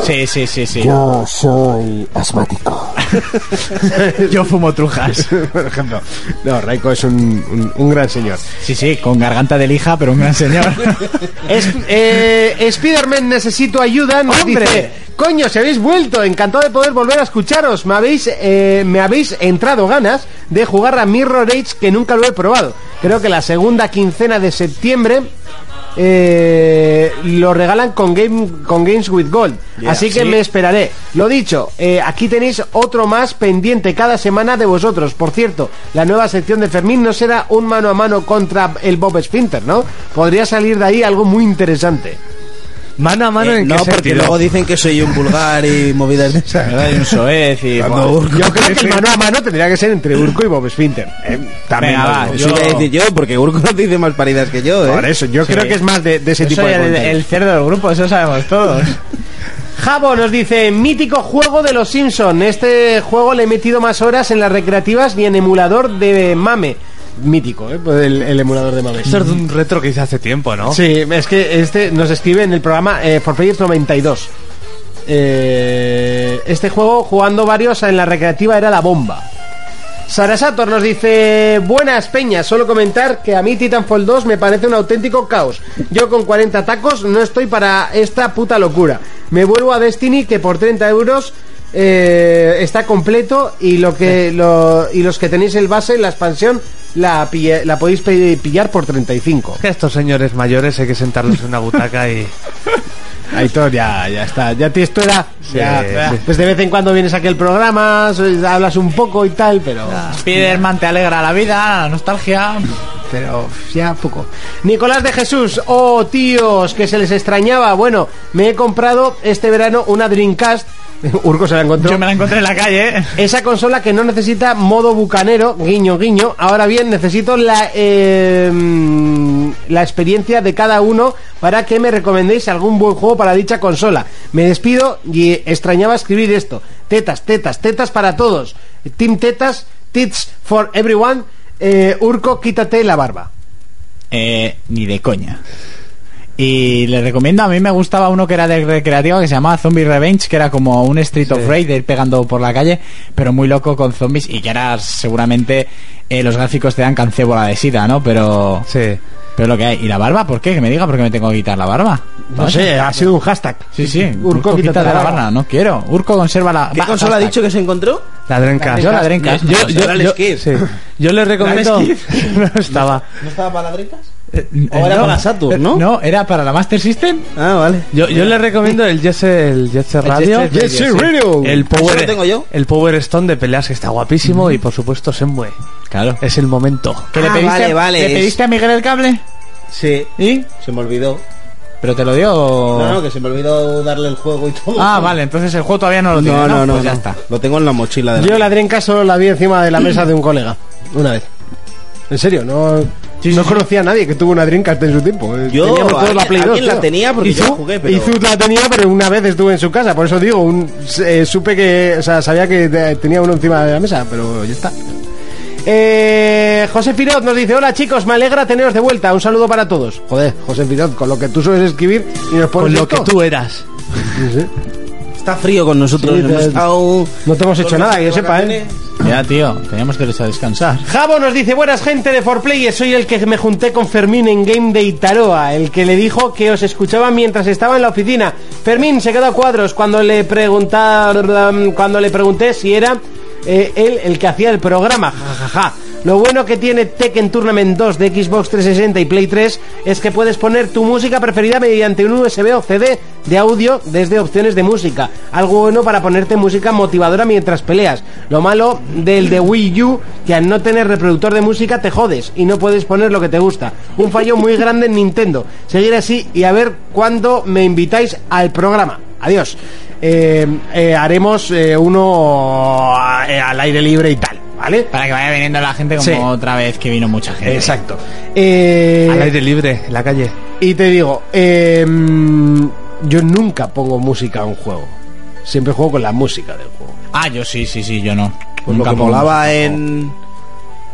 [SPEAKER 5] Sí, sí, sí, sí.
[SPEAKER 2] Yo soy asmático.
[SPEAKER 5] Yo fumo trujas.
[SPEAKER 4] Por ejemplo. No, Raiko es un, un- un gran señor.
[SPEAKER 5] Sí, sí, con garganta de lija, pero un gran señor.
[SPEAKER 4] Es, eh, Spiderman necesito ayuda, nos
[SPEAKER 5] ¡Hombre!
[SPEAKER 4] dice, Coño, si habéis vuelto, encantado de poder volver a escucharos. Me habéis, eh, me habéis entrado ganas de jugar a Mirror Age que nunca lo he probado. Creo que la segunda quincena de septiembre eh, lo regalan con, game, con Games with Gold.
[SPEAKER 5] Ya,
[SPEAKER 4] Así que
[SPEAKER 5] sí.
[SPEAKER 4] me esperaré. Lo dicho, eh, aquí tenéis otro más pendiente cada semana de vosotros. Por cierto, la nueva sección de Fermín no será un mano a mano contra el Bob Spinter, ¿no? Podría salir de ahí algo muy interesante.
[SPEAKER 7] Mano a mano
[SPEAKER 6] Eh,
[SPEAKER 7] en
[SPEAKER 6] no,
[SPEAKER 7] qué
[SPEAKER 6] porque
[SPEAKER 7] sentido?
[SPEAKER 6] luego dicen que soy un vulgar y movidas de esas.
[SPEAKER 5] ¿Verdad? Y un soez y...
[SPEAKER 6] Cuando Urco-
[SPEAKER 4] Yo creo que el mano a mano tendría que ser entre Urco y Bob Spinter. Eh, también.
[SPEAKER 5] Venga,
[SPEAKER 4] lo
[SPEAKER 5] va,
[SPEAKER 4] digo.
[SPEAKER 6] Eso
[SPEAKER 5] Yo-
[SPEAKER 6] iba a decir yo, porque Urco dice más paridas que yo,
[SPEAKER 4] Por
[SPEAKER 6] ¿eh?
[SPEAKER 4] eso, yo creo que es más de, de ese tipo
[SPEAKER 5] soy
[SPEAKER 4] de
[SPEAKER 5] el,
[SPEAKER 4] contenido.
[SPEAKER 5] el cerdo del grupo, eso sabemos todos.
[SPEAKER 4] Jabo nos dice, mítico juego de los Simpson. Este juego le he metido más horas en las recreativas y en emulador de mame. Mítico, ¿eh? Pues El, el emulador de mame.
[SPEAKER 7] Esto es de un retro que hice hace tiempo, ¿no?
[SPEAKER 4] Sí, es que este nos escribe en el programa eh, For Players 92. Eh, este juego, jugando varios en la recreativa, era la bomba. Sarasator nos dice, buenas peñas, solo comentar que a mí Titanfall 2 me parece un auténtico caos. Yo con 40 tacos no estoy para esta puta locura. Me vuelvo a Destiny que por 30 euros eh, está completo y, lo que, lo- y los que tenéis el base, la expansión, la, pille- la podéis pe- pillar por 35.
[SPEAKER 7] Es que a estos señores mayores hay que sentarlos en una butaca y...
[SPEAKER 4] Aitor, ya, ya está. Ya tienes tu edad. Ya,
[SPEAKER 7] sí.
[SPEAKER 4] Pues de vez en cuando vienes aquí al programa, sois- hablas un poco y tal, pero.
[SPEAKER 5] Spiderman te alegra la vida, la nostalgia.
[SPEAKER 4] Pero ya poco. Nicolás de Jesús, oh tíos, que se les extrañaba. Bueno, me he comprado este verano una Dreamcast. Urco se la encontró.
[SPEAKER 5] Yo me la encontré en la calle, ¿eh?
[SPEAKER 4] Esa consola que no necesita modo bucanero, guiño, guiño. Ahora bien, necesito la, eh, mm, la experiencia de cada uno para que me recomendéis algún buen juego para dicha consola. Me despido y extrañaba escribir esto. Tetas, tetas, tetas para todos. Team Tetas, Tits for Everyone. Eh, Urco, quítate la barba.
[SPEAKER 5] Eh, ni de coña. Y le recomiendo, a mí me gustaba uno que era de recreativa que se llamaba Zombie Revenge, que era como un Street of Rage de ir pegando por la calle, pero muy loco con zombies y que ahora seguramente eh, los gráficos te dan cancébola de sida, ¿no? Pero,
[SPEAKER 7] Sí.
[SPEAKER 5] pero lo que hay. ¿Y la barba? ¿Por qué? Que me diga porque me tengo que quitar la barba.
[SPEAKER 4] No sé,
[SPEAKER 7] ah,
[SPEAKER 4] ha sido un hashtag.
[SPEAKER 5] Sí, sí.
[SPEAKER 4] Urco, quítate la barba.
[SPEAKER 5] No quiero. Urco conserva la.
[SPEAKER 6] ¿Qué
[SPEAKER 5] va,
[SPEAKER 6] consola ha
[SPEAKER 5] hashtag.
[SPEAKER 6] dicho que se encontró?
[SPEAKER 7] La Drencast.
[SPEAKER 5] Yo la Dreamcast.
[SPEAKER 7] Yo, yo,
[SPEAKER 6] Dale,
[SPEAKER 7] yo-
[SPEAKER 6] Skid.
[SPEAKER 7] sí. Yo les recomiendo... no estaba.
[SPEAKER 6] ¿No estaba para la Dreamcast?
[SPEAKER 5] Eh,
[SPEAKER 6] O era
[SPEAKER 5] no.
[SPEAKER 6] para la Saturn, ¿no?
[SPEAKER 5] No, era para la Master System.
[SPEAKER 6] Ah, vale.
[SPEAKER 7] Yo, yo les recomiendo el Jesse, el Jesse Radio.
[SPEAKER 5] Jet Set Radio, sí.
[SPEAKER 7] El Power,
[SPEAKER 6] Eso lo tengo yo.
[SPEAKER 7] el Power Stone de peleas que está guapísimo y por supuesto Semwe.
[SPEAKER 5] Claro.
[SPEAKER 7] Es el momento.
[SPEAKER 5] ¿Que le
[SPEAKER 6] Ah,
[SPEAKER 5] pediste,
[SPEAKER 6] vale, vale,
[SPEAKER 5] ¿le
[SPEAKER 6] es-
[SPEAKER 5] pediste a Miguel el cable?
[SPEAKER 6] Sí.
[SPEAKER 5] ¿Y?
[SPEAKER 6] Se me olvidó.
[SPEAKER 5] ¿Pero te lo dio? o-
[SPEAKER 6] No, no, que se me olvidó darle el juego y todo.
[SPEAKER 5] Ah, vale, entonces el juego todavía no lo tiene.
[SPEAKER 6] No, no, no.
[SPEAKER 5] Pues ya
[SPEAKER 6] no.
[SPEAKER 5] está.
[SPEAKER 6] Lo tengo en la mochila de la...
[SPEAKER 4] Yo la drenca solo la vi encima de la mesa de un colega, una vez. En serio, no, no conocía a nadie que tuvo una Dreamcast en su tiempo. Eh,
[SPEAKER 6] Yo,
[SPEAKER 4] Teníamos todos
[SPEAKER 6] alguien-
[SPEAKER 4] la Play 2.
[SPEAKER 6] alguien la
[SPEAKER 4] tío.
[SPEAKER 6] tenía porque
[SPEAKER 4] Y
[SPEAKER 6] yo
[SPEAKER 4] Zu-
[SPEAKER 6] jugué, pero-
[SPEAKER 4] y Zu la tenía, pero una vez estuve en su casa. Por eso digo, un- eh, supe que... O sea, sabía que te- tenía uno encima de la mesa, pero ya está. Eh, José Firot nos dice, hola chicos, me alegra teneros de vuelta. Un saludo para todos. Joder, José Firot, con lo que tú sueles escribir y nos pones
[SPEAKER 7] Con lo que
[SPEAKER 4] esto.
[SPEAKER 7] tú eras.
[SPEAKER 6] Está frío con nosotros.
[SPEAKER 4] Sí,
[SPEAKER 6] hemos
[SPEAKER 4] te-
[SPEAKER 6] estado-
[SPEAKER 4] No te hemos hecho
[SPEAKER 6] Todos
[SPEAKER 4] nada, que yo
[SPEAKER 6] los
[SPEAKER 4] sepa, ¿eh?
[SPEAKER 6] vacaciones.
[SPEAKER 5] Ya, tío, teníamos derecho a descansar.
[SPEAKER 4] Javo nos dice, buenas gente de 4Play, soy el que me junté con Fermín en Game Day Taroa, el que le dijo que os escuchaba mientras estaba en la oficina. Fermín se quedó a cuadros cuando le, preguntar- cuando le pregunté si era eh, él el que hacía el programa. jajaja Lo bueno que tiene Tekken Tournament 2 de Xbox 360 y Play 3 es que puedes poner tu música preferida mediante un USB o CD de audio desde opciones de música. Algo bueno para ponerte música motivadora mientras peleas. Lo malo del de Wii U, que al no tener reproductor de música te jodes y no puedes poner lo que te gusta. Un fallo muy grande en Nintendo. Seguir así y a ver cuándo me invitáis al programa. Adiós. Eh, eh, haremos eh, uno a- eh, al aire libre y tal, ¿vale?
[SPEAKER 5] Para que vaya viniendo la gente como
[SPEAKER 4] Sí.
[SPEAKER 5] otra vez que vino mucha gente.
[SPEAKER 4] Exacto. Eh,
[SPEAKER 7] Al aire libre, en la calle.
[SPEAKER 4] y te digo, eh, yo nunca pongo música a un juego. Siempre juego con la música del juego.
[SPEAKER 5] Ah, yo sí, sí, sí, yo no.
[SPEAKER 6] Pues lo que
[SPEAKER 5] pongo
[SPEAKER 6] molaba
[SPEAKER 5] música.
[SPEAKER 6] en,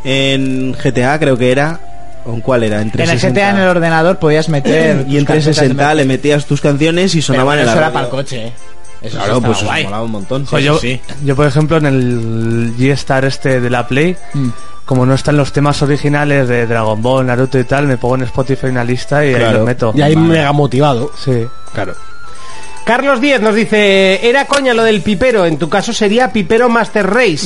[SPEAKER 6] en GTA, creo que era. ¿O en cuál era? En
[SPEAKER 5] En el
[SPEAKER 6] 360.
[SPEAKER 5] GTA en el ordenador podías meter.
[SPEAKER 6] Y en
[SPEAKER 5] tus canciones
[SPEAKER 6] 360 le metías tus canciones y
[SPEAKER 5] Pero
[SPEAKER 6] sonaban en
[SPEAKER 5] eso
[SPEAKER 6] la
[SPEAKER 5] era
[SPEAKER 6] radio.
[SPEAKER 5] para el coche, ¿eh? Eso Pues
[SPEAKER 7] Claro, pues eso molaba un montón.
[SPEAKER 6] Pues
[SPEAKER 7] yo, yo, por ejemplo, en el G-Star este de la Play,
[SPEAKER 4] Mm.
[SPEAKER 7] como no están los temas originales de Dragon Ball, Naruto y tal, me pongo en Spotify una lista y ahí los meto.
[SPEAKER 4] Y ahí mega motivado.
[SPEAKER 7] Sí.
[SPEAKER 4] Claro. Carlos Díez nos dice, era coña lo del pipero, en tu caso sería Pipero Master Race.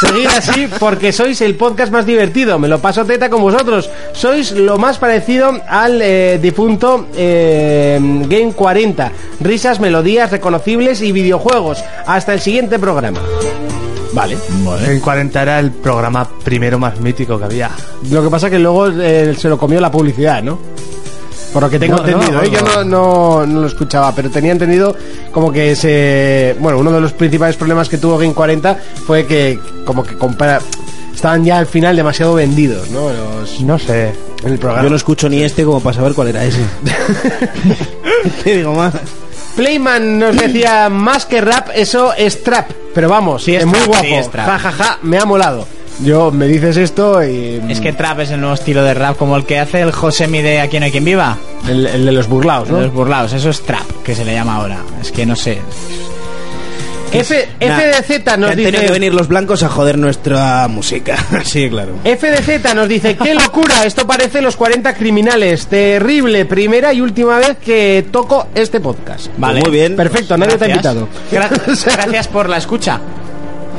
[SPEAKER 4] Seguid así porque sois el podcast más divertido, me lo paso teta con vosotros. Sois lo más parecido al eh, difunto eh, Game 40. Risas, melodías reconocibles y videojuegos. Hasta el siguiente programa. Vale.
[SPEAKER 7] El 40 era el programa primero más mítico que había.
[SPEAKER 4] Lo que pasa que luego eh, se lo comió la publicidad, ¿no? Por lo que tengo
[SPEAKER 7] No, no,
[SPEAKER 4] entendido, ¿eh?
[SPEAKER 7] no,
[SPEAKER 4] yo no, no- no lo escuchaba, pero tenía entendido como que se. Bueno, uno de los principales problemas que tuvo Game 40 fue que, como que compara. Estaban ya al final demasiado vendidos, ¿no? Los-
[SPEAKER 7] No sé.
[SPEAKER 4] en el programa.
[SPEAKER 6] Yo no escucho ni este como para saber cuál era ese. Te digo más.
[SPEAKER 4] Playman nos decía más que rap, eso es trap. Pero vamos,
[SPEAKER 5] Sí, es
[SPEAKER 4] es, muy
[SPEAKER 5] trap,
[SPEAKER 4] guapo.
[SPEAKER 5] sí, es trap.
[SPEAKER 4] Ja, ja, ja, me ha molado. Yo me dices esto y.
[SPEAKER 5] Es que trap es el nuevo estilo de rap como el que hace el Josemi de Aquí no hay quien viva.
[SPEAKER 4] El, el de los burlaos,
[SPEAKER 5] De Los
[SPEAKER 4] ¿no?
[SPEAKER 5] burlados, eso es trap, que se le llama ahora. Es que no sé. Eh,
[SPEAKER 4] F, FDZ
[SPEAKER 6] Que
[SPEAKER 4] nos
[SPEAKER 6] han
[SPEAKER 4] dice.
[SPEAKER 6] tenido que venir los blancos a joder nuestra música. sí, claro.
[SPEAKER 4] FDZ nos dice, qué locura, esto parece los 40 criminales. Terrible, primera y última vez que toco este podcast.
[SPEAKER 5] Vale.
[SPEAKER 6] Pues Muy bien.
[SPEAKER 4] Perfecto, nadie te ha invitado.
[SPEAKER 5] Gracias, gracias por la escucha.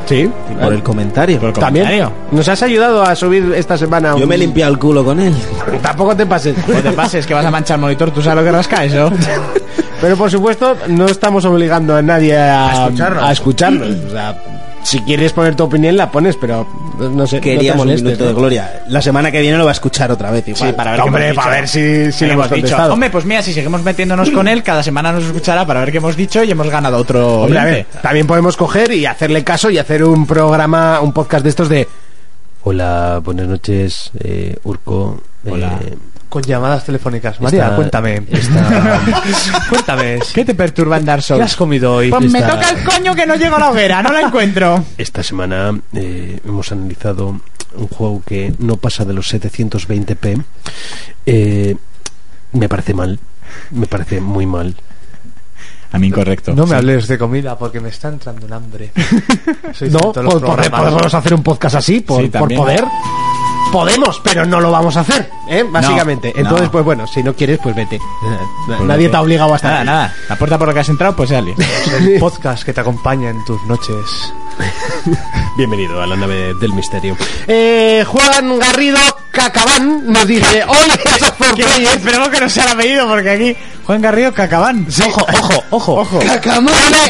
[SPEAKER 4] Sí,
[SPEAKER 6] Por el comentario.
[SPEAKER 4] también.
[SPEAKER 5] comentario.
[SPEAKER 4] Nos has ayudado a subir esta semana.
[SPEAKER 6] Yo
[SPEAKER 4] un-
[SPEAKER 6] me he limpiado el culo con él.
[SPEAKER 4] Tampoco te pases.
[SPEAKER 5] No te pases que vas a manchar el monitor, tú sabes lo que rasca eso.
[SPEAKER 4] Pero por supuesto, no estamos obligando a nadie a,
[SPEAKER 5] A escucharnos.
[SPEAKER 4] a escucharnos. O sea, si quieres poner tu opinión, la pones, pero no sé,
[SPEAKER 6] Querías
[SPEAKER 4] no te
[SPEAKER 6] un
[SPEAKER 4] molestes.
[SPEAKER 6] minuto de
[SPEAKER 4] ¿no?
[SPEAKER 6] gloria. La semana que viene lo va a escuchar otra vez. Igual.
[SPEAKER 5] Sí, para ver qué
[SPEAKER 4] Hombre,
[SPEAKER 5] hemos
[SPEAKER 4] para
[SPEAKER 5] dicho.
[SPEAKER 4] ver si, si
[SPEAKER 5] Ahí
[SPEAKER 4] le hemos
[SPEAKER 5] hemos dicho,
[SPEAKER 4] contestado.
[SPEAKER 5] Hombre, pues mira, si seguimos metiéndonos con él, cada semana nos escuchará para ver qué hemos dicho y hemos ganado otro.
[SPEAKER 4] Hombre, a ver,
[SPEAKER 5] oyente.
[SPEAKER 4] también podemos coger y hacerle caso y hacer un programa, un podcast de estos de... Hola, buenas noches, eh, Urco. eh, Hola.
[SPEAKER 7] Con llamadas telefónicas. María,
[SPEAKER 4] Esta-
[SPEAKER 7] cuéntame. cuéntame.
[SPEAKER 5] ¿Qué te perturba en Dark
[SPEAKER 7] ¿Qué
[SPEAKER 5] Souls?
[SPEAKER 7] has comido hoy?
[SPEAKER 5] Pues me
[SPEAKER 4] Está-
[SPEAKER 5] toca el coño que no llego a la hoguera, no la encuentro.
[SPEAKER 4] esta semana eh, hemos analizado un juego que no pasa de los 720p. Eh, me parece mal. Me parece muy mal.
[SPEAKER 5] A mí incorrecto.
[SPEAKER 7] No me hables de comida porque me está entrando un hambre. Soy
[SPEAKER 4] No,
[SPEAKER 7] tonto en los
[SPEAKER 4] po- po-
[SPEAKER 7] programas.
[SPEAKER 4] podemos hacer un podcast así, por,
[SPEAKER 5] Sí,
[SPEAKER 4] por
[SPEAKER 5] también.
[SPEAKER 4] poder. Podemos, pero no lo vamos a hacer, ¿eh? básicamente.
[SPEAKER 5] no.
[SPEAKER 4] Entonces, pues bueno, si no quieres, pues vete. Nadie te ha obligado a estar.
[SPEAKER 5] Nada,
[SPEAKER 4] ahí.
[SPEAKER 5] nada. La puerta por la que has entrado, pues sale.
[SPEAKER 7] El podcast que te acompaña en tus noches.
[SPEAKER 4] Bienvenido a la nave del misterio. Eh, Juan Garrido Cacabán nos dice: Hoy es a For Players.
[SPEAKER 5] Espero que no sea el apellido, porque aquí Juan Garrido Cacabán.
[SPEAKER 4] Ojo, ojo, ojo, ojo.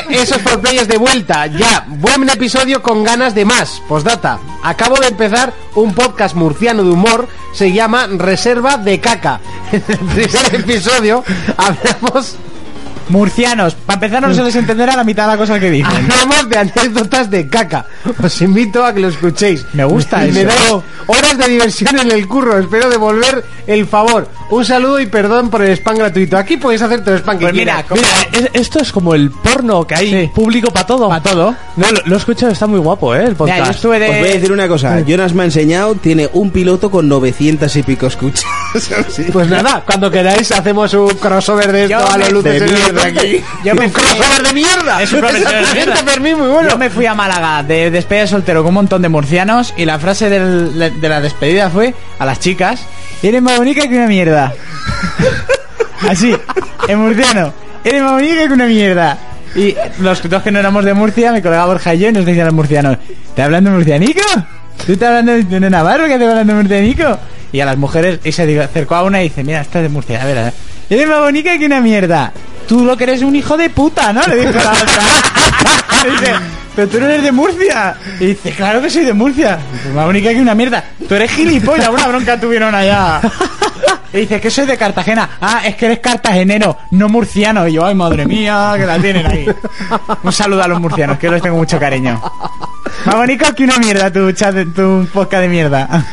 [SPEAKER 4] Esos por players de vuelta, ya. Buen episodio con ganas de más. Postdata. Acabo de empezar un podcast murciano de humor. Se llama Reserva de Caca. En el primer episodio hablamos,
[SPEAKER 5] Murcianos, para empezar no se les entenderá la mitad de la cosa que
[SPEAKER 4] Ah,
[SPEAKER 5] dicen.
[SPEAKER 4] hablamos de anécdotas de caca. Os invito a que lo escuchéis.
[SPEAKER 5] Me gusta
[SPEAKER 4] Me
[SPEAKER 5] eso.
[SPEAKER 4] da horas de diversión en el curro. Espero devolver el favor. Un saludo y perdón por el spam gratuito. Aquí podéis hacer todo el spam que
[SPEAKER 5] Pues mira,
[SPEAKER 4] quieras.
[SPEAKER 5] como-
[SPEAKER 7] Es- esto es como el porno que hay
[SPEAKER 5] Sí.
[SPEAKER 7] público para todo.
[SPEAKER 5] Pa' todo.
[SPEAKER 7] No, lo, lo he escuchado, está muy guapo, ¿eh? El
[SPEAKER 5] Mira, yo
[SPEAKER 7] podcast.
[SPEAKER 5] estuve
[SPEAKER 6] Os
[SPEAKER 4] pues
[SPEAKER 6] voy a
[SPEAKER 5] de...
[SPEAKER 6] decir una cosa.
[SPEAKER 4] Eh.
[SPEAKER 6] Jonas me ha enseñado, tiene un piloto con 900 y pico escuchas.
[SPEAKER 4] Pues nada, cuando queráis hacemos un crossover de esto
[SPEAKER 5] Yo
[SPEAKER 4] a los
[SPEAKER 5] me-
[SPEAKER 4] luces
[SPEAKER 5] de
[SPEAKER 4] en el
[SPEAKER 5] mierda
[SPEAKER 4] frente.
[SPEAKER 5] aquí. Yo me
[SPEAKER 4] un
[SPEAKER 5] fui-
[SPEAKER 4] crossover de mierda.
[SPEAKER 5] Es un profesor de
[SPEAKER 4] Eso
[SPEAKER 5] mierda.
[SPEAKER 4] sienta por mí muy bueno.
[SPEAKER 5] Yo me fui a Málaga de despedida de soltero con un montón de murcianos y la frase del- de la despedida fue a las chicas, eres más bonita que una mierda. Así, en murciano, eres más bonita que una mierda. Y los dos que no éramos de Murcia, mi colega Borja y yo, y nos decían los murcianos, ¿te hablando murcianico? ¿Tú estás hablando de- de Navarro que te hablando murcianico? Y a las mujeres, y se acercó a una y dice, mira, esta es de Murcia, a ver, a ver. Eres más bonita que una mierda. Tú lo que eres un hijo de puta, ¿no? Le dijo la otra. Le dice, pero tú no eres de Murcia. Y dice, claro que soy de Murcia. Dice, más bonita que una mierda. Tú eres gilipollas, una bronca tuvieron allá. Y dice, que soy de Cartagena. Ah, es que eres cartagenero, no murciano. Y yo, ay, madre mía, que la tienen ahí. Un saludo a los murcianos, que les tengo mucho cariño. Más bonito que una mierda tu, chat, tu podcast de mierda.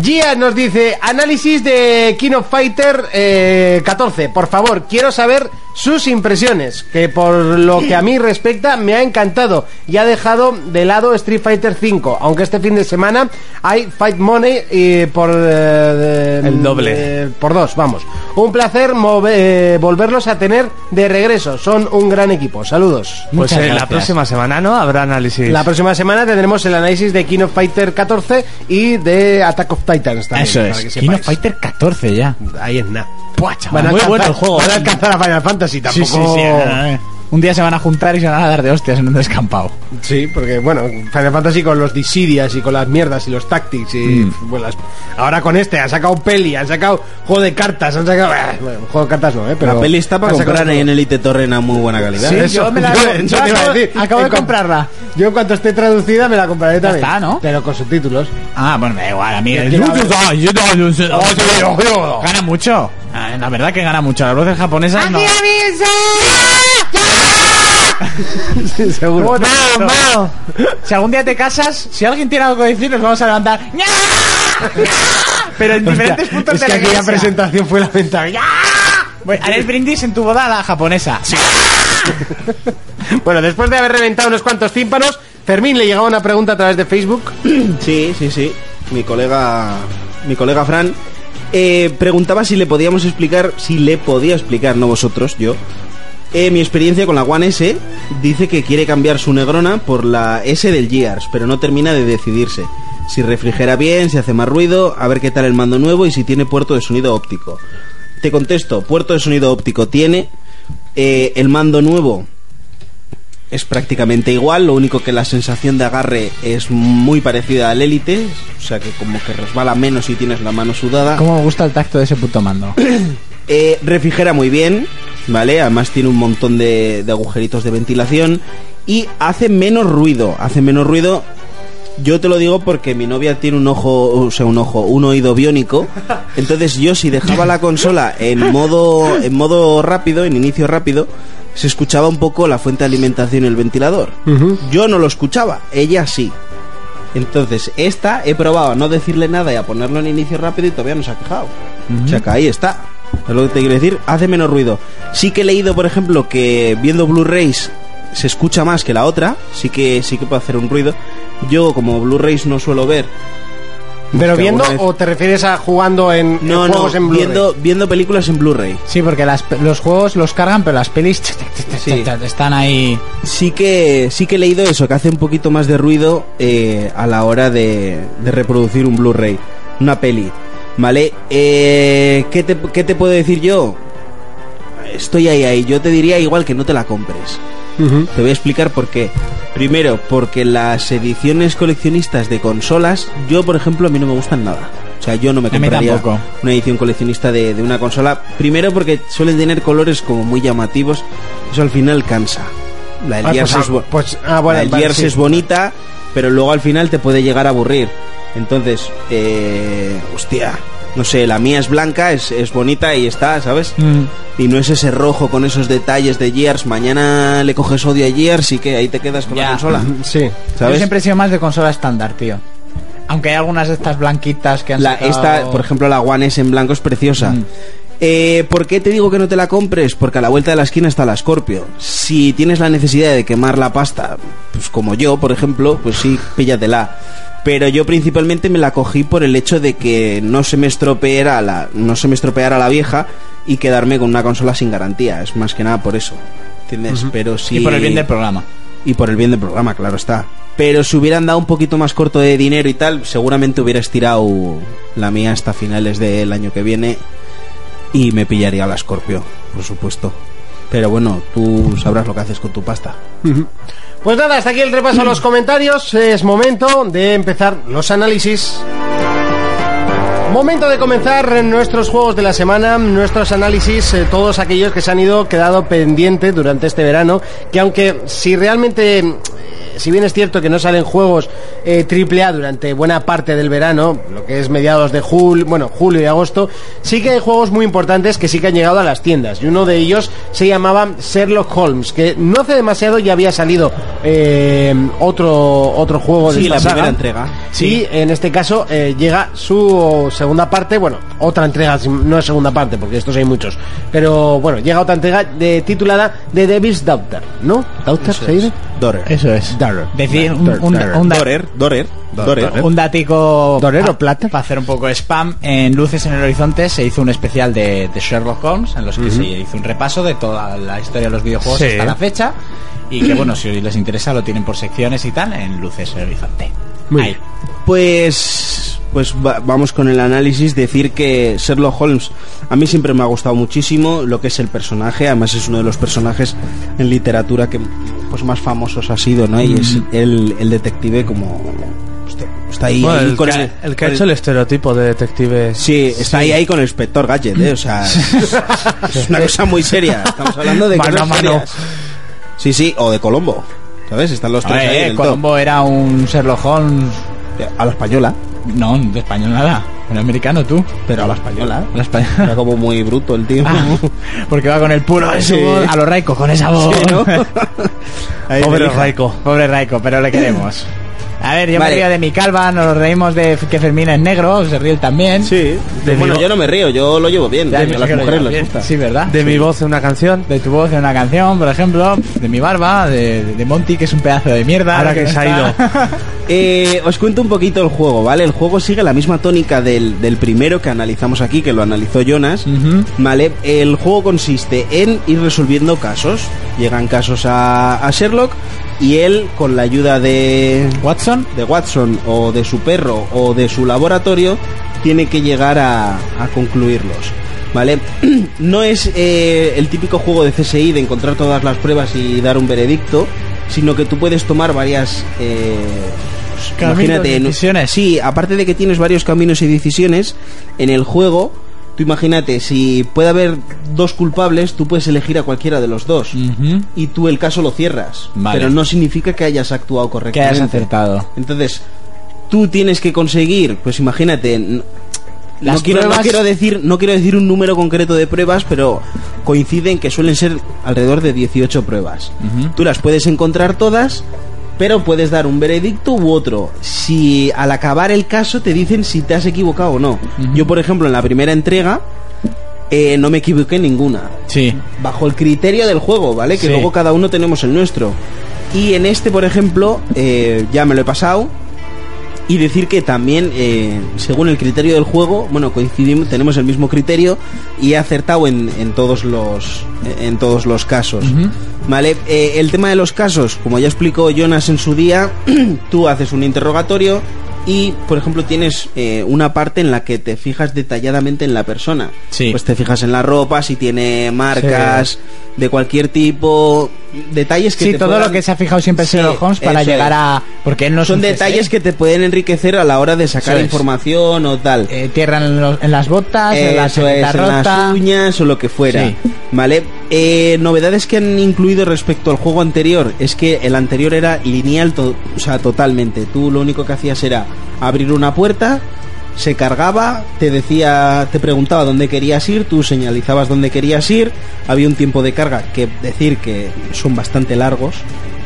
[SPEAKER 4] Gia nos dice análisis de King of Fighter eh, 14. Por favor, quiero saber sus impresiones, que por lo que a mí respecta me ha encantado y ha dejado de lado Street Fighter V, aunque este fin de semana hay Fight Money eh, por eh,
[SPEAKER 7] El doble.
[SPEAKER 4] eh, por dos, vamos. Un placer move- eh, volverlos a tener de regreso. Son un gran equipo. Saludos.
[SPEAKER 7] Pues
[SPEAKER 5] Muchas
[SPEAKER 7] eh, la
[SPEAKER 5] gracias.
[SPEAKER 7] próxima semana, ¿no? Habrá análisis.
[SPEAKER 4] La próxima semana tendremos el análisis de King of Fighter 14 y de Attack of Titans también.
[SPEAKER 5] Eso
[SPEAKER 4] para
[SPEAKER 5] es.
[SPEAKER 4] que
[SPEAKER 5] King of
[SPEAKER 4] sepáis.
[SPEAKER 5] Fighter 14 ya.
[SPEAKER 4] Ahí es nada.
[SPEAKER 5] Buah, chaval.
[SPEAKER 4] Van a
[SPEAKER 5] Ah, Muy
[SPEAKER 4] alcanzar-
[SPEAKER 5] bueno el juego. eh.
[SPEAKER 4] Van a alcanzar a Final Fantasy
[SPEAKER 5] Sí,
[SPEAKER 4] tampoco.
[SPEAKER 5] sí, sí. eh. Un día se van a juntar y se van a dar de hostias en un descampado.
[SPEAKER 4] Sí, porque bueno, Final Fantasy con los disidias y con las mierdas y los tactics y bueno, las- ahora con este han sacado peli, han sacado juego de cartas, han sacado bueno, juego de cartas no, eh, pero
[SPEAKER 6] la peli está para
[SPEAKER 4] han sacado
[SPEAKER 6] comprar
[SPEAKER 4] todo.
[SPEAKER 6] en el IT Torrent a muy buena calidad.
[SPEAKER 4] Sí,
[SPEAKER 6] Eso.
[SPEAKER 4] yo me la
[SPEAKER 6] Yo-
[SPEAKER 5] yo
[SPEAKER 4] te iba a
[SPEAKER 5] acabo-
[SPEAKER 4] decir.
[SPEAKER 5] acabo de
[SPEAKER 4] En cuan-
[SPEAKER 5] comprarla.
[SPEAKER 4] Yo en cuanto esté traducida me la compraré también.
[SPEAKER 5] está, ¿no?
[SPEAKER 4] Pero con subtítulos.
[SPEAKER 5] Ah, bueno, me da igual, a mí.
[SPEAKER 4] Yo
[SPEAKER 5] el-
[SPEAKER 4] quiero ver-
[SPEAKER 5] Gana mucho. Ah, La verdad que gana mucho. Las voces japonesas no.
[SPEAKER 4] Sí, seguro.
[SPEAKER 5] No, no. Si algún día te casas, si alguien tiene algo que decir, nos vamos a levantar. ¡Ña! ¡Ña! Pero en diferentes puntos
[SPEAKER 4] es
[SPEAKER 5] de
[SPEAKER 4] que
[SPEAKER 5] la
[SPEAKER 4] aquella
[SPEAKER 5] iglesia.
[SPEAKER 4] presentación fue lamentable.
[SPEAKER 5] Voy- Haré el brindis en tu boda a la japonesa.
[SPEAKER 4] Bueno, después de haber reventado unos cuantos tímpanos, Fermín le llegaba una pregunta a través de Facebook.
[SPEAKER 6] Sí, sí, sí. Mi colega, mi colega Fran eh, preguntaba si le podíamos explicar, si le podía explicar, no vosotros, yo. eh, mi experiencia con la One S dice que quiere cambiar su Negrona por la S del Gears, pero no termina de decidirse. Si refrigera bien, si hace más ruido, a ver qué tal el mando nuevo y si tiene puerto de sonido óptico. Te contesto, puerto de sonido óptico tiene. eh, el mando nuevo es prácticamente igual, lo único que la sensación de agarre es muy parecida al Elite, o sea que como que resbala menos si tienes la mano sudada.
[SPEAKER 5] ¿Cómo me gusta el tacto de ese puto mando?
[SPEAKER 6] Eh, refrigera muy bien, ¿vale? Además tiene un montón de, de agujeritos de ventilación y hace menos ruido, hace menos ruido. Yo te lo digo porque mi novia tiene un ojo, o sea, un ojo, un oído biónico. Entonces yo si dejaba la consola en modo, en modo rápido, en inicio rápido, se escuchaba un poco la fuente de alimentación y el ventilador. Yo no lo escuchaba, ella sí. Entonces, esta he probado a no decirle nada y a ponerlo en inicio rápido y todavía no se ha quejado. O sea que ahí está. Es lo que te quiero decir, hace menos ruido. Sí que he leído, por ejemplo, que viendo Blu-rays se escucha más que la otra. Sí que, sí que puede hacer un ruido. Yo, como Blu-rays no suelo ver.
[SPEAKER 4] ¿Pero
[SPEAKER 6] que
[SPEAKER 4] viendo
[SPEAKER 6] alguna vez-
[SPEAKER 4] o te refieres a jugando en, en
[SPEAKER 6] No, no,
[SPEAKER 4] juegos en Blu-ray?
[SPEAKER 6] viendo, viendo películas en Blu-ray.
[SPEAKER 5] Sí, porque las pe- los juegos los cargan, pero las pelis ch- ch- ch-
[SPEAKER 6] Sí.
[SPEAKER 5] ch- están ahí.
[SPEAKER 6] Sí que, sí que he leído eso, que hace un poquito más de ruido eh, a la hora de, de reproducir un Blu-ray, una peli. ¿Vale? Eh, ¿qué, te, ¿Qué te puedo decir yo? Estoy ahí, ahí. Yo te diría igual que no te la compres. Te voy a explicar por qué. Primero, porque las ediciones coleccionistas de consolas, yo por ejemplo, a mí no me gustan nada. O sea, yo no me
[SPEAKER 5] mí
[SPEAKER 6] compraría
[SPEAKER 5] tampoco.
[SPEAKER 6] una edición coleccionista de, de una consola. Primero, porque suelen tener colores como muy llamativos. Eso al final cansa. La del
[SPEAKER 4] Ah,
[SPEAKER 6] Gears
[SPEAKER 4] pues,
[SPEAKER 6] es, bo-
[SPEAKER 4] ah, pues, ah, bueno,
[SPEAKER 6] la del
[SPEAKER 4] vale,
[SPEAKER 6] Gears
[SPEAKER 4] sí.
[SPEAKER 6] es bonita, pero luego al final te puede llegar a aburrir. Entonces, eh, hostia, no sé, la mía es blanca, es, es bonita y está, ¿sabes?
[SPEAKER 5] Mm.
[SPEAKER 6] Y no es ese rojo con esos detalles de Gears. Mañana le coges odio a Gears y que ahí te quedas con la
[SPEAKER 5] Ya.
[SPEAKER 6] consola.
[SPEAKER 4] Sí.
[SPEAKER 5] Yo
[SPEAKER 6] ¿Sabes?
[SPEAKER 5] siempre he sido más de consola estándar, tío. Aunque hay algunas de estas blanquitas que han
[SPEAKER 6] La-
[SPEAKER 5] sacado-
[SPEAKER 6] esta, por ejemplo, la One S en blanco es preciosa.
[SPEAKER 5] Mm.
[SPEAKER 6] Eh, ¿Por qué te digo que no te la compres? Porque a la vuelta de la esquina está la Scorpio. Si tienes la necesidad de quemar la pasta, pues como yo, por ejemplo, pues sí, píllatela. Pero yo principalmente me la cogí por el hecho de que no se me estropeara la, no se me estropeara la vieja y quedarme con una consola sin garantía. Es más que nada por eso. ¿Entiendes? Pero sí.
[SPEAKER 5] Y por el bien del programa.
[SPEAKER 6] Y por el bien del programa, claro está. Pero si hubieran dado un poquito más corto de dinero y tal, seguramente hubiera estirado la mía hasta finales del año que viene y me pillaría la Scorpio, por supuesto. Pero bueno, tú sabrás lo que haces con tu pasta.
[SPEAKER 4] Pues nada, hasta aquí el repaso a los comentarios. Es momento de empezar los análisis. Momento de comenzar nuestros juegos de la semana, nuestros análisis, eh, todos aquellos que se han ido quedado pendientes durante este verano, que aunque si realmente, eh, si bien es cierto que no salen juegos eh, triple A durante buena parte del verano, lo que es mediados de julio, bueno, julio y agosto, sí que hay juegos muy importantes que sí que han llegado a las tiendas, y uno de ellos se llamaba Sherlock Holmes, que no hace demasiado ya había salido eh, otro, otro juego de
[SPEAKER 6] Sí,
[SPEAKER 4] esta
[SPEAKER 6] la
[SPEAKER 4] saga.
[SPEAKER 6] primera entrega.
[SPEAKER 4] Sí. Y en este caso eh, llega su segunda parte, bueno, otra entrega, si- no es segunda parte, porque estos hay muchos. Pero bueno, llega otra entrega de, titulada The Devil's Daughter, ¿no? ¿Daughter se dice?
[SPEAKER 6] Dorer.
[SPEAKER 5] Eso es.
[SPEAKER 4] Daughter.
[SPEAKER 5] Decir un, un, un da-
[SPEAKER 6] Dorer, Dorer, Dorer.
[SPEAKER 5] un datico
[SPEAKER 4] Dorero
[SPEAKER 5] pa-
[SPEAKER 4] Platter.
[SPEAKER 5] para hacer un poco de spam en Luces en el Horizonte se hizo un especial de, de Sherlock Holmes en los que se hizo un repaso de toda la historia de los videojuegos
[SPEAKER 7] Sí.
[SPEAKER 5] hasta la fecha y que bueno si les interesa lo tienen por secciones y tal en Luces en el Horizonte
[SPEAKER 4] Muy
[SPEAKER 5] Ahí.
[SPEAKER 4] bien.
[SPEAKER 6] Pues, pues va- vamos con el análisis. Decir que Sherlock Holmes a mí siempre me ha gustado muchísimo lo que es el personaje. Además es uno de los personajes en literatura que pues más famosos ha sido, ¿no? Y
[SPEAKER 7] Mm.
[SPEAKER 6] es el, el detective como usted- está ahí,
[SPEAKER 7] Bueno,
[SPEAKER 6] ahí
[SPEAKER 7] el,
[SPEAKER 6] con
[SPEAKER 7] que,
[SPEAKER 6] el-
[SPEAKER 7] el que ha
[SPEAKER 6] con
[SPEAKER 7] hecho el estereotipo de detective.
[SPEAKER 6] Sí, está ahí ahí con el inspector Gadget, ¿eh? o sea, es una cosa muy seria. Estamos hablando de
[SPEAKER 7] Mano a
[SPEAKER 6] cosas
[SPEAKER 7] mano.
[SPEAKER 6] serias. Sí, sí, o de Colombo. ¿Sabes? Están los
[SPEAKER 5] A
[SPEAKER 6] tres
[SPEAKER 5] ver,
[SPEAKER 6] ahí
[SPEAKER 5] eh,
[SPEAKER 6] en el top.
[SPEAKER 5] Colombo era un Sherlock Holmes
[SPEAKER 6] a la española,
[SPEAKER 5] no de español nada era americano tú
[SPEAKER 6] pero a la española.
[SPEAKER 5] La española.
[SPEAKER 6] Era como muy bruto el tío.
[SPEAKER 5] Ah, porque va con el puro de su
[SPEAKER 6] Sí.
[SPEAKER 5] voz, a lo Raico con esa voz
[SPEAKER 6] Sí, ¿no? Ahí
[SPEAKER 7] Pobre
[SPEAKER 6] me deja.
[SPEAKER 7] Raiko.
[SPEAKER 5] Pobre Raico, pero le queremos. A ver, yo me
[SPEAKER 6] Vale.
[SPEAKER 5] río de mi calva, nos reímos de que Fermín es negro, se ríe él también.
[SPEAKER 6] Sí. bueno, yo no me río, yo lo llevo bien.
[SPEAKER 5] Ya,
[SPEAKER 6] a
[SPEAKER 5] yo sé
[SPEAKER 6] las
[SPEAKER 5] que lo
[SPEAKER 6] mujeres
[SPEAKER 5] llevas
[SPEAKER 6] les
[SPEAKER 5] bien.
[SPEAKER 6] gusta.
[SPEAKER 5] Sí, ¿verdad?
[SPEAKER 7] De mi voz en una canción.
[SPEAKER 5] De tu voz en una canción, por ejemplo, de mi barba, de, de Monty, que es un pedazo de mierda.
[SPEAKER 7] Ahora que
[SPEAKER 5] no
[SPEAKER 7] se ha
[SPEAKER 5] está.
[SPEAKER 6] Eh, os cuento un poquito el juego, ¿vale? El juego sigue la misma tónica del, del primero que analizamos aquí, que lo analizó Jonas.
[SPEAKER 5] Ujú.
[SPEAKER 6] Vale, el juego consiste en ir resolviendo casos. Llegan casos a, a Sherlock y él, con la ayuda de,
[SPEAKER 5] Watson,
[SPEAKER 6] de Watson o de su perro o de su laboratorio, tiene que llegar a, a concluirlos. ¿Vale? No es eh, el típico juego de CSI de encontrar todas las pruebas y dar un veredicto, sino que tú puedes tomar varias... eh, pues,
[SPEAKER 5] Caminos,
[SPEAKER 6] en-
[SPEAKER 5] decisiones.
[SPEAKER 6] Sí, aparte de que tienes varios caminos y decisiones en el juego, tú imagínate, si puede haber dos culpables, tú puedes elegir a cualquiera de los dos.
[SPEAKER 5] Ujú.
[SPEAKER 6] Y tú el caso lo cierras.
[SPEAKER 5] Mm. Vale.
[SPEAKER 6] Pero no significa que hayas actuado
[SPEAKER 5] que
[SPEAKER 6] correctamente.
[SPEAKER 5] hayas acertado.
[SPEAKER 6] Entonces, tú tienes que conseguir, pues imagínate, n-
[SPEAKER 5] Las
[SPEAKER 6] no, quiero, no
[SPEAKER 5] pruebas-
[SPEAKER 6] quiero decir, no quiero decir un número concreto de pruebas, pero coinciden que suelen ser alrededor de 18 pruebas.
[SPEAKER 5] Ujú.
[SPEAKER 6] Tú las puedes encontrar todas, pero puedes dar un veredicto u otro. Si al acabar el caso te dicen si te has equivocado o no. Yo, por ejemplo, en la primera entrega eh, no me equivoqué en ninguna
[SPEAKER 5] Sí.
[SPEAKER 6] bajo el criterio del juego, ¿vale? Que
[SPEAKER 5] Sí.
[SPEAKER 6] luego cada uno tenemos el nuestro. Y en este, por ejemplo, eh, ya me lo he pasado. Y decir que también, eh, según el criterio del juego, bueno, coincidimos, tenemos el mismo criterio y he acertado en, en todos los en todos los casos. ¿Vale? Eh, el tema de los casos, como ya explicó Jonas en su día, tú haces un interrogatorio y, por ejemplo, tienes eh, una parte en la que te fijas detalladamente en la persona.
[SPEAKER 5] Sí.
[SPEAKER 6] Pues te fijas en la ropa, si tiene marcas de cualquier tipo, detalles que
[SPEAKER 5] Sí,
[SPEAKER 6] te
[SPEAKER 5] todo
[SPEAKER 6] puedan-
[SPEAKER 5] lo que se ha fijado siempre
[SPEAKER 6] Sí,
[SPEAKER 5] Sherlock Holmes para
[SPEAKER 6] eso
[SPEAKER 5] llegar
[SPEAKER 6] es.
[SPEAKER 5] a. Porque él no es
[SPEAKER 6] son
[SPEAKER 5] un
[SPEAKER 6] detalles
[SPEAKER 5] CSI.
[SPEAKER 6] que te pueden enriquecer a la hora de sacar
[SPEAKER 5] Eso es.
[SPEAKER 6] información o tal.
[SPEAKER 5] Eh, tierra en, los- en las botas, en la
[SPEAKER 6] Eso es,
[SPEAKER 5] chaqueta
[SPEAKER 6] en
[SPEAKER 5] rota.
[SPEAKER 6] las uñas o lo que fuera.
[SPEAKER 5] Sí.
[SPEAKER 6] Vale. Eh, novedades que han incluido respecto al juego anterior es que el anterior era lineal, to- o sea, totalmente. Tú lo único que hacías era abrir una puerta, se cargaba, te decía, te preguntaba dónde querías ir, tú señalizabas dónde querías ir, había un tiempo de carga que decir que son bastante largos.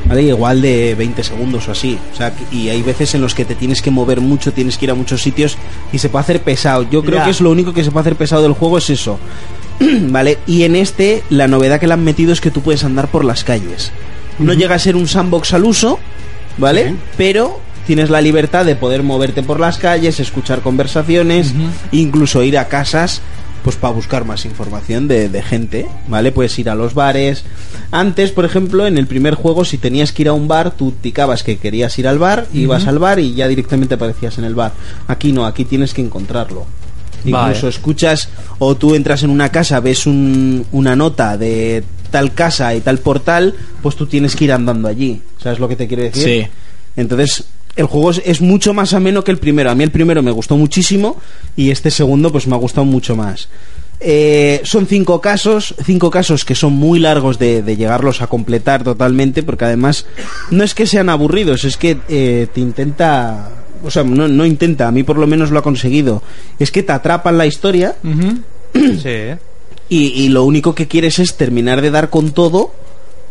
[SPEAKER 6] ¿Vale? Igual de 20 segundos o así. O sea, y hay veces en los que te tienes que mover mucho, tienes que ir a muchos sitios y se puede hacer pesado. Yo creo
[SPEAKER 5] Ya.
[SPEAKER 6] que es lo único que se puede hacer pesado del juego, es eso. ¿Vale? Y en este, la novedad que le han metido es que tú puedes andar por las calles. No llega a ser un sandbox al uso, ¿vale? Pero tienes la libertad de poder moverte por las calles, escuchar conversaciones, incluso ir a casas, pues para buscar más información de, de gente, ¿vale? Puedes ir a los bares. Antes, por ejemplo, en el primer juego, si tenías que ir a un bar, tú ticabas que querías ir al bar, ibas al bar y ya directamente aparecías en el bar. Aquí no, aquí tienes que encontrarlo.
[SPEAKER 7] Vale.
[SPEAKER 6] Incluso escuchas o tú entras en una casa, ves un- una nota de tal casa y tal portal, pues tú tienes que ir andando allí. ¿Sabes lo que te quiero decir?
[SPEAKER 5] Sí.
[SPEAKER 6] Entonces, el juego es, es mucho más ameno que el primero. A mí el primero me gustó muchísimo y este segundo pues me ha gustado mucho más. Eh, son cinco casos, cinco casos que son muy largos de, de llegarlos a completar totalmente, porque además no es que sean aburridos, es que eh, te intenta, o sea, no, no intenta, a mí por lo menos lo ha conseguido, es que te atrapan la historia
[SPEAKER 7] Sí. ¿eh?
[SPEAKER 6] y, y lo único que quieres es terminar de dar con todo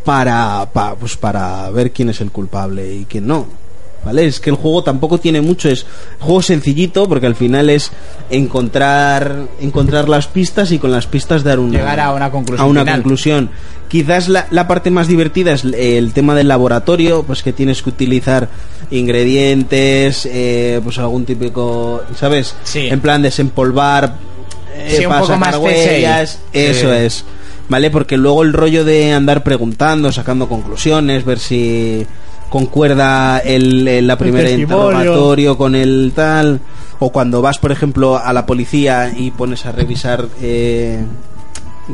[SPEAKER 6] para, pa- pues para ver quién es el culpable y quién no. ¿Vale? Es que el juego tampoco tiene mucho, es juego sencillito porque al final es encontrar encontrar las pistas y con las pistas dar una,
[SPEAKER 5] Llegar a una conclusión
[SPEAKER 6] a una
[SPEAKER 5] final.
[SPEAKER 6] conclusión. Quizás la, la parte más divertida es el- el tema del laboratorio, pues que tienes que utilizar ingredientes, eh, pues algún típico, ¿sabes?
[SPEAKER 5] Sí.
[SPEAKER 6] En plan desempolvar, eh,
[SPEAKER 5] Sí, un
[SPEAKER 6] para
[SPEAKER 5] poco
[SPEAKER 6] sacar
[SPEAKER 5] más
[SPEAKER 6] huellas,
[SPEAKER 5] T6.
[SPEAKER 6] eso
[SPEAKER 5] Sí.
[SPEAKER 6] es. pues, ¿Vale? Porque luego el rollo de andar preguntando, sacando conclusiones, ver si concuerda el, el- la primera
[SPEAKER 5] testimonio.
[SPEAKER 6] interrogatorio con el tal. O cuando vas, por ejemplo, a la policía y pones a revisar eh,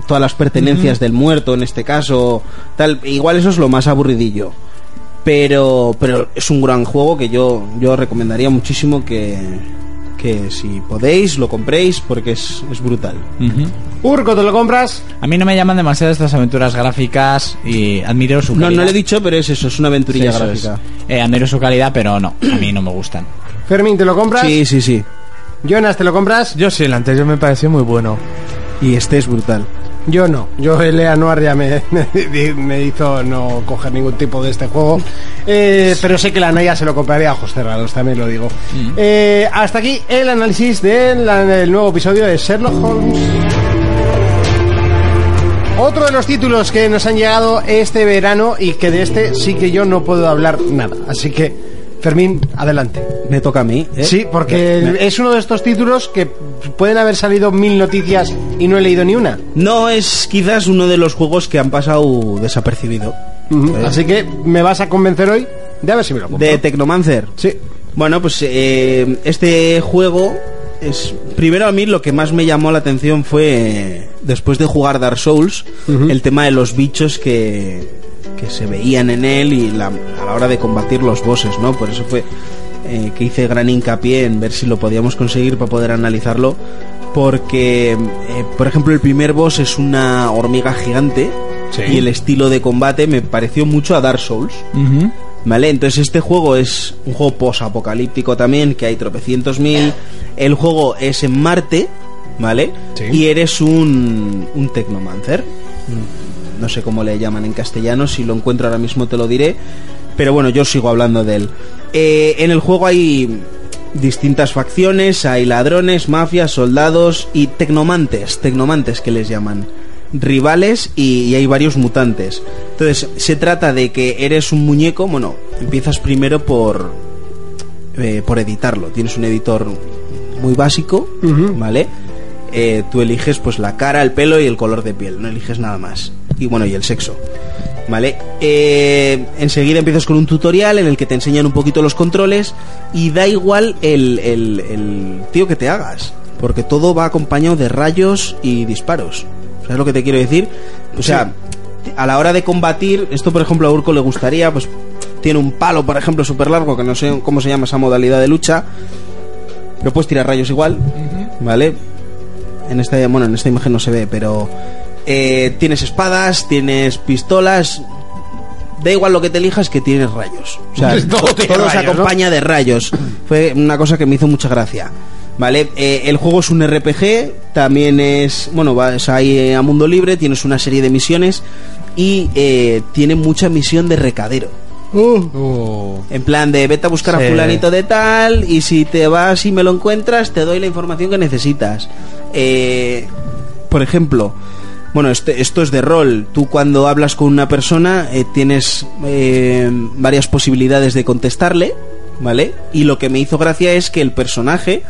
[SPEAKER 6] todas las pertenencias del muerto, en este caso, tal. Igual eso es lo más aburridillo. Pero, pero es un gran juego que yo, yo recomendaría muchísimo que, que si podéis lo compréis porque es, es brutal.
[SPEAKER 4] Urco, ¿te lo compras?
[SPEAKER 5] A mí no me llaman demasiado estas aventuras gráficas y admiro su
[SPEAKER 6] No,
[SPEAKER 5] calidad.
[SPEAKER 6] no lo he dicho, pero es eso, es una
[SPEAKER 5] Sí,
[SPEAKER 6] aventurilla
[SPEAKER 5] eso
[SPEAKER 6] gráfica.
[SPEAKER 5] es. Eh, admiro su calidad, pero no, a mí no me gustan.
[SPEAKER 4] Fermín, ¿te lo compras?
[SPEAKER 6] Sí, sí, sí.
[SPEAKER 4] Jonas, ¿te lo compras?
[SPEAKER 7] Yo sí, el anterior me pareció muy bueno.
[SPEAKER 6] Y este es brutal.
[SPEAKER 4] Yo no. Yo el Anuar ya me, me hizo no coger ningún tipo de este juego. Eh, pero sé que la Naya se lo compraría a ojos cerrados, también lo digo. Eh, hasta aquí el análisis del el nuevo episodio de Sherlock Holmes. Otro de los títulos que nos han llegado este verano y que de este sí que yo no puedo hablar nada. Así que, Fermín, adelante.
[SPEAKER 6] Me toca a mí. ¿eh?
[SPEAKER 4] Sí, porque es uno de estos títulos que pueden haber salido mil noticias y no he leído ni una.
[SPEAKER 6] No es quizás uno de los juegos que han pasado desapercibido.
[SPEAKER 4] Ujú,
[SPEAKER 6] Eh,
[SPEAKER 4] Así que me vas a convencer hoy de a ver si me lo compro.
[SPEAKER 6] De Tecnomancer.
[SPEAKER 4] Sí.
[SPEAKER 6] Bueno, pues eh, este juego es primero a mí lo que más me llamó la atención fue eh, después de jugar Dark Souls el tema de los bichos que que se veían en él y la- a la hora de combatir los bosses, ¿no? Por eso fue eh, que hice gran hincapié en ver si lo podíamos conseguir para poder analizarlo porque eh, por ejemplo el primer boss es una hormiga gigante y el estilo de combate me pareció mucho a Dark Souls. ¿Vale? Entonces este juego es un juego posapocalíptico también, que hay tropecientos mil. El juego es en Marte, ¿vale? Y eres un, un tecnomancer. No sé cómo le llaman en castellano, si lo encuentro ahora mismo te lo diré. Pero bueno, yo sigo hablando de él. Eh, en el juego hay distintas facciones, hay ladrones, mafias, soldados y tecnomantes, tecnomantes que les llaman rivales y, y hay varios mutantes. Entonces, se trata de que eres un muñeco, bueno, empiezas primero por eh, por editarlo. Tienes un editor muy básico, ¿vale? Eh, tú eliges pues la cara, el pelo y el color de piel, no eliges nada más. Y bueno, y el sexo. ¿Vale? Eh, enseguida empiezas con un tutorial en el que te enseñan un poquito los controles y da igual el, el- el tío que te hagas, porque todo va acompañado de rayos y disparos. ¿Sabes lo que te quiero decir? O sea, a la hora de combatir, esto por ejemplo a Urco le gustaría, pues tiene un palo, por ejemplo, súper largo, que no sé cómo se llama esa modalidad de lucha, pero puedes tirar rayos igual, ¿vale? En esta, bueno, en esta imagen no se ve, pero eh, tienes espadas, tienes pistolas, da igual lo que te elijas que tienes rayos. O sea, todo, se acompaña de rayos. Fue una cosa que me hizo mucha gracia. Vale, Eh, el juego es un RPG, también es, bueno, vas ahí eh, a mundo libre, tienes una serie de misiones y eh, tiene mucha misión de recadero. En plan de vete a buscar
[SPEAKER 7] Sí.
[SPEAKER 6] a fulanito de tal y si te vas y me lo encuentras te doy la información que necesitas. Eh, por ejemplo, bueno, este- esto es de rol. Tú cuando hablas con una persona eh, tienes eh, varias posibilidades de contestarle, ¿vale? Y lo que me hizo gracia es que el personaje,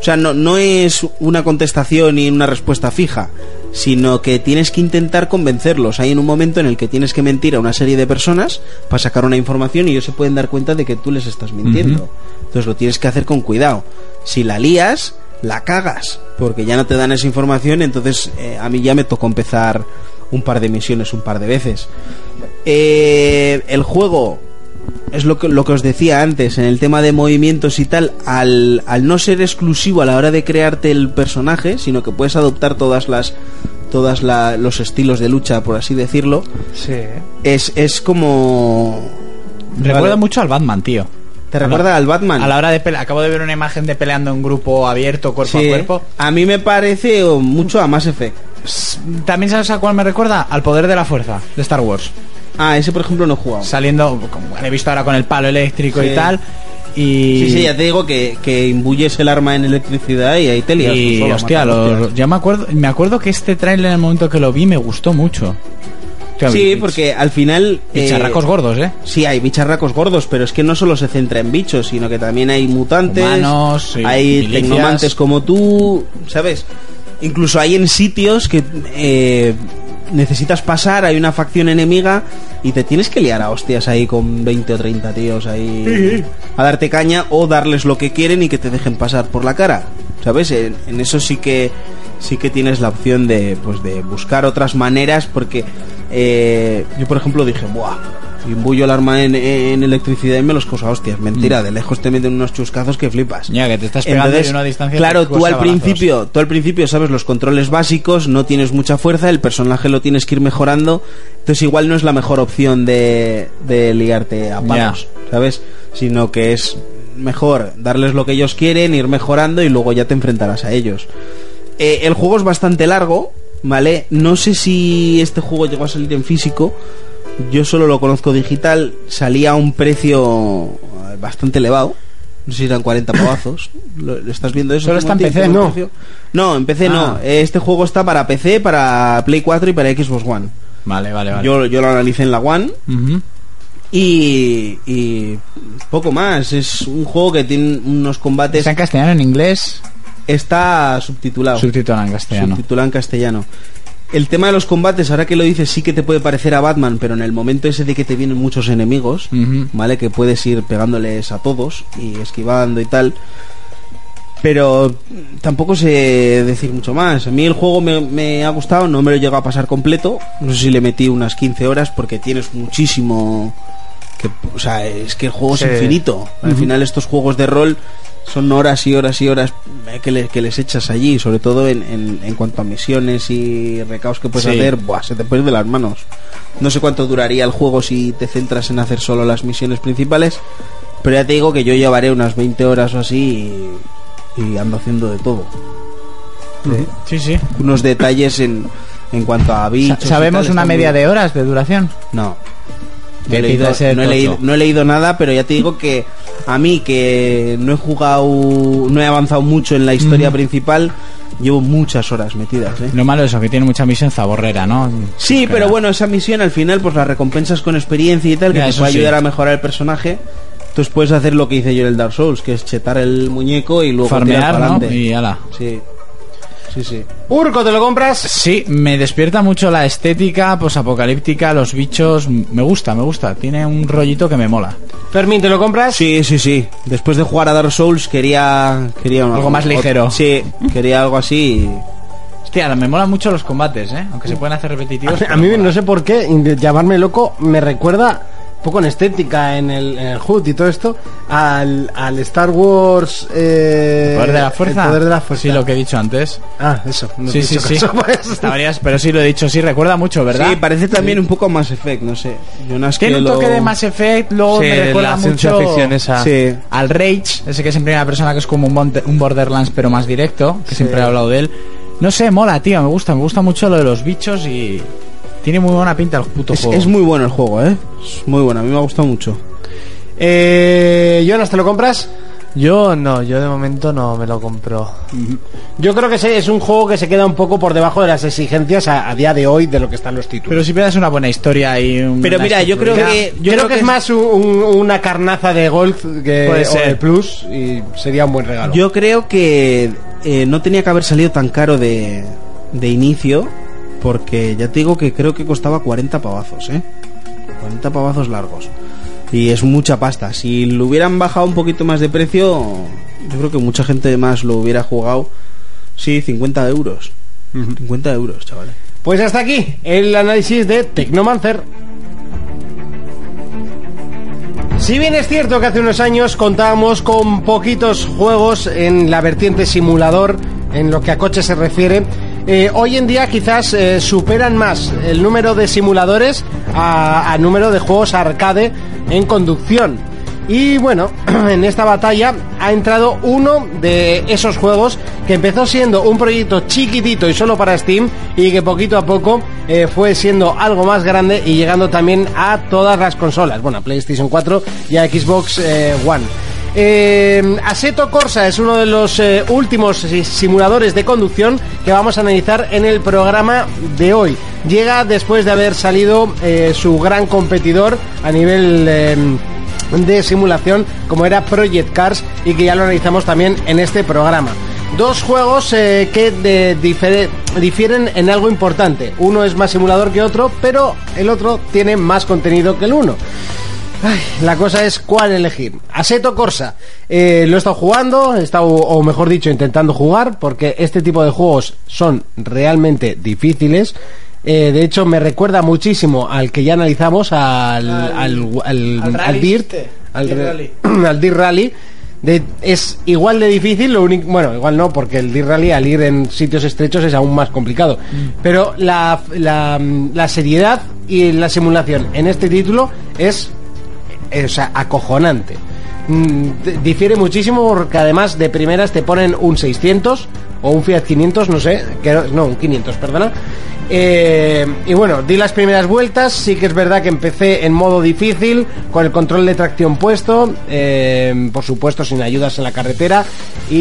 [SPEAKER 6] o sea, no, no es una contestación y una respuesta fija, sino que tienes que intentar convencerlos. Hay en un momento en el que tienes que mentir a una serie de personas para sacar una información y ellos se pueden dar cuenta de que tú les estás mintiendo. Entonces lo tienes que hacer con cuidado. Si la lías, la cagas, porque ya no te dan esa información, entonces eh, a mí ya me tocó empezar un par de misiones un par de veces. Eh, el juego es lo que, lo que os decía antes, en el tema de movimientos y tal, al, al no ser exclusivo a la hora de crearte el personaje, sino que puedes adoptar todas las todas la- los estilos de lucha, por así decirlo,
[SPEAKER 7] Sí.
[SPEAKER 4] ¿eh?
[SPEAKER 6] es, es como...
[SPEAKER 5] Recuerda
[SPEAKER 6] Vale.
[SPEAKER 5] mucho al Batman, tío.
[SPEAKER 6] ¿Te recuerda al Batman?
[SPEAKER 5] A la hora de pelear, acabo de ver una imagen de peleando en grupo abierto, cuerpo
[SPEAKER 6] Sí. ¿eh?
[SPEAKER 5] a cuerpo.
[SPEAKER 6] A mí me parece oh, mucho a Mass Effect.
[SPEAKER 5] También sabes a cuál me recuerda? Al poder de la fuerza de Star Wars.
[SPEAKER 6] Ah, ese por ejemplo no he jugado.
[SPEAKER 5] Saliendo, como he visto ahora con el palo eléctrico
[SPEAKER 6] Sí.
[SPEAKER 5] y tal. Y,
[SPEAKER 6] Sí, sí, ya te digo que, que imbuyes el arma en electricidad y ahí te lias.
[SPEAKER 5] y,
[SPEAKER 6] tú solo,
[SPEAKER 5] hostia,
[SPEAKER 6] matas,
[SPEAKER 5] lo-
[SPEAKER 6] hostias.
[SPEAKER 5] yo me acuerdo, me acuerdo que este trailer en el momento que lo vi me gustó mucho. Hostia,
[SPEAKER 6] Sí,
[SPEAKER 5] bichos.
[SPEAKER 6] porque al final... eh,
[SPEAKER 5] Bicharracos gordos, ¿eh?
[SPEAKER 6] Sí, hay bicharracos gordos, pero es que no solo se centra en bichos, sino que también hay mutantes,
[SPEAKER 5] Humanos, sí,
[SPEAKER 6] hay
[SPEAKER 5] milicias.
[SPEAKER 6] tecnomantes como tú, ¿sabes? Incluso hay en sitios que eh, necesitas pasar, hay una facción enemiga y te tienes que liar a hostias ahí con 20 o 30 tíos ahí a darte caña o darles lo que quieren y que te dejen pasar por la cara, ¿sabes? En, en eso sí que sí que tienes la opción de pues de buscar otras maneras porque eh, yo por ejemplo dije, buah. Imbullo el arma en, en electricidad y me los coso a hostias. Mentira, de lejos te meten unos chuscazos que flipas.
[SPEAKER 5] Ya, que te estás pegando y una distancia
[SPEAKER 6] Claro,
[SPEAKER 5] te
[SPEAKER 6] tú
[SPEAKER 5] cosa
[SPEAKER 6] al
[SPEAKER 5] balazos.
[SPEAKER 6] principio, tú al principio sabes los controles básicos, no tienes mucha fuerza, el personaje lo tienes que ir mejorando, entonces igual no es la mejor opción de, de liarte a palos, ¿sabes? Sino que es mejor darles lo que ellos quieren, ir mejorando y luego ya te enfrentarás a ellos. Eh, el juego es bastante largo, ¿vale? No sé si este juego llegó a salir en físico. Yo solo lo conozco digital. Salía a un precio eh, bastante elevado. No sé si eran 40 pavazos. ¿Lo, lo estás viendo eso?
[SPEAKER 5] ¿Solo está en
[SPEAKER 6] Timothy?
[SPEAKER 5] PC?
[SPEAKER 6] ¿Tiene un
[SPEAKER 5] No.
[SPEAKER 6] precio? No, en PC no.
[SPEAKER 5] Ah.
[SPEAKER 6] Eh, Este juego está para PC, para Play 4 y para Xbox One.
[SPEAKER 5] Vale, vale, vale.
[SPEAKER 6] Yo, yo lo analicé en la One.
[SPEAKER 5] Ujú.
[SPEAKER 6] Y, y poco más. Es un juego que tiene unos combates.
[SPEAKER 5] ¿Está en castellano, en inglés?
[SPEAKER 6] Está subtitulado.
[SPEAKER 5] Subtitulado en castellano.
[SPEAKER 6] subtitulado en castellano. El tema de los combates, ahora que lo dices, sí que te puede parecer a Batman, pero en el momento ese de que te vienen muchos enemigos,
[SPEAKER 5] Ujú.
[SPEAKER 6] ¿vale? Que puedes ir pegándoles a todos y esquivando y tal. Pero tampoco sé decir mucho más. A mí el juego me, me ha gustado, no me lo he llegado a pasar completo. No sé si le metí unas 15 horas porque tienes muchísimo... Que, o sea, es que el juego
[SPEAKER 7] Sí.
[SPEAKER 6] es infinito. Al final estos juegos de rol son horas y horas y horas eh, que, le- que les echas allí, sobre todo en, en- en cuanto a misiones y recaos que puedes
[SPEAKER 5] Sí.
[SPEAKER 6] hacer, buah, se te puede ir de las manos. No sé cuánto duraría el juego si te centras en hacer solo las misiones principales, pero ya te digo que yo llevaré unas 20 horas o así y, y ando haciendo de todo.
[SPEAKER 5] Sí, sí.
[SPEAKER 6] Unos detalles en, en cuanto a
[SPEAKER 5] Sa-
[SPEAKER 6] bichos. y
[SPEAKER 5] ¿Sabemos
[SPEAKER 6] tal,
[SPEAKER 5] una
[SPEAKER 6] está muy
[SPEAKER 5] media
[SPEAKER 6] bien.
[SPEAKER 5] de horas de duración?
[SPEAKER 6] No. No
[SPEAKER 5] Que
[SPEAKER 6] he,
[SPEAKER 5] te
[SPEAKER 6] leído,
[SPEAKER 5] iba a ser
[SPEAKER 6] no he
[SPEAKER 5] tocho.
[SPEAKER 6] leído- no he leído nada, pero ya te digo que a mí que no he jugado, no he avanzado mucho en la historia principal, llevo muchas horas metidas. ¿eh?
[SPEAKER 5] Lo malo es eso, que tiene mucha misión zaborrera, ¿no?
[SPEAKER 6] Sí,
[SPEAKER 5] Espera.
[SPEAKER 6] pero bueno, esa misión al final, pues las recompensas con experiencia y tal, que
[SPEAKER 5] Ya,
[SPEAKER 6] te
[SPEAKER 5] eso
[SPEAKER 6] puede ayudar
[SPEAKER 5] sí.
[SPEAKER 6] a mejorar el personaje. Entonces puedes hacer lo que hice yo en el Dark Souls, que es chetar el muñeco y luego tirar
[SPEAKER 5] Farmear,
[SPEAKER 6] para
[SPEAKER 5] ¿no?
[SPEAKER 6] adelante.
[SPEAKER 5] Y ala.
[SPEAKER 6] Sí, sí, sí.
[SPEAKER 4] Urco, ¿te lo compras?
[SPEAKER 5] Sí, me despierta mucho la estética posapocalíptica, los bichos. m- Me gusta, me gusta. Tiene un rollito que me mola.
[SPEAKER 4] Fermín, ¿te lo compras?
[SPEAKER 6] Sí, sí, sí. Después de jugar a Dark Souls quería, quería un-
[SPEAKER 5] Algo más ligero.
[SPEAKER 6] Sí, quería algo así. y-
[SPEAKER 5] Hostia, me molan mucho los combates, ¿eh? Aunque se pueden hacer repetitivos.
[SPEAKER 4] A
[SPEAKER 5] pero
[SPEAKER 4] mí,
[SPEAKER 5] mola.
[SPEAKER 4] no sé por qué, de llamarme loco me recuerda, un poco en estética, en el, en el HUD y todo esto, al, al Star Wars. eh,
[SPEAKER 5] ¿El poder de la fuerza?
[SPEAKER 4] El poder de la fuerza.
[SPEAKER 5] Sí, lo que he dicho antes.
[SPEAKER 4] Ah, eso. no
[SPEAKER 5] sí,
[SPEAKER 4] te he
[SPEAKER 5] sí,
[SPEAKER 4] dicho
[SPEAKER 5] sí.
[SPEAKER 4] caso, pues.
[SPEAKER 5] Estarías- pero sí lo he dicho, sí, recuerda mucho, ¿verdad?
[SPEAKER 6] Sí, parece también un poco a Mass Effect, no sé. Jonas
[SPEAKER 5] Tiene
[SPEAKER 6] que
[SPEAKER 5] un
[SPEAKER 6] lo-
[SPEAKER 5] toque de Mass Effect, luego
[SPEAKER 7] Sí,
[SPEAKER 5] me recuerda
[SPEAKER 7] la ciencia
[SPEAKER 5] mucho
[SPEAKER 7] ficción esa.
[SPEAKER 6] Sí.
[SPEAKER 5] al Rage, ese que es en primera persona, que es como un, bonte- un Borderlands pero más directo, que siempre he hablado de él. No sé, mola, tío, me gusta, me gusta mucho lo de los bichos y tiene muy buena pinta el puto
[SPEAKER 6] Es,
[SPEAKER 5] juego.
[SPEAKER 6] es muy bueno el juego, ¿eh? Es muy bueno, a mí me ha gustado mucho.
[SPEAKER 4] Eh, Jonas, ¿te lo compras?
[SPEAKER 7] Yo no, yo de momento no me lo compro.
[SPEAKER 4] Yo creo que ese es un juego que se queda un poco por debajo de las exigencias a, a día de hoy de lo que están los títulos.
[SPEAKER 5] Pero si pegas una buena historia y un.
[SPEAKER 6] Pero
[SPEAKER 5] una
[SPEAKER 6] mira, yo creo
[SPEAKER 5] estructura-
[SPEAKER 6] que-
[SPEAKER 4] Yo creo, que, es más un- un- una carnaza de golf que
[SPEAKER 5] Puede
[SPEAKER 4] o
[SPEAKER 5] ser.
[SPEAKER 4] de plus y sería un buen regalo.
[SPEAKER 6] Yo creo que eh, no tenía que haber salido tan caro de, de inicio, porque ya te digo que creo que costaba 40 pavazos, ¿eh? 40 pavazos largos. Y es mucha pasta. Si lo hubieran bajado un poquito más de precio, yo creo que mucha gente más lo hubiera jugado. Sí, 50 euros. 50 euros, chavales.
[SPEAKER 4] Pues hasta aquí el análisis de Tecnomancer. Si bien es cierto que hace unos años contábamos con poquitos juegos en la vertiente simulador, en lo que a coches se refiere, eh, hoy en día quizás eh, superan más el número de simuladores a, a número de juegos arcade en conducción. Y bueno, en esta batalla ha entrado uno de esos juegos que empezó siendo un proyecto chiquitito y solo para Steam y que poquito a poco eh, fue siendo algo más grande y llegando también a todas las consolas, bueno, a PlayStation 4 y a Xbox eh, One. Eh, Assetto Corsa es uno de los eh, últimos si- simuladores de conducción que vamos a analizar en el programa de hoy. Llega después de haber salido eh, su gran competidor a nivel eh, de simulación como era Project Cars y que ya lo analizamos también en este programa. Dos juegos eh, que de- difere- difieren en algo importante. Uno es más simulador que otro, pero el otro tiene más contenido que el uno. Ay, la cosa es cuál elegir. Aseto Corsa. Eh, lo he estado jugando, he estado, o mejor dicho, intentando jugar, porque este tipo de juegos son realmente difíciles. Eh, de hecho, me recuerda muchísimo al que ya analizamos, al, al, al,
[SPEAKER 5] al
[SPEAKER 4] al
[SPEAKER 5] rally
[SPEAKER 4] Dirt,
[SPEAKER 5] este,
[SPEAKER 4] al,
[SPEAKER 5] Dirt
[SPEAKER 4] re-
[SPEAKER 5] Rally.
[SPEAKER 4] al Dirt Rally. De- es igual de difícil, lo único, bueno, igual no, porque el Dirt Rally al ir en sitios estrechos es aún más complicado.
[SPEAKER 5] Mm.
[SPEAKER 4] Pero la, la, la seriedad y la simulación en este título es eh, o sea, acojonante. Mm, d- Difiere muchísimo porque además de primeras te ponen un 600 o un Fiat 500, no sé, que no- no, un 500, perdona. Eh, y bueno, di las primeras vueltas, sí que es verdad que empecé en modo difícil, con el control de tracción puesto, eh, por supuesto sin ayudas en la carretera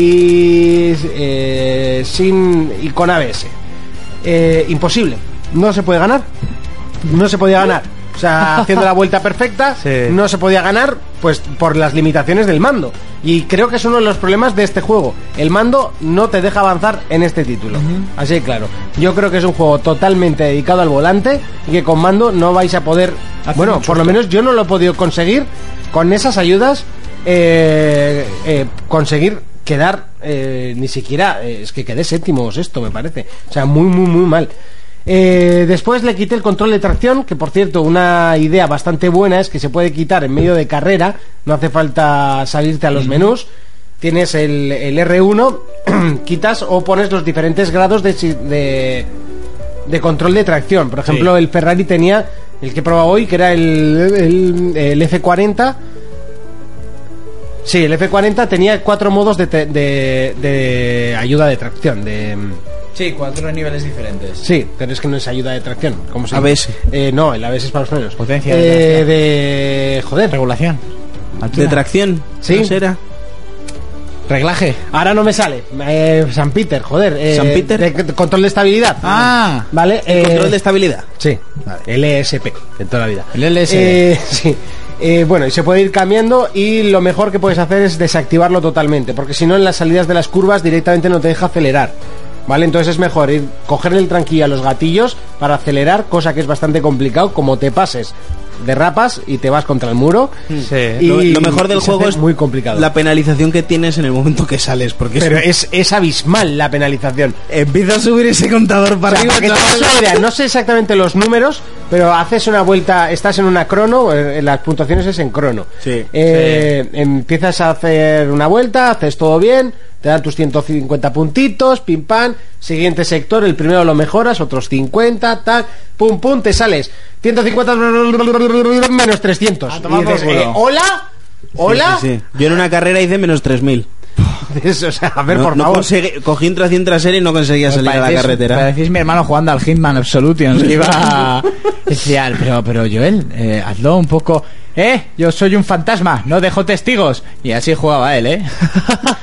[SPEAKER 4] y, eh, sin, y con ABS. Eh, imposible, no se puede ganar, no se podía ganar. O sea, haciendo la vuelta perfecta,
[SPEAKER 7] Sí.
[SPEAKER 4] no se podía ganar, pues por las limitaciones del mando. Y creo que es uno de los problemas de este juego. El mando no te deja avanzar en este título. Así de claro. Yo creo que es un juego totalmente dedicado al volante y que con mando no vais a poder. bueno, por lo menos yo no lo he podido conseguir con esas ayudas. eh, eh, conseguir quedar eh, ni siquiera. eh, es que quedé séptimo o sexto, me parece. O sea, muy, muy, muy mal. Eh, después le quité el control de tracción, que por cierto, una idea bastante buena es que se puede quitar en medio de carrera, no hace falta salirte a los menús. Tienes el, el R1, quitas o pones los diferentes grados de, si- de, de control de tracción. Por ejemplo, el Ferrari tenía el que he probado hoy, que era el, el- el F40. Sí, el F40 tenía cuatro modos de, te- de- de ayuda de tracción, de.
[SPEAKER 5] Sí, cuatro niveles diferentes.
[SPEAKER 4] Sí, pero es que no es ayuda de tracción. ¿Cómo se llama?
[SPEAKER 6] ABS.
[SPEAKER 4] Eh, no, el ABS es para los frenos.
[SPEAKER 5] Potencia
[SPEAKER 4] Eh,
[SPEAKER 5] de
[SPEAKER 4] de,
[SPEAKER 5] tracción.
[SPEAKER 4] Joder,
[SPEAKER 5] Regulación.
[SPEAKER 6] ¿De tracción?
[SPEAKER 4] Sí.
[SPEAKER 6] ¿No será?
[SPEAKER 4] reglaje. Ahora no me sale. Eh, San Peter, joder. Eh,
[SPEAKER 6] San Peter.
[SPEAKER 4] de- de control de estabilidad.
[SPEAKER 5] Ah.
[SPEAKER 4] Vale. eh,
[SPEAKER 6] ¿Control de estabilidad?
[SPEAKER 4] Sí, LSP, de toda la vida.
[SPEAKER 5] El LSD.
[SPEAKER 4] Eh, sí. Eh, bueno, y se puede ir cambiando y lo mejor que puedes hacer es desactivarlo totalmente, porque si no en las salidas de las curvas directamente no te deja acelerar. ¿Vale? Entonces es mejor ir cogerle el tranquillo a los gatillos para acelerar, cosa que es bastante complicado, como te pases, derrapas y te vas contra el muro.
[SPEAKER 7] Sí.
[SPEAKER 6] Lo, lo mejor
[SPEAKER 4] y
[SPEAKER 6] del
[SPEAKER 4] se
[SPEAKER 6] juego
[SPEAKER 4] hace
[SPEAKER 6] es
[SPEAKER 4] muy complicado.
[SPEAKER 6] la penalización que tienes en el momento que sales, porque
[SPEAKER 4] Pero
[SPEAKER 6] es-
[SPEAKER 4] es, es abismal la penalización.
[SPEAKER 6] empieza a subir ese contador para
[SPEAKER 4] O sea,
[SPEAKER 6] arriba.
[SPEAKER 4] para que te hagas una idea, no sé exactamente los números, pero haces una vuelta, estás en una crono, eh, en las puntuaciones es en crono.
[SPEAKER 6] Sí,
[SPEAKER 4] Eh, Empiezas a hacer una vuelta, haces todo bien, te dan tus 150 puntitos, pim pam, siguiente sector, el primero lo mejoras, otros 50, tac, pum pum, te sales. 150 menos 300.
[SPEAKER 6] Ah,
[SPEAKER 5] A tomar
[SPEAKER 4] Y dices,
[SPEAKER 5] por culo.
[SPEAKER 4] eh, ¿Hola? ¿Hola?
[SPEAKER 6] Sí, sí, sí. Yo en una carrera hice menos 3.000.
[SPEAKER 4] Dices, o sea, a ver,
[SPEAKER 6] no,
[SPEAKER 4] por
[SPEAKER 6] no
[SPEAKER 4] favor.
[SPEAKER 6] conseguí- cogí un tracción trasera y no conseguía salir a la
[SPEAKER 5] Parecéis-
[SPEAKER 6] carretera.
[SPEAKER 5] Parecéis mi hermano jugando al Hitman Absolution. que iba a- Decía, pero, pero Joel, eh, hazlo un poco. ¡Eh! Yo soy un fantasma, no dejo testigos. Y así jugaba él, ¿eh?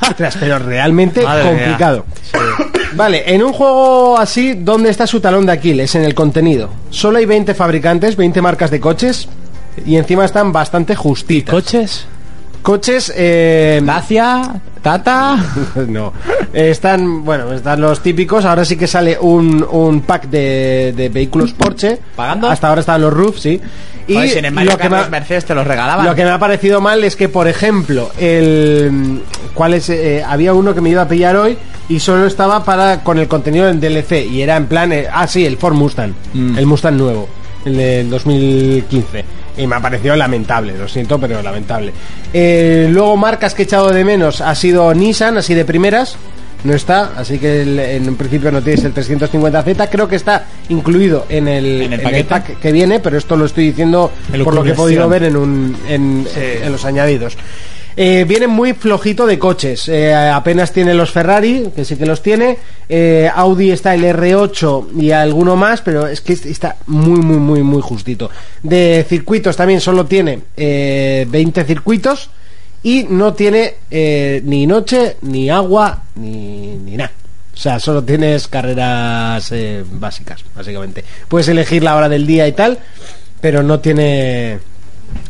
[SPEAKER 4] Ostras, pero realmente
[SPEAKER 7] Madre mía.
[SPEAKER 4] complicado. Vale, en un juego así, ¿dónde está su talón de Aquiles? En el contenido. Solo hay 20 fabricantes, 20 marcas de coches. Y encima están bastante justitas.
[SPEAKER 5] ¿Coches?
[SPEAKER 4] Coches, eh,
[SPEAKER 5] Dacia, Tata.
[SPEAKER 4] no. Eh, Están, bueno, están los típicos. Ahora sí que sale un, un pack de, de vehículos Porsche.
[SPEAKER 5] ¿Pagando?
[SPEAKER 4] Hasta ahora estaban los Roof, sí. Y
[SPEAKER 5] Joder, si en el Mario
[SPEAKER 4] lo que
[SPEAKER 5] Kart los
[SPEAKER 4] me-
[SPEAKER 5] Mercedes te los regalaban.
[SPEAKER 4] lo que me ha parecido mal es que, por ejemplo, el cuál es eh, había uno que me iba a pillar hoy y solo estaba para con el contenido en DLC y era en plan eh, ah sí el Ford Mustang, el Mustang nuevo, el del 2015 y me ha parecido lamentable, lo siento pero lamentable. Eh, luego marcas que he echado de menos ha sido Nissan así de primeras. no está, así que el- en principio no tienes el 350Z. Creo que está incluido en el, en el
[SPEAKER 5] paquete?
[SPEAKER 4] pack que viene, pero esto lo estoy diciendo por lo que he podido
[SPEAKER 5] Elucubración.
[SPEAKER 4] ver en, un, en, en los añadidos. Eh, viene muy flojito de coches. eh, apenas tiene los Ferrari, que sí que los tiene. eh, Audi está el R8 y alguno más, pero es que este está muy, muy, muy, muy justito. De circuitos también solo tiene eh, 20 circuitos y no tiene eh, ni noche, ni agua, ni, ni nada. O sea, solo tienes carreras eh, básicas, básicamente. Puedes elegir la hora del día y tal, pero no tiene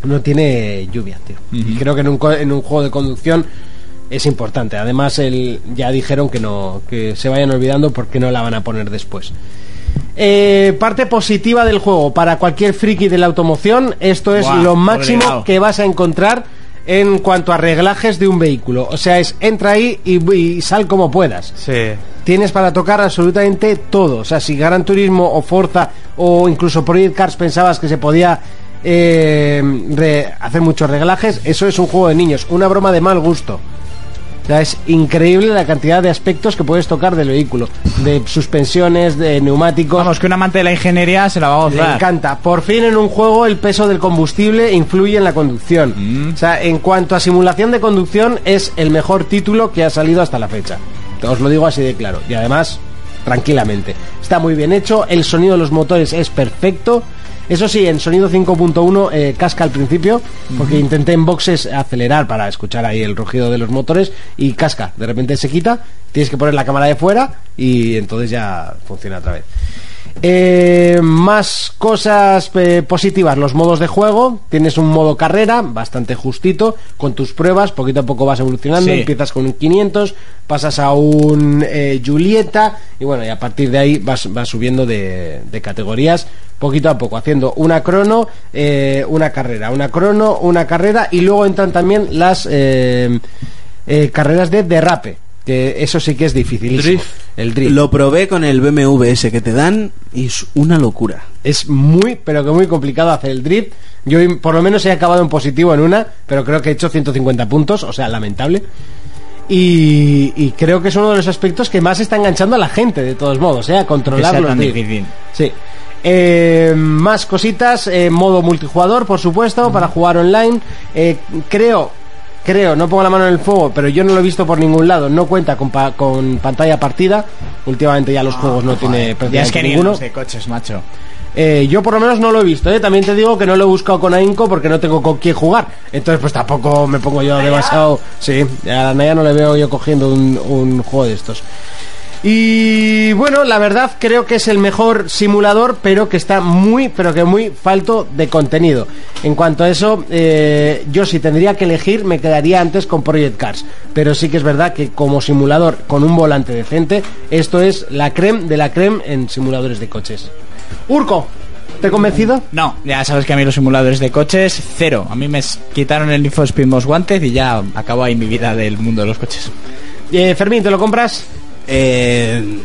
[SPEAKER 4] no tiene lluvia, tío. Y creo que en un, co- en un juego de conducción es importante. Además, el, ya dijeron que no que se vayan olvidando porque no la van a poner después. Eh, parte positiva del juego para cualquier friki de la automoción, esto es
[SPEAKER 5] Buah,
[SPEAKER 4] lo
[SPEAKER 5] pobre
[SPEAKER 4] máximo
[SPEAKER 5] Gao.
[SPEAKER 4] que vas a encontrar en cuanto a reglajes de un vehículo. O sea, es entra ahí y, y sal como puedas.
[SPEAKER 7] Sí.
[SPEAKER 4] Tienes para tocar absolutamente todo. O sea, si Gran Turismo o Forza o incluso Project Cars pensabas que se podía eh, re- hacer muchos reglajes, eso es un juego de niños, una broma de mal gusto. O sea, es increíble la cantidad de aspectos que puedes tocar del vehículo, de suspensiones, de neumáticos.
[SPEAKER 5] Vamos, que un amante de la ingeniería se la va a
[SPEAKER 4] Le
[SPEAKER 5] gozar.
[SPEAKER 4] encanta. Por fin en un juego el peso del combustible influye en la conducción. O sea, en cuanto a simulación de conducción es el mejor título que ha salido hasta la fecha. Os lo digo así de claro. Y además, tranquilamente. Está muy bien hecho, el sonido de los motores es perfecto. Eso sí, en sonido 5.1 eh, casca al principio, porque intenté en boxes acelerar para escuchar ahí el rugido de los motores y casca. De repente se quita, tienes que poner la cámara de fuera y entonces ya funciona otra vez. Eh, más cosas eh, positivas, los modos de juego. Tienes un modo carrera, bastante justito, con tus pruebas, poquito a poco vas evolucionando.
[SPEAKER 5] Sí.
[SPEAKER 4] Empiezas con un 500, pasas a un eh, Julieta, y bueno, y a partir de ahí vas, vas subiendo de, de categorías, poquito a poco, haciendo una crono, eh, una carrera, una crono, una carrera, y luego entran también las eh, eh, carreras de derrape. Que eso sí que es difícil.
[SPEAKER 7] Drift.
[SPEAKER 4] El drift.
[SPEAKER 6] Lo probé con el BMW ese que te dan y es una locura.
[SPEAKER 4] Es muy, pero que muy complicado hacer el drift. Yo im- por lo menos he acabado en positivo en una, pero creo que he hecho 150 puntos, o sea, lamentable. Y, y creo que es uno de los aspectos que más está enganchando a la gente, de todos modos, ¿eh? a controlar
[SPEAKER 5] sea
[SPEAKER 4] los
[SPEAKER 5] tan
[SPEAKER 4] drift.
[SPEAKER 5] difícil.
[SPEAKER 4] Sí. Eh, más cositas, eh, modo multijugador, por supuesto, para jugar online. Eh, creo, creo, no pongo la mano en el fuego, pero yo no lo he visto por ningún lado. No cuenta con, pa- con pantalla partida. Últimamente ya los juegos no tiene
[SPEAKER 5] Ah, Ya es
[SPEAKER 4] prácticamente
[SPEAKER 5] que ni
[SPEAKER 4] ninguno.
[SPEAKER 5] los de coches, macho.
[SPEAKER 4] Eh, yo por lo menos no lo he visto, ¿eh? También te digo que no lo he buscado con ahínco porque no tengo con quién jugar. Entonces pues tampoco me pongo yo demasiado... Sí, a la Naya no le veo yo cogiendo un, un juego de estos. Y bueno, la verdad creo que es el mejor simulador, pero que está muy, pero que muy falto de contenido. En cuanto a eso, eh, yo si tendría que elegir, me quedaría antes con Project Cars. Pero sí que es verdad que como simulador con un volante decente, esto es la creme de la creme en simuladores de coches. Urco, ¿te he convencido?
[SPEAKER 5] No, ya sabes que a mí los simuladores de coches, cero. A mí me s- quitaron el Info Speed Most Wanted y ya acabó ahí mi vida del mundo de los coches.
[SPEAKER 4] Eh, Fermín, ¿te lo compras?
[SPEAKER 6] Eh,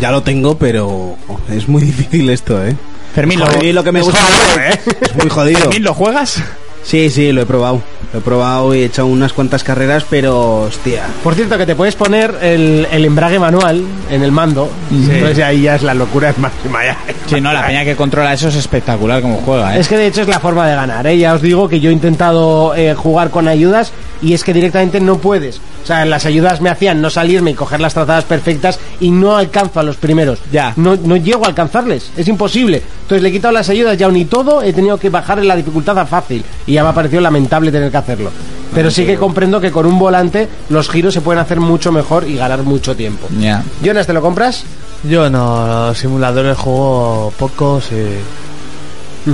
[SPEAKER 6] ya lo tengo, pero es muy difícil esto, ¿eh?
[SPEAKER 5] Fermín,
[SPEAKER 6] A mí
[SPEAKER 5] lo,
[SPEAKER 6] lo que me gusta es muy jodido.
[SPEAKER 5] eh. Fermín, ¿lo juegas?
[SPEAKER 6] Sí, sí, lo he probado. Lo he probado y he echado unas cuantas carreras, pero hostia.
[SPEAKER 4] Por cierto, que te puedes poner el, el embrague manual en el mando. Entonces ahí ya es la locura es máxima ya.
[SPEAKER 5] Sí, no, la peña que controla eso es espectacular como juega, ¿eh?
[SPEAKER 4] Es que de hecho es la forma de ganar, ¿eh? Ya os digo que yo he intentado eh, jugar con ayudas y es que directamente no puedes. O sea, las ayudas me hacían no salirme y coger las trazadas perfectas y no alcanzo a los primeros.
[SPEAKER 5] Ya.
[SPEAKER 4] No, no llego a alcanzarles, es imposible. Entonces le he quitado las ayudas ya ni todo, he tenido que bajar la dificultad a fácil y ya me ha parecido lamentable tener que hacerlo. Pero sí que comprendo que con un volante los giros se pueden hacer mucho mejor y ganar mucho tiempo.
[SPEAKER 5] Ya.
[SPEAKER 4] Jonas, ¿te lo compras?
[SPEAKER 7] Yo no, los simuladores juego pocos y...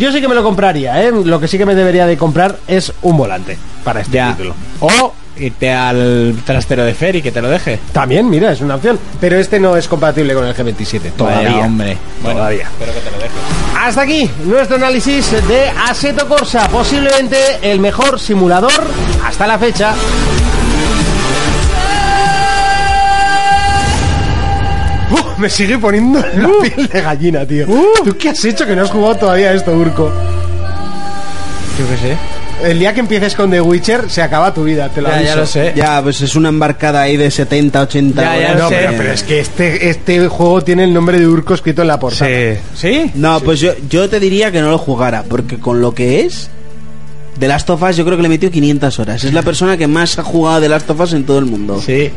[SPEAKER 4] Yo sí que me lo compraría, ¿eh? Lo que sí que me debería de comprar es un volante para este
[SPEAKER 5] Ya.
[SPEAKER 4] título.
[SPEAKER 5] O irte al trastero de Fer y que te lo deje.
[SPEAKER 4] También, mira, es una opción. Pero este no es compatible con el G27. Todavía.
[SPEAKER 5] Vaya, hombre. Bueno,
[SPEAKER 4] Todavía.
[SPEAKER 5] Espero que te lo deje.
[SPEAKER 4] Hasta aquí nuestro análisis de Aseto Corsa, posiblemente el mejor simulador hasta la fecha. Uh, me sigue poniendo la piel de gallina, Uh. tío. ¿Tú qué has hecho que no has jugado todavía a esto, Urco?
[SPEAKER 7] Yo qué sé.
[SPEAKER 4] el día que empieces con The Witcher se acaba tu vida, te lo aviso.
[SPEAKER 5] ¿eh?
[SPEAKER 6] Ya, pues es una embarcada ahí de 70, 80
[SPEAKER 4] Ya, ya
[SPEAKER 6] horas.
[SPEAKER 4] no, pero, pero es que este, este juego tiene el nombre de Urco escrito en la portada.
[SPEAKER 5] ¿Sí?
[SPEAKER 6] No, pues yo, yo te diría que no lo jugara, porque con lo que es, The Last of Us yo creo que le metió 500 horas. Es la persona que más ha jugado The Last of Us en todo el mundo.
[SPEAKER 5] Sí.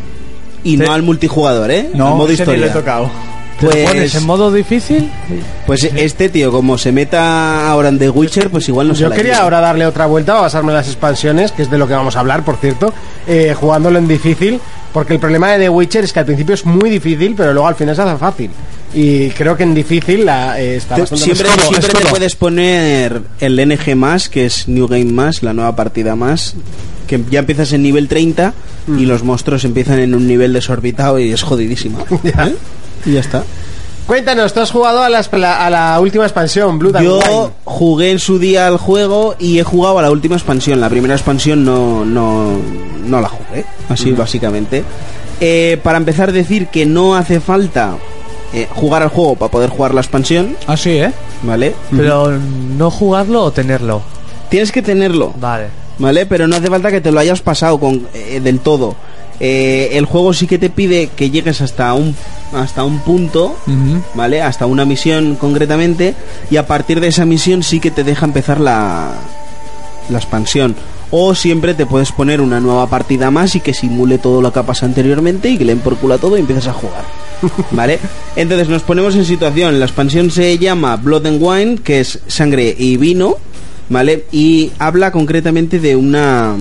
[SPEAKER 6] Y no al multijugador, ¿eh? al modo
[SPEAKER 5] ese ni
[SPEAKER 6] historia.
[SPEAKER 5] lo he tocado.
[SPEAKER 7] ¿Te pones
[SPEAKER 6] Pues,
[SPEAKER 7] en modo difícil?
[SPEAKER 6] pues este tío, como se meta ahora en The Witcher, pues igual no se
[SPEAKER 4] Yo
[SPEAKER 6] la
[SPEAKER 4] quería
[SPEAKER 6] lleva.
[SPEAKER 4] ahora darle otra vuelta, basarme en las expansiones, que es de lo que vamos a hablar, por cierto, eh, jugándolo en difícil, porque el problema de The Witcher es que al principio es muy difícil, pero luego al final se hace fácil. Y creo que en difícil la, eh, está
[SPEAKER 6] Te-
[SPEAKER 4] bastante
[SPEAKER 6] siempre
[SPEAKER 4] más-
[SPEAKER 11] como-
[SPEAKER 6] siempre
[SPEAKER 11] es
[SPEAKER 6] te
[SPEAKER 11] como-
[SPEAKER 6] puedes poner el NG más, que es New Game más, la nueva partida más, que ya empiezas en nivel 30 y los monstruos empiezan en un nivel desorbitado y es jodidísimo. ¿Eh? Y ya está.
[SPEAKER 4] Cuéntanos, ¿tú has jugado a, las- a la última expansión, Blood and Wine?
[SPEAKER 6] Yo jugué en su día al juego y he jugado a la última expansión. La primera expansión no, no, no la jugué, así básicamente. Eh, para empezar, decir que no hace falta eh, jugar al juego para poder jugar la expansión,
[SPEAKER 5] Así, ¿eh?
[SPEAKER 6] ¿vale?
[SPEAKER 7] Pero no jugarlo o tenerlo.
[SPEAKER 6] Tienes que tenerlo,
[SPEAKER 7] Vale.
[SPEAKER 6] ¿vale? Pero no hace falta que te lo hayas pasado con, eh, del todo. Eh, el juego sí que te pide que llegues hasta un, hasta un punto, ¿vale? Hasta una misión concretamente, y a partir de esa misión sí que te deja empezar la, la expansión. O siempre te puedes poner una nueva partida más y que simule todo lo que ha pasado anteriormente y que le den por culo a todo y empiezas a jugar. ¿Vale? Entonces nos ponemos en situación. La expansión se llama Blood and Wine, que es sangre y vino, ¿vale? Y habla concretamente de una.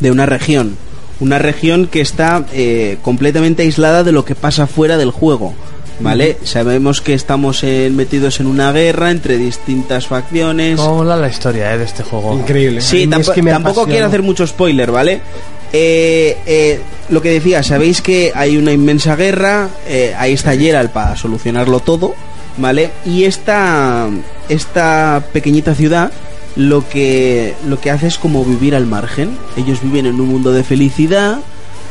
[SPEAKER 6] de una región. Una región que está eh, completamente aislada de lo que pasa fuera del juego. ¿Vale? Sabemos que estamos eh, metidos en una guerra entre distintas facciones.
[SPEAKER 7] ¿Cómo mola la historia eh, de este juego?
[SPEAKER 4] Increíble.
[SPEAKER 6] Sí,
[SPEAKER 4] A mí es
[SPEAKER 6] tampo-
[SPEAKER 4] que me
[SPEAKER 6] tampoco
[SPEAKER 4] apasiona.
[SPEAKER 6] quiero hacer mucho spoiler, ¿vale? Eh, eh, lo que decía, sabéis que hay una inmensa guerra, eh, ahí está Geralt para solucionarlo todo, ¿vale? Y esta, esta pequeñita ciudad lo que, lo que hace es como vivir al margen. Ellos viven en un mundo de felicidad,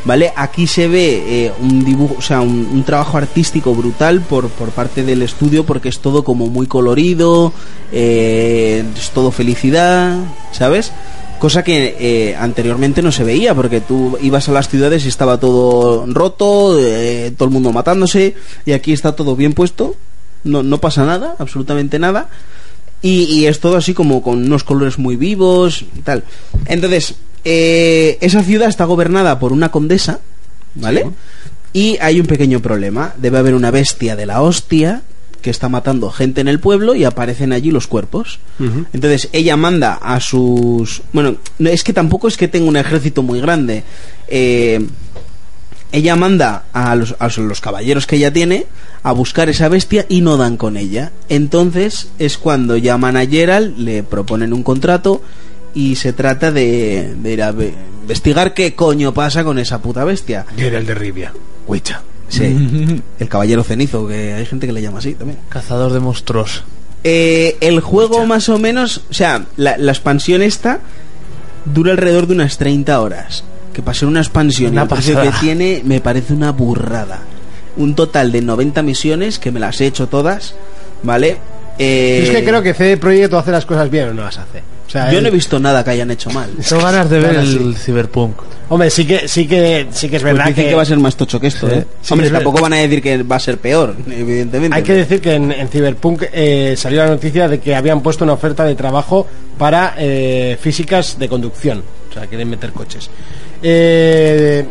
[SPEAKER 6] ¿vale? Aquí se ve eh, un dibujo, o sea, un, un trabajo artístico brutal por, por parte del estudio porque es todo como muy colorido, eh, es todo felicidad, ¿sabes? Cosa que eh, anteriormente no se veía porque tú ibas a las ciudades y estaba todo roto, eh, todo el mundo matándose y aquí está todo bien puesto, no, no pasa nada, absolutamente nada. Y, y es todo así como con unos colores muy vivos y tal. Entonces, eh, esa ciudad está gobernada por una condesa, ¿vale? Y hay un pequeño problema. Debe haber una bestia de la hostia que está matando gente en el pueblo y aparecen allí los cuerpos. Entonces ella manda a sus... Bueno, no, es que tampoco es que tenga un ejército muy grande. Eh, ella manda a los, a los caballeros que ella tiene a buscar esa bestia y no dan con ella. Entonces es cuando llaman a Gerald, le proponen un contrato y se trata de, de ir a ve- investigar qué coño pasa con esa puta bestia.
[SPEAKER 11] Geralt de Rivia. Huicha.
[SPEAKER 6] Sí, el caballero cenizo, que hay gente que le llama así también.
[SPEAKER 7] Cazador de monstruos.
[SPEAKER 6] Eh, el juego más o menos, o sea, la, la expansión esta dura alrededor de unas 30 horas. Que para ser una expansión,
[SPEAKER 7] Una
[SPEAKER 6] el precio
[SPEAKER 7] pasada.
[SPEAKER 6] que tiene me parece una burrada. Un total de 90 misiones, que me las he hecho todas, ¿vale? Eh,
[SPEAKER 4] Yo es que creo que CD Projekt o hace las cosas bien o no las hace. O sea,
[SPEAKER 6] Yo
[SPEAKER 4] el-
[SPEAKER 6] no he visto nada que hayan hecho mal.
[SPEAKER 7] Tengo ganas de ver
[SPEAKER 4] Ahora sí.
[SPEAKER 7] el Cyberpunk.
[SPEAKER 4] Hombre, sí que, sí que, sí que es
[SPEAKER 6] Pues
[SPEAKER 4] verdad
[SPEAKER 6] dicen que... va a ser más tocho que esto, ¿eh?
[SPEAKER 4] Sí,
[SPEAKER 6] Hombre,
[SPEAKER 4] es verdad.
[SPEAKER 6] tampoco van a decir que va a ser peor, evidentemente.
[SPEAKER 4] Hay que decir que en, en Cyberpunk eh, salió la noticia de que habían puesto una oferta de trabajo para eh, físicas de conducción. O sea, quieren meter coches. Eh,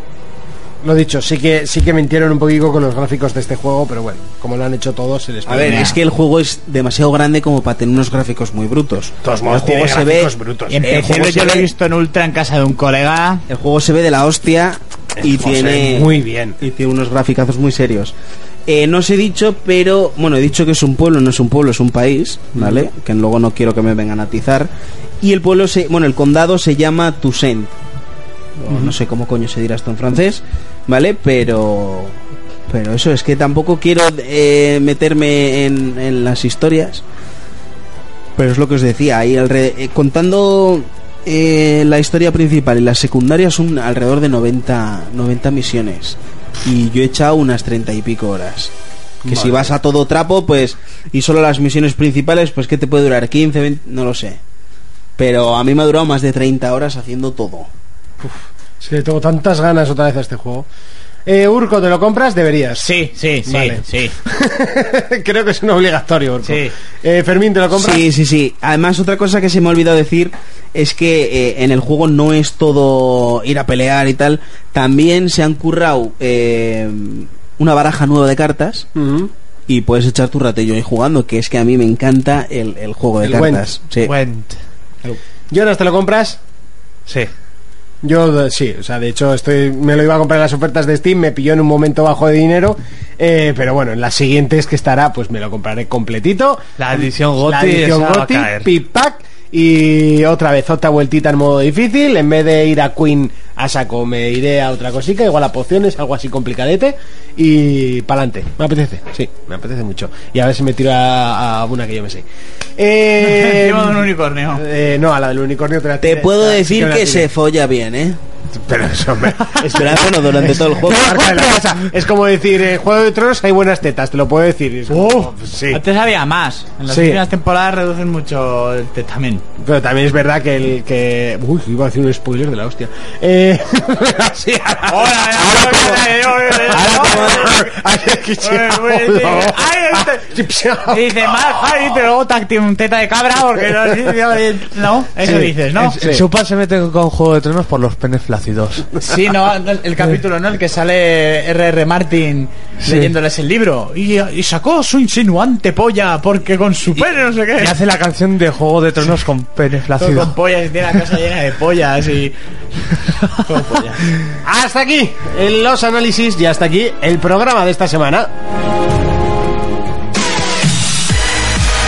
[SPEAKER 4] lo dicho, sí que, sí que mintieron un poquito con los gráficos de este juego, pero bueno, como lo han hecho todos, se les
[SPEAKER 6] A ver,
[SPEAKER 4] perdona.
[SPEAKER 6] es que el juego es demasiado grande como para tener unos gráficos muy brutos.
[SPEAKER 4] todos
[SPEAKER 6] el
[SPEAKER 4] modos
[SPEAKER 6] juego
[SPEAKER 4] tiene
[SPEAKER 6] se ve
[SPEAKER 4] gráficos brutos.
[SPEAKER 5] En
[SPEAKER 6] Eh, el
[SPEAKER 5] PC
[SPEAKER 6] juego
[SPEAKER 5] Pues, yo
[SPEAKER 6] se
[SPEAKER 5] lo he
[SPEAKER 6] ve-
[SPEAKER 5] visto en Ultra en casa de un colega.
[SPEAKER 6] El juego se ve de la hostia y tiene
[SPEAKER 4] muy bien.
[SPEAKER 6] y tiene unos graficazos muy serios. Eh, no os he dicho, pero bueno, he dicho que es un pueblo, no es un pueblo, es un país, ¿vale? Que luego no quiero que me vengan a atizar. Y el pueblo se, bueno, el condado se llama Toussaint. O No sé cómo coño se dirá esto en francés, ¿vale? Pero pero eso es que tampoco quiero eh, meterme en, en las historias. Pero es lo que os decía, ahí alre- eh, contando eh, la historia principal y las secundarias son alrededor de 90, 90 misiones. Y yo he echado unas 30 y pico horas. Que si vas a todo trapo, pues, y solo las misiones principales, pues que te puede durar 15, 20, no lo sé. Pero a mí me ha durado más de 30 horas haciendo todo.
[SPEAKER 4] Es que tengo tantas ganas otra vez a este juego. Eh, Urco, ¿te lo compras? Deberías.
[SPEAKER 5] Sí, sí, sí,
[SPEAKER 4] Vale.
[SPEAKER 5] sí.
[SPEAKER 4] Creo que es un obligatorio, Urco.
[SPEAKER 5] Sí.
[SPEAKER 4] Eh, Fermín, ¿te lo compras?
[SPEAKER 6] Sí, sí, sí. Además, otra cosa que se me ha olvidado decir es que eh, en el juego no es todo ir a pelear y tal. También se han currado eh, una baraja nueva de cartas
[SPEAKER 4] Ujú.
[SPEAKER 6] y puedes echar tu ratillo ahí jugando, que es que a mí me encanta el, el juego de
[SPEAKER 4] El
[SPEAKER 6] cartas. Sí.
[SPEAKER 7] Went.
[SPEAKER 4] Jonas, ¿te lo compras?
[SPEAKER 7] Sí.
[SPEAKER 4] Yo eh, sí, o sea, de hecho estoy, me lo iba a comprar en las ofertas de Steam, me pilló en un momento bajo de dinero, eh, pero bueno, en las siguientes que estará, pues me lo compraré completito.
[SPEAKER 7] La edición
[SPEAKER 4] La
[SPEAKER 7] GOTY,
[SPEAKER 4] edición
[SPEAKER 7] esa va a
[SPEAKER 4] GOTY,
[SPEAKER 7] caer.
[SPEAKER 4] pipac, y otra vez otra vueltita en modo difícil, en vez de ir a Queen a saco, me iré a otra cosica, igual a pociones, algo así complicadete, y pa'lante, me apetece, sí, me apetece mucho. Y a ver si me tiro a, a una que yo me sé. Eh,
[SPEAKER 5] Encima de un unicornio.
[SPEAKER 4] eh, no, a la del unicornio te la
[SPEAKER 6] Te
[SPEAKER 4] tiré,
[SPEAKER 6] puedo
[SPEAKER 4] la-
[SPEAKER 6] decir
[SPEAKER 4] la
[SPEAKER 6] que
[SPEAKER 4] tiré.
[SPEAKER 6] se folla bien, ¿eh?
[SPEAKER 4] Pero eso, hombre, es-
[SPEAKER 6] Espera, bueno, durante todo el juego.
[SPEAKER 4] marca de la casa. Es como decir, en Juego de Tronos hay buenas tetas, te lo puedo decir. Y es como, pues sí.
[SPEAKER 5] Antes había más. En las
[SPEAKER 4] Sí.
[SPEAKER 5] últimas temporadas reducen mucho el tetamen.
[SPEAKER 4] Pero también es verdad que el que. Uy, iba a decir un spoiler de la hostia. Eh. sí, ahora- Ay, qué chingado.
[SPEAKER 5] Y dice, más Javi, pero luego te- tiene un teta de cabra porque no... No, eso
[SPEAKER 4] Sí,
[SPEAKER 5] dices, ¿no?
[SPEAKER 4] es- Sí.
[SPEAKER 7] Chupa se mete con Juego de Tronos por los penes flácidos.
[SPEAKER 5] Sí, no, no, el capítulo, ¿no? El que sale R.R. Martin leyéndoles el libro. Y, y sacó su insinuante polla porque con su pene, no sé qué.
[SPEAKER 7] Y hace la canción de Juego de Tronos con pene
[SPEAKER 5] Todo
[SPEAKER 7] flácido.
[SPEAKER 5] con pollas y tiene la casa llena de pollas y... Todo pollas.
[SPEAKER 4] Hasta aquí en los análisis y hasta aquí el programa de esta semana.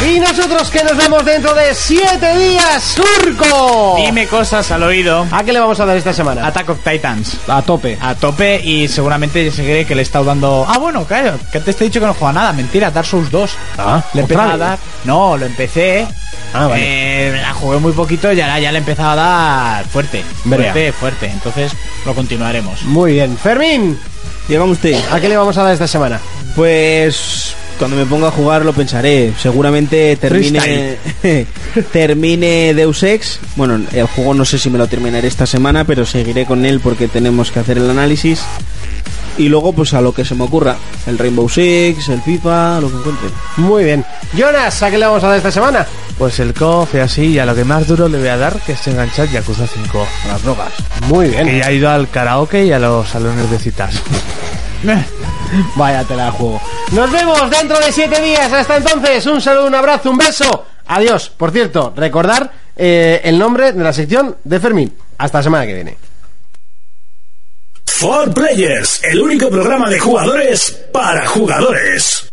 [SPEAKER 4] Y nosotros que nos vemos dentro de siete días,
[SPEAKER 5] ¡uh!
[SPEAKER 4] Surco.
[SPEAKER 5] Dime cosas al oído.
[SPEAKER 4] ¿A qué le vamos a dar esta semana?
[SPEAKER 5] Attack of Titans.
[SPEAKER 4] A tope.
[SPEAKER 5] a tope y seguramente seguiré que le he estado dando. Ah, bueno, claro, que antes te he dicho que no juega nada, mentira, Dark Souls 2.
[SPEAKER 4] Ah, ¿otra
[SPEAKER 5] le empezaba a
[SPEAKER 4] vez?
[SPEAKER 5] dar. No, lo empecé.
[SPEAKER 4] Ah,
[SPEAKER 5] eh, la jugué muy poquito y ahora ya le empezaba a dar fuerte.
[SPEAKER 4] Venga.
[SPEAKER 5] Fuerte, fuerte. Entonces lo continuaremos.
[SPEAKER 4] Muy bien. Fermín,
[SPEAKER 6] Llega usted.
[SPEAKER 4] ¿a qué le vamos a dar esta semana?
[SPEAKER 6] Pues cuando me ponga a jugar lo pensaré. Seguramente termine termine Deus Ex. Bueno, el juego no sé si me lo terminaré esta semana, pero seguiré con él porque tenemos que hacer el análisis. Y luego pues a lo que se me ocurra, el Rainbow Six, el FIFA, lo que encuentre.
[SPEAKER 4] Muy bien. Jonas, ¿a qué le vamos a dar esta semana?
[SPEAKER 7] Pues el cof y así, y a lo que más duro le voy a dar que es enganchar Yakuza 5.
[SPEAKER 6] a Las drogas.
[SPEAKER 4] Muy
[SPEAKER 7] Que
[SPEAKER 4] bien.
[SPEAKER 7] ya ha ido al karaoke y a los salones de citas.
[SPEAKER 4] Vaya, te la juego. Nos vemos dentro de siete días. Hasta entonces, un saludo, un abrazo, un beso. Adiós. Por cierto, recordar eh, el nombre de la sección de Fermín. Hasta la semana que viene.
[SPEAKER 12] For Players, el único programa de jugadores para jugadores.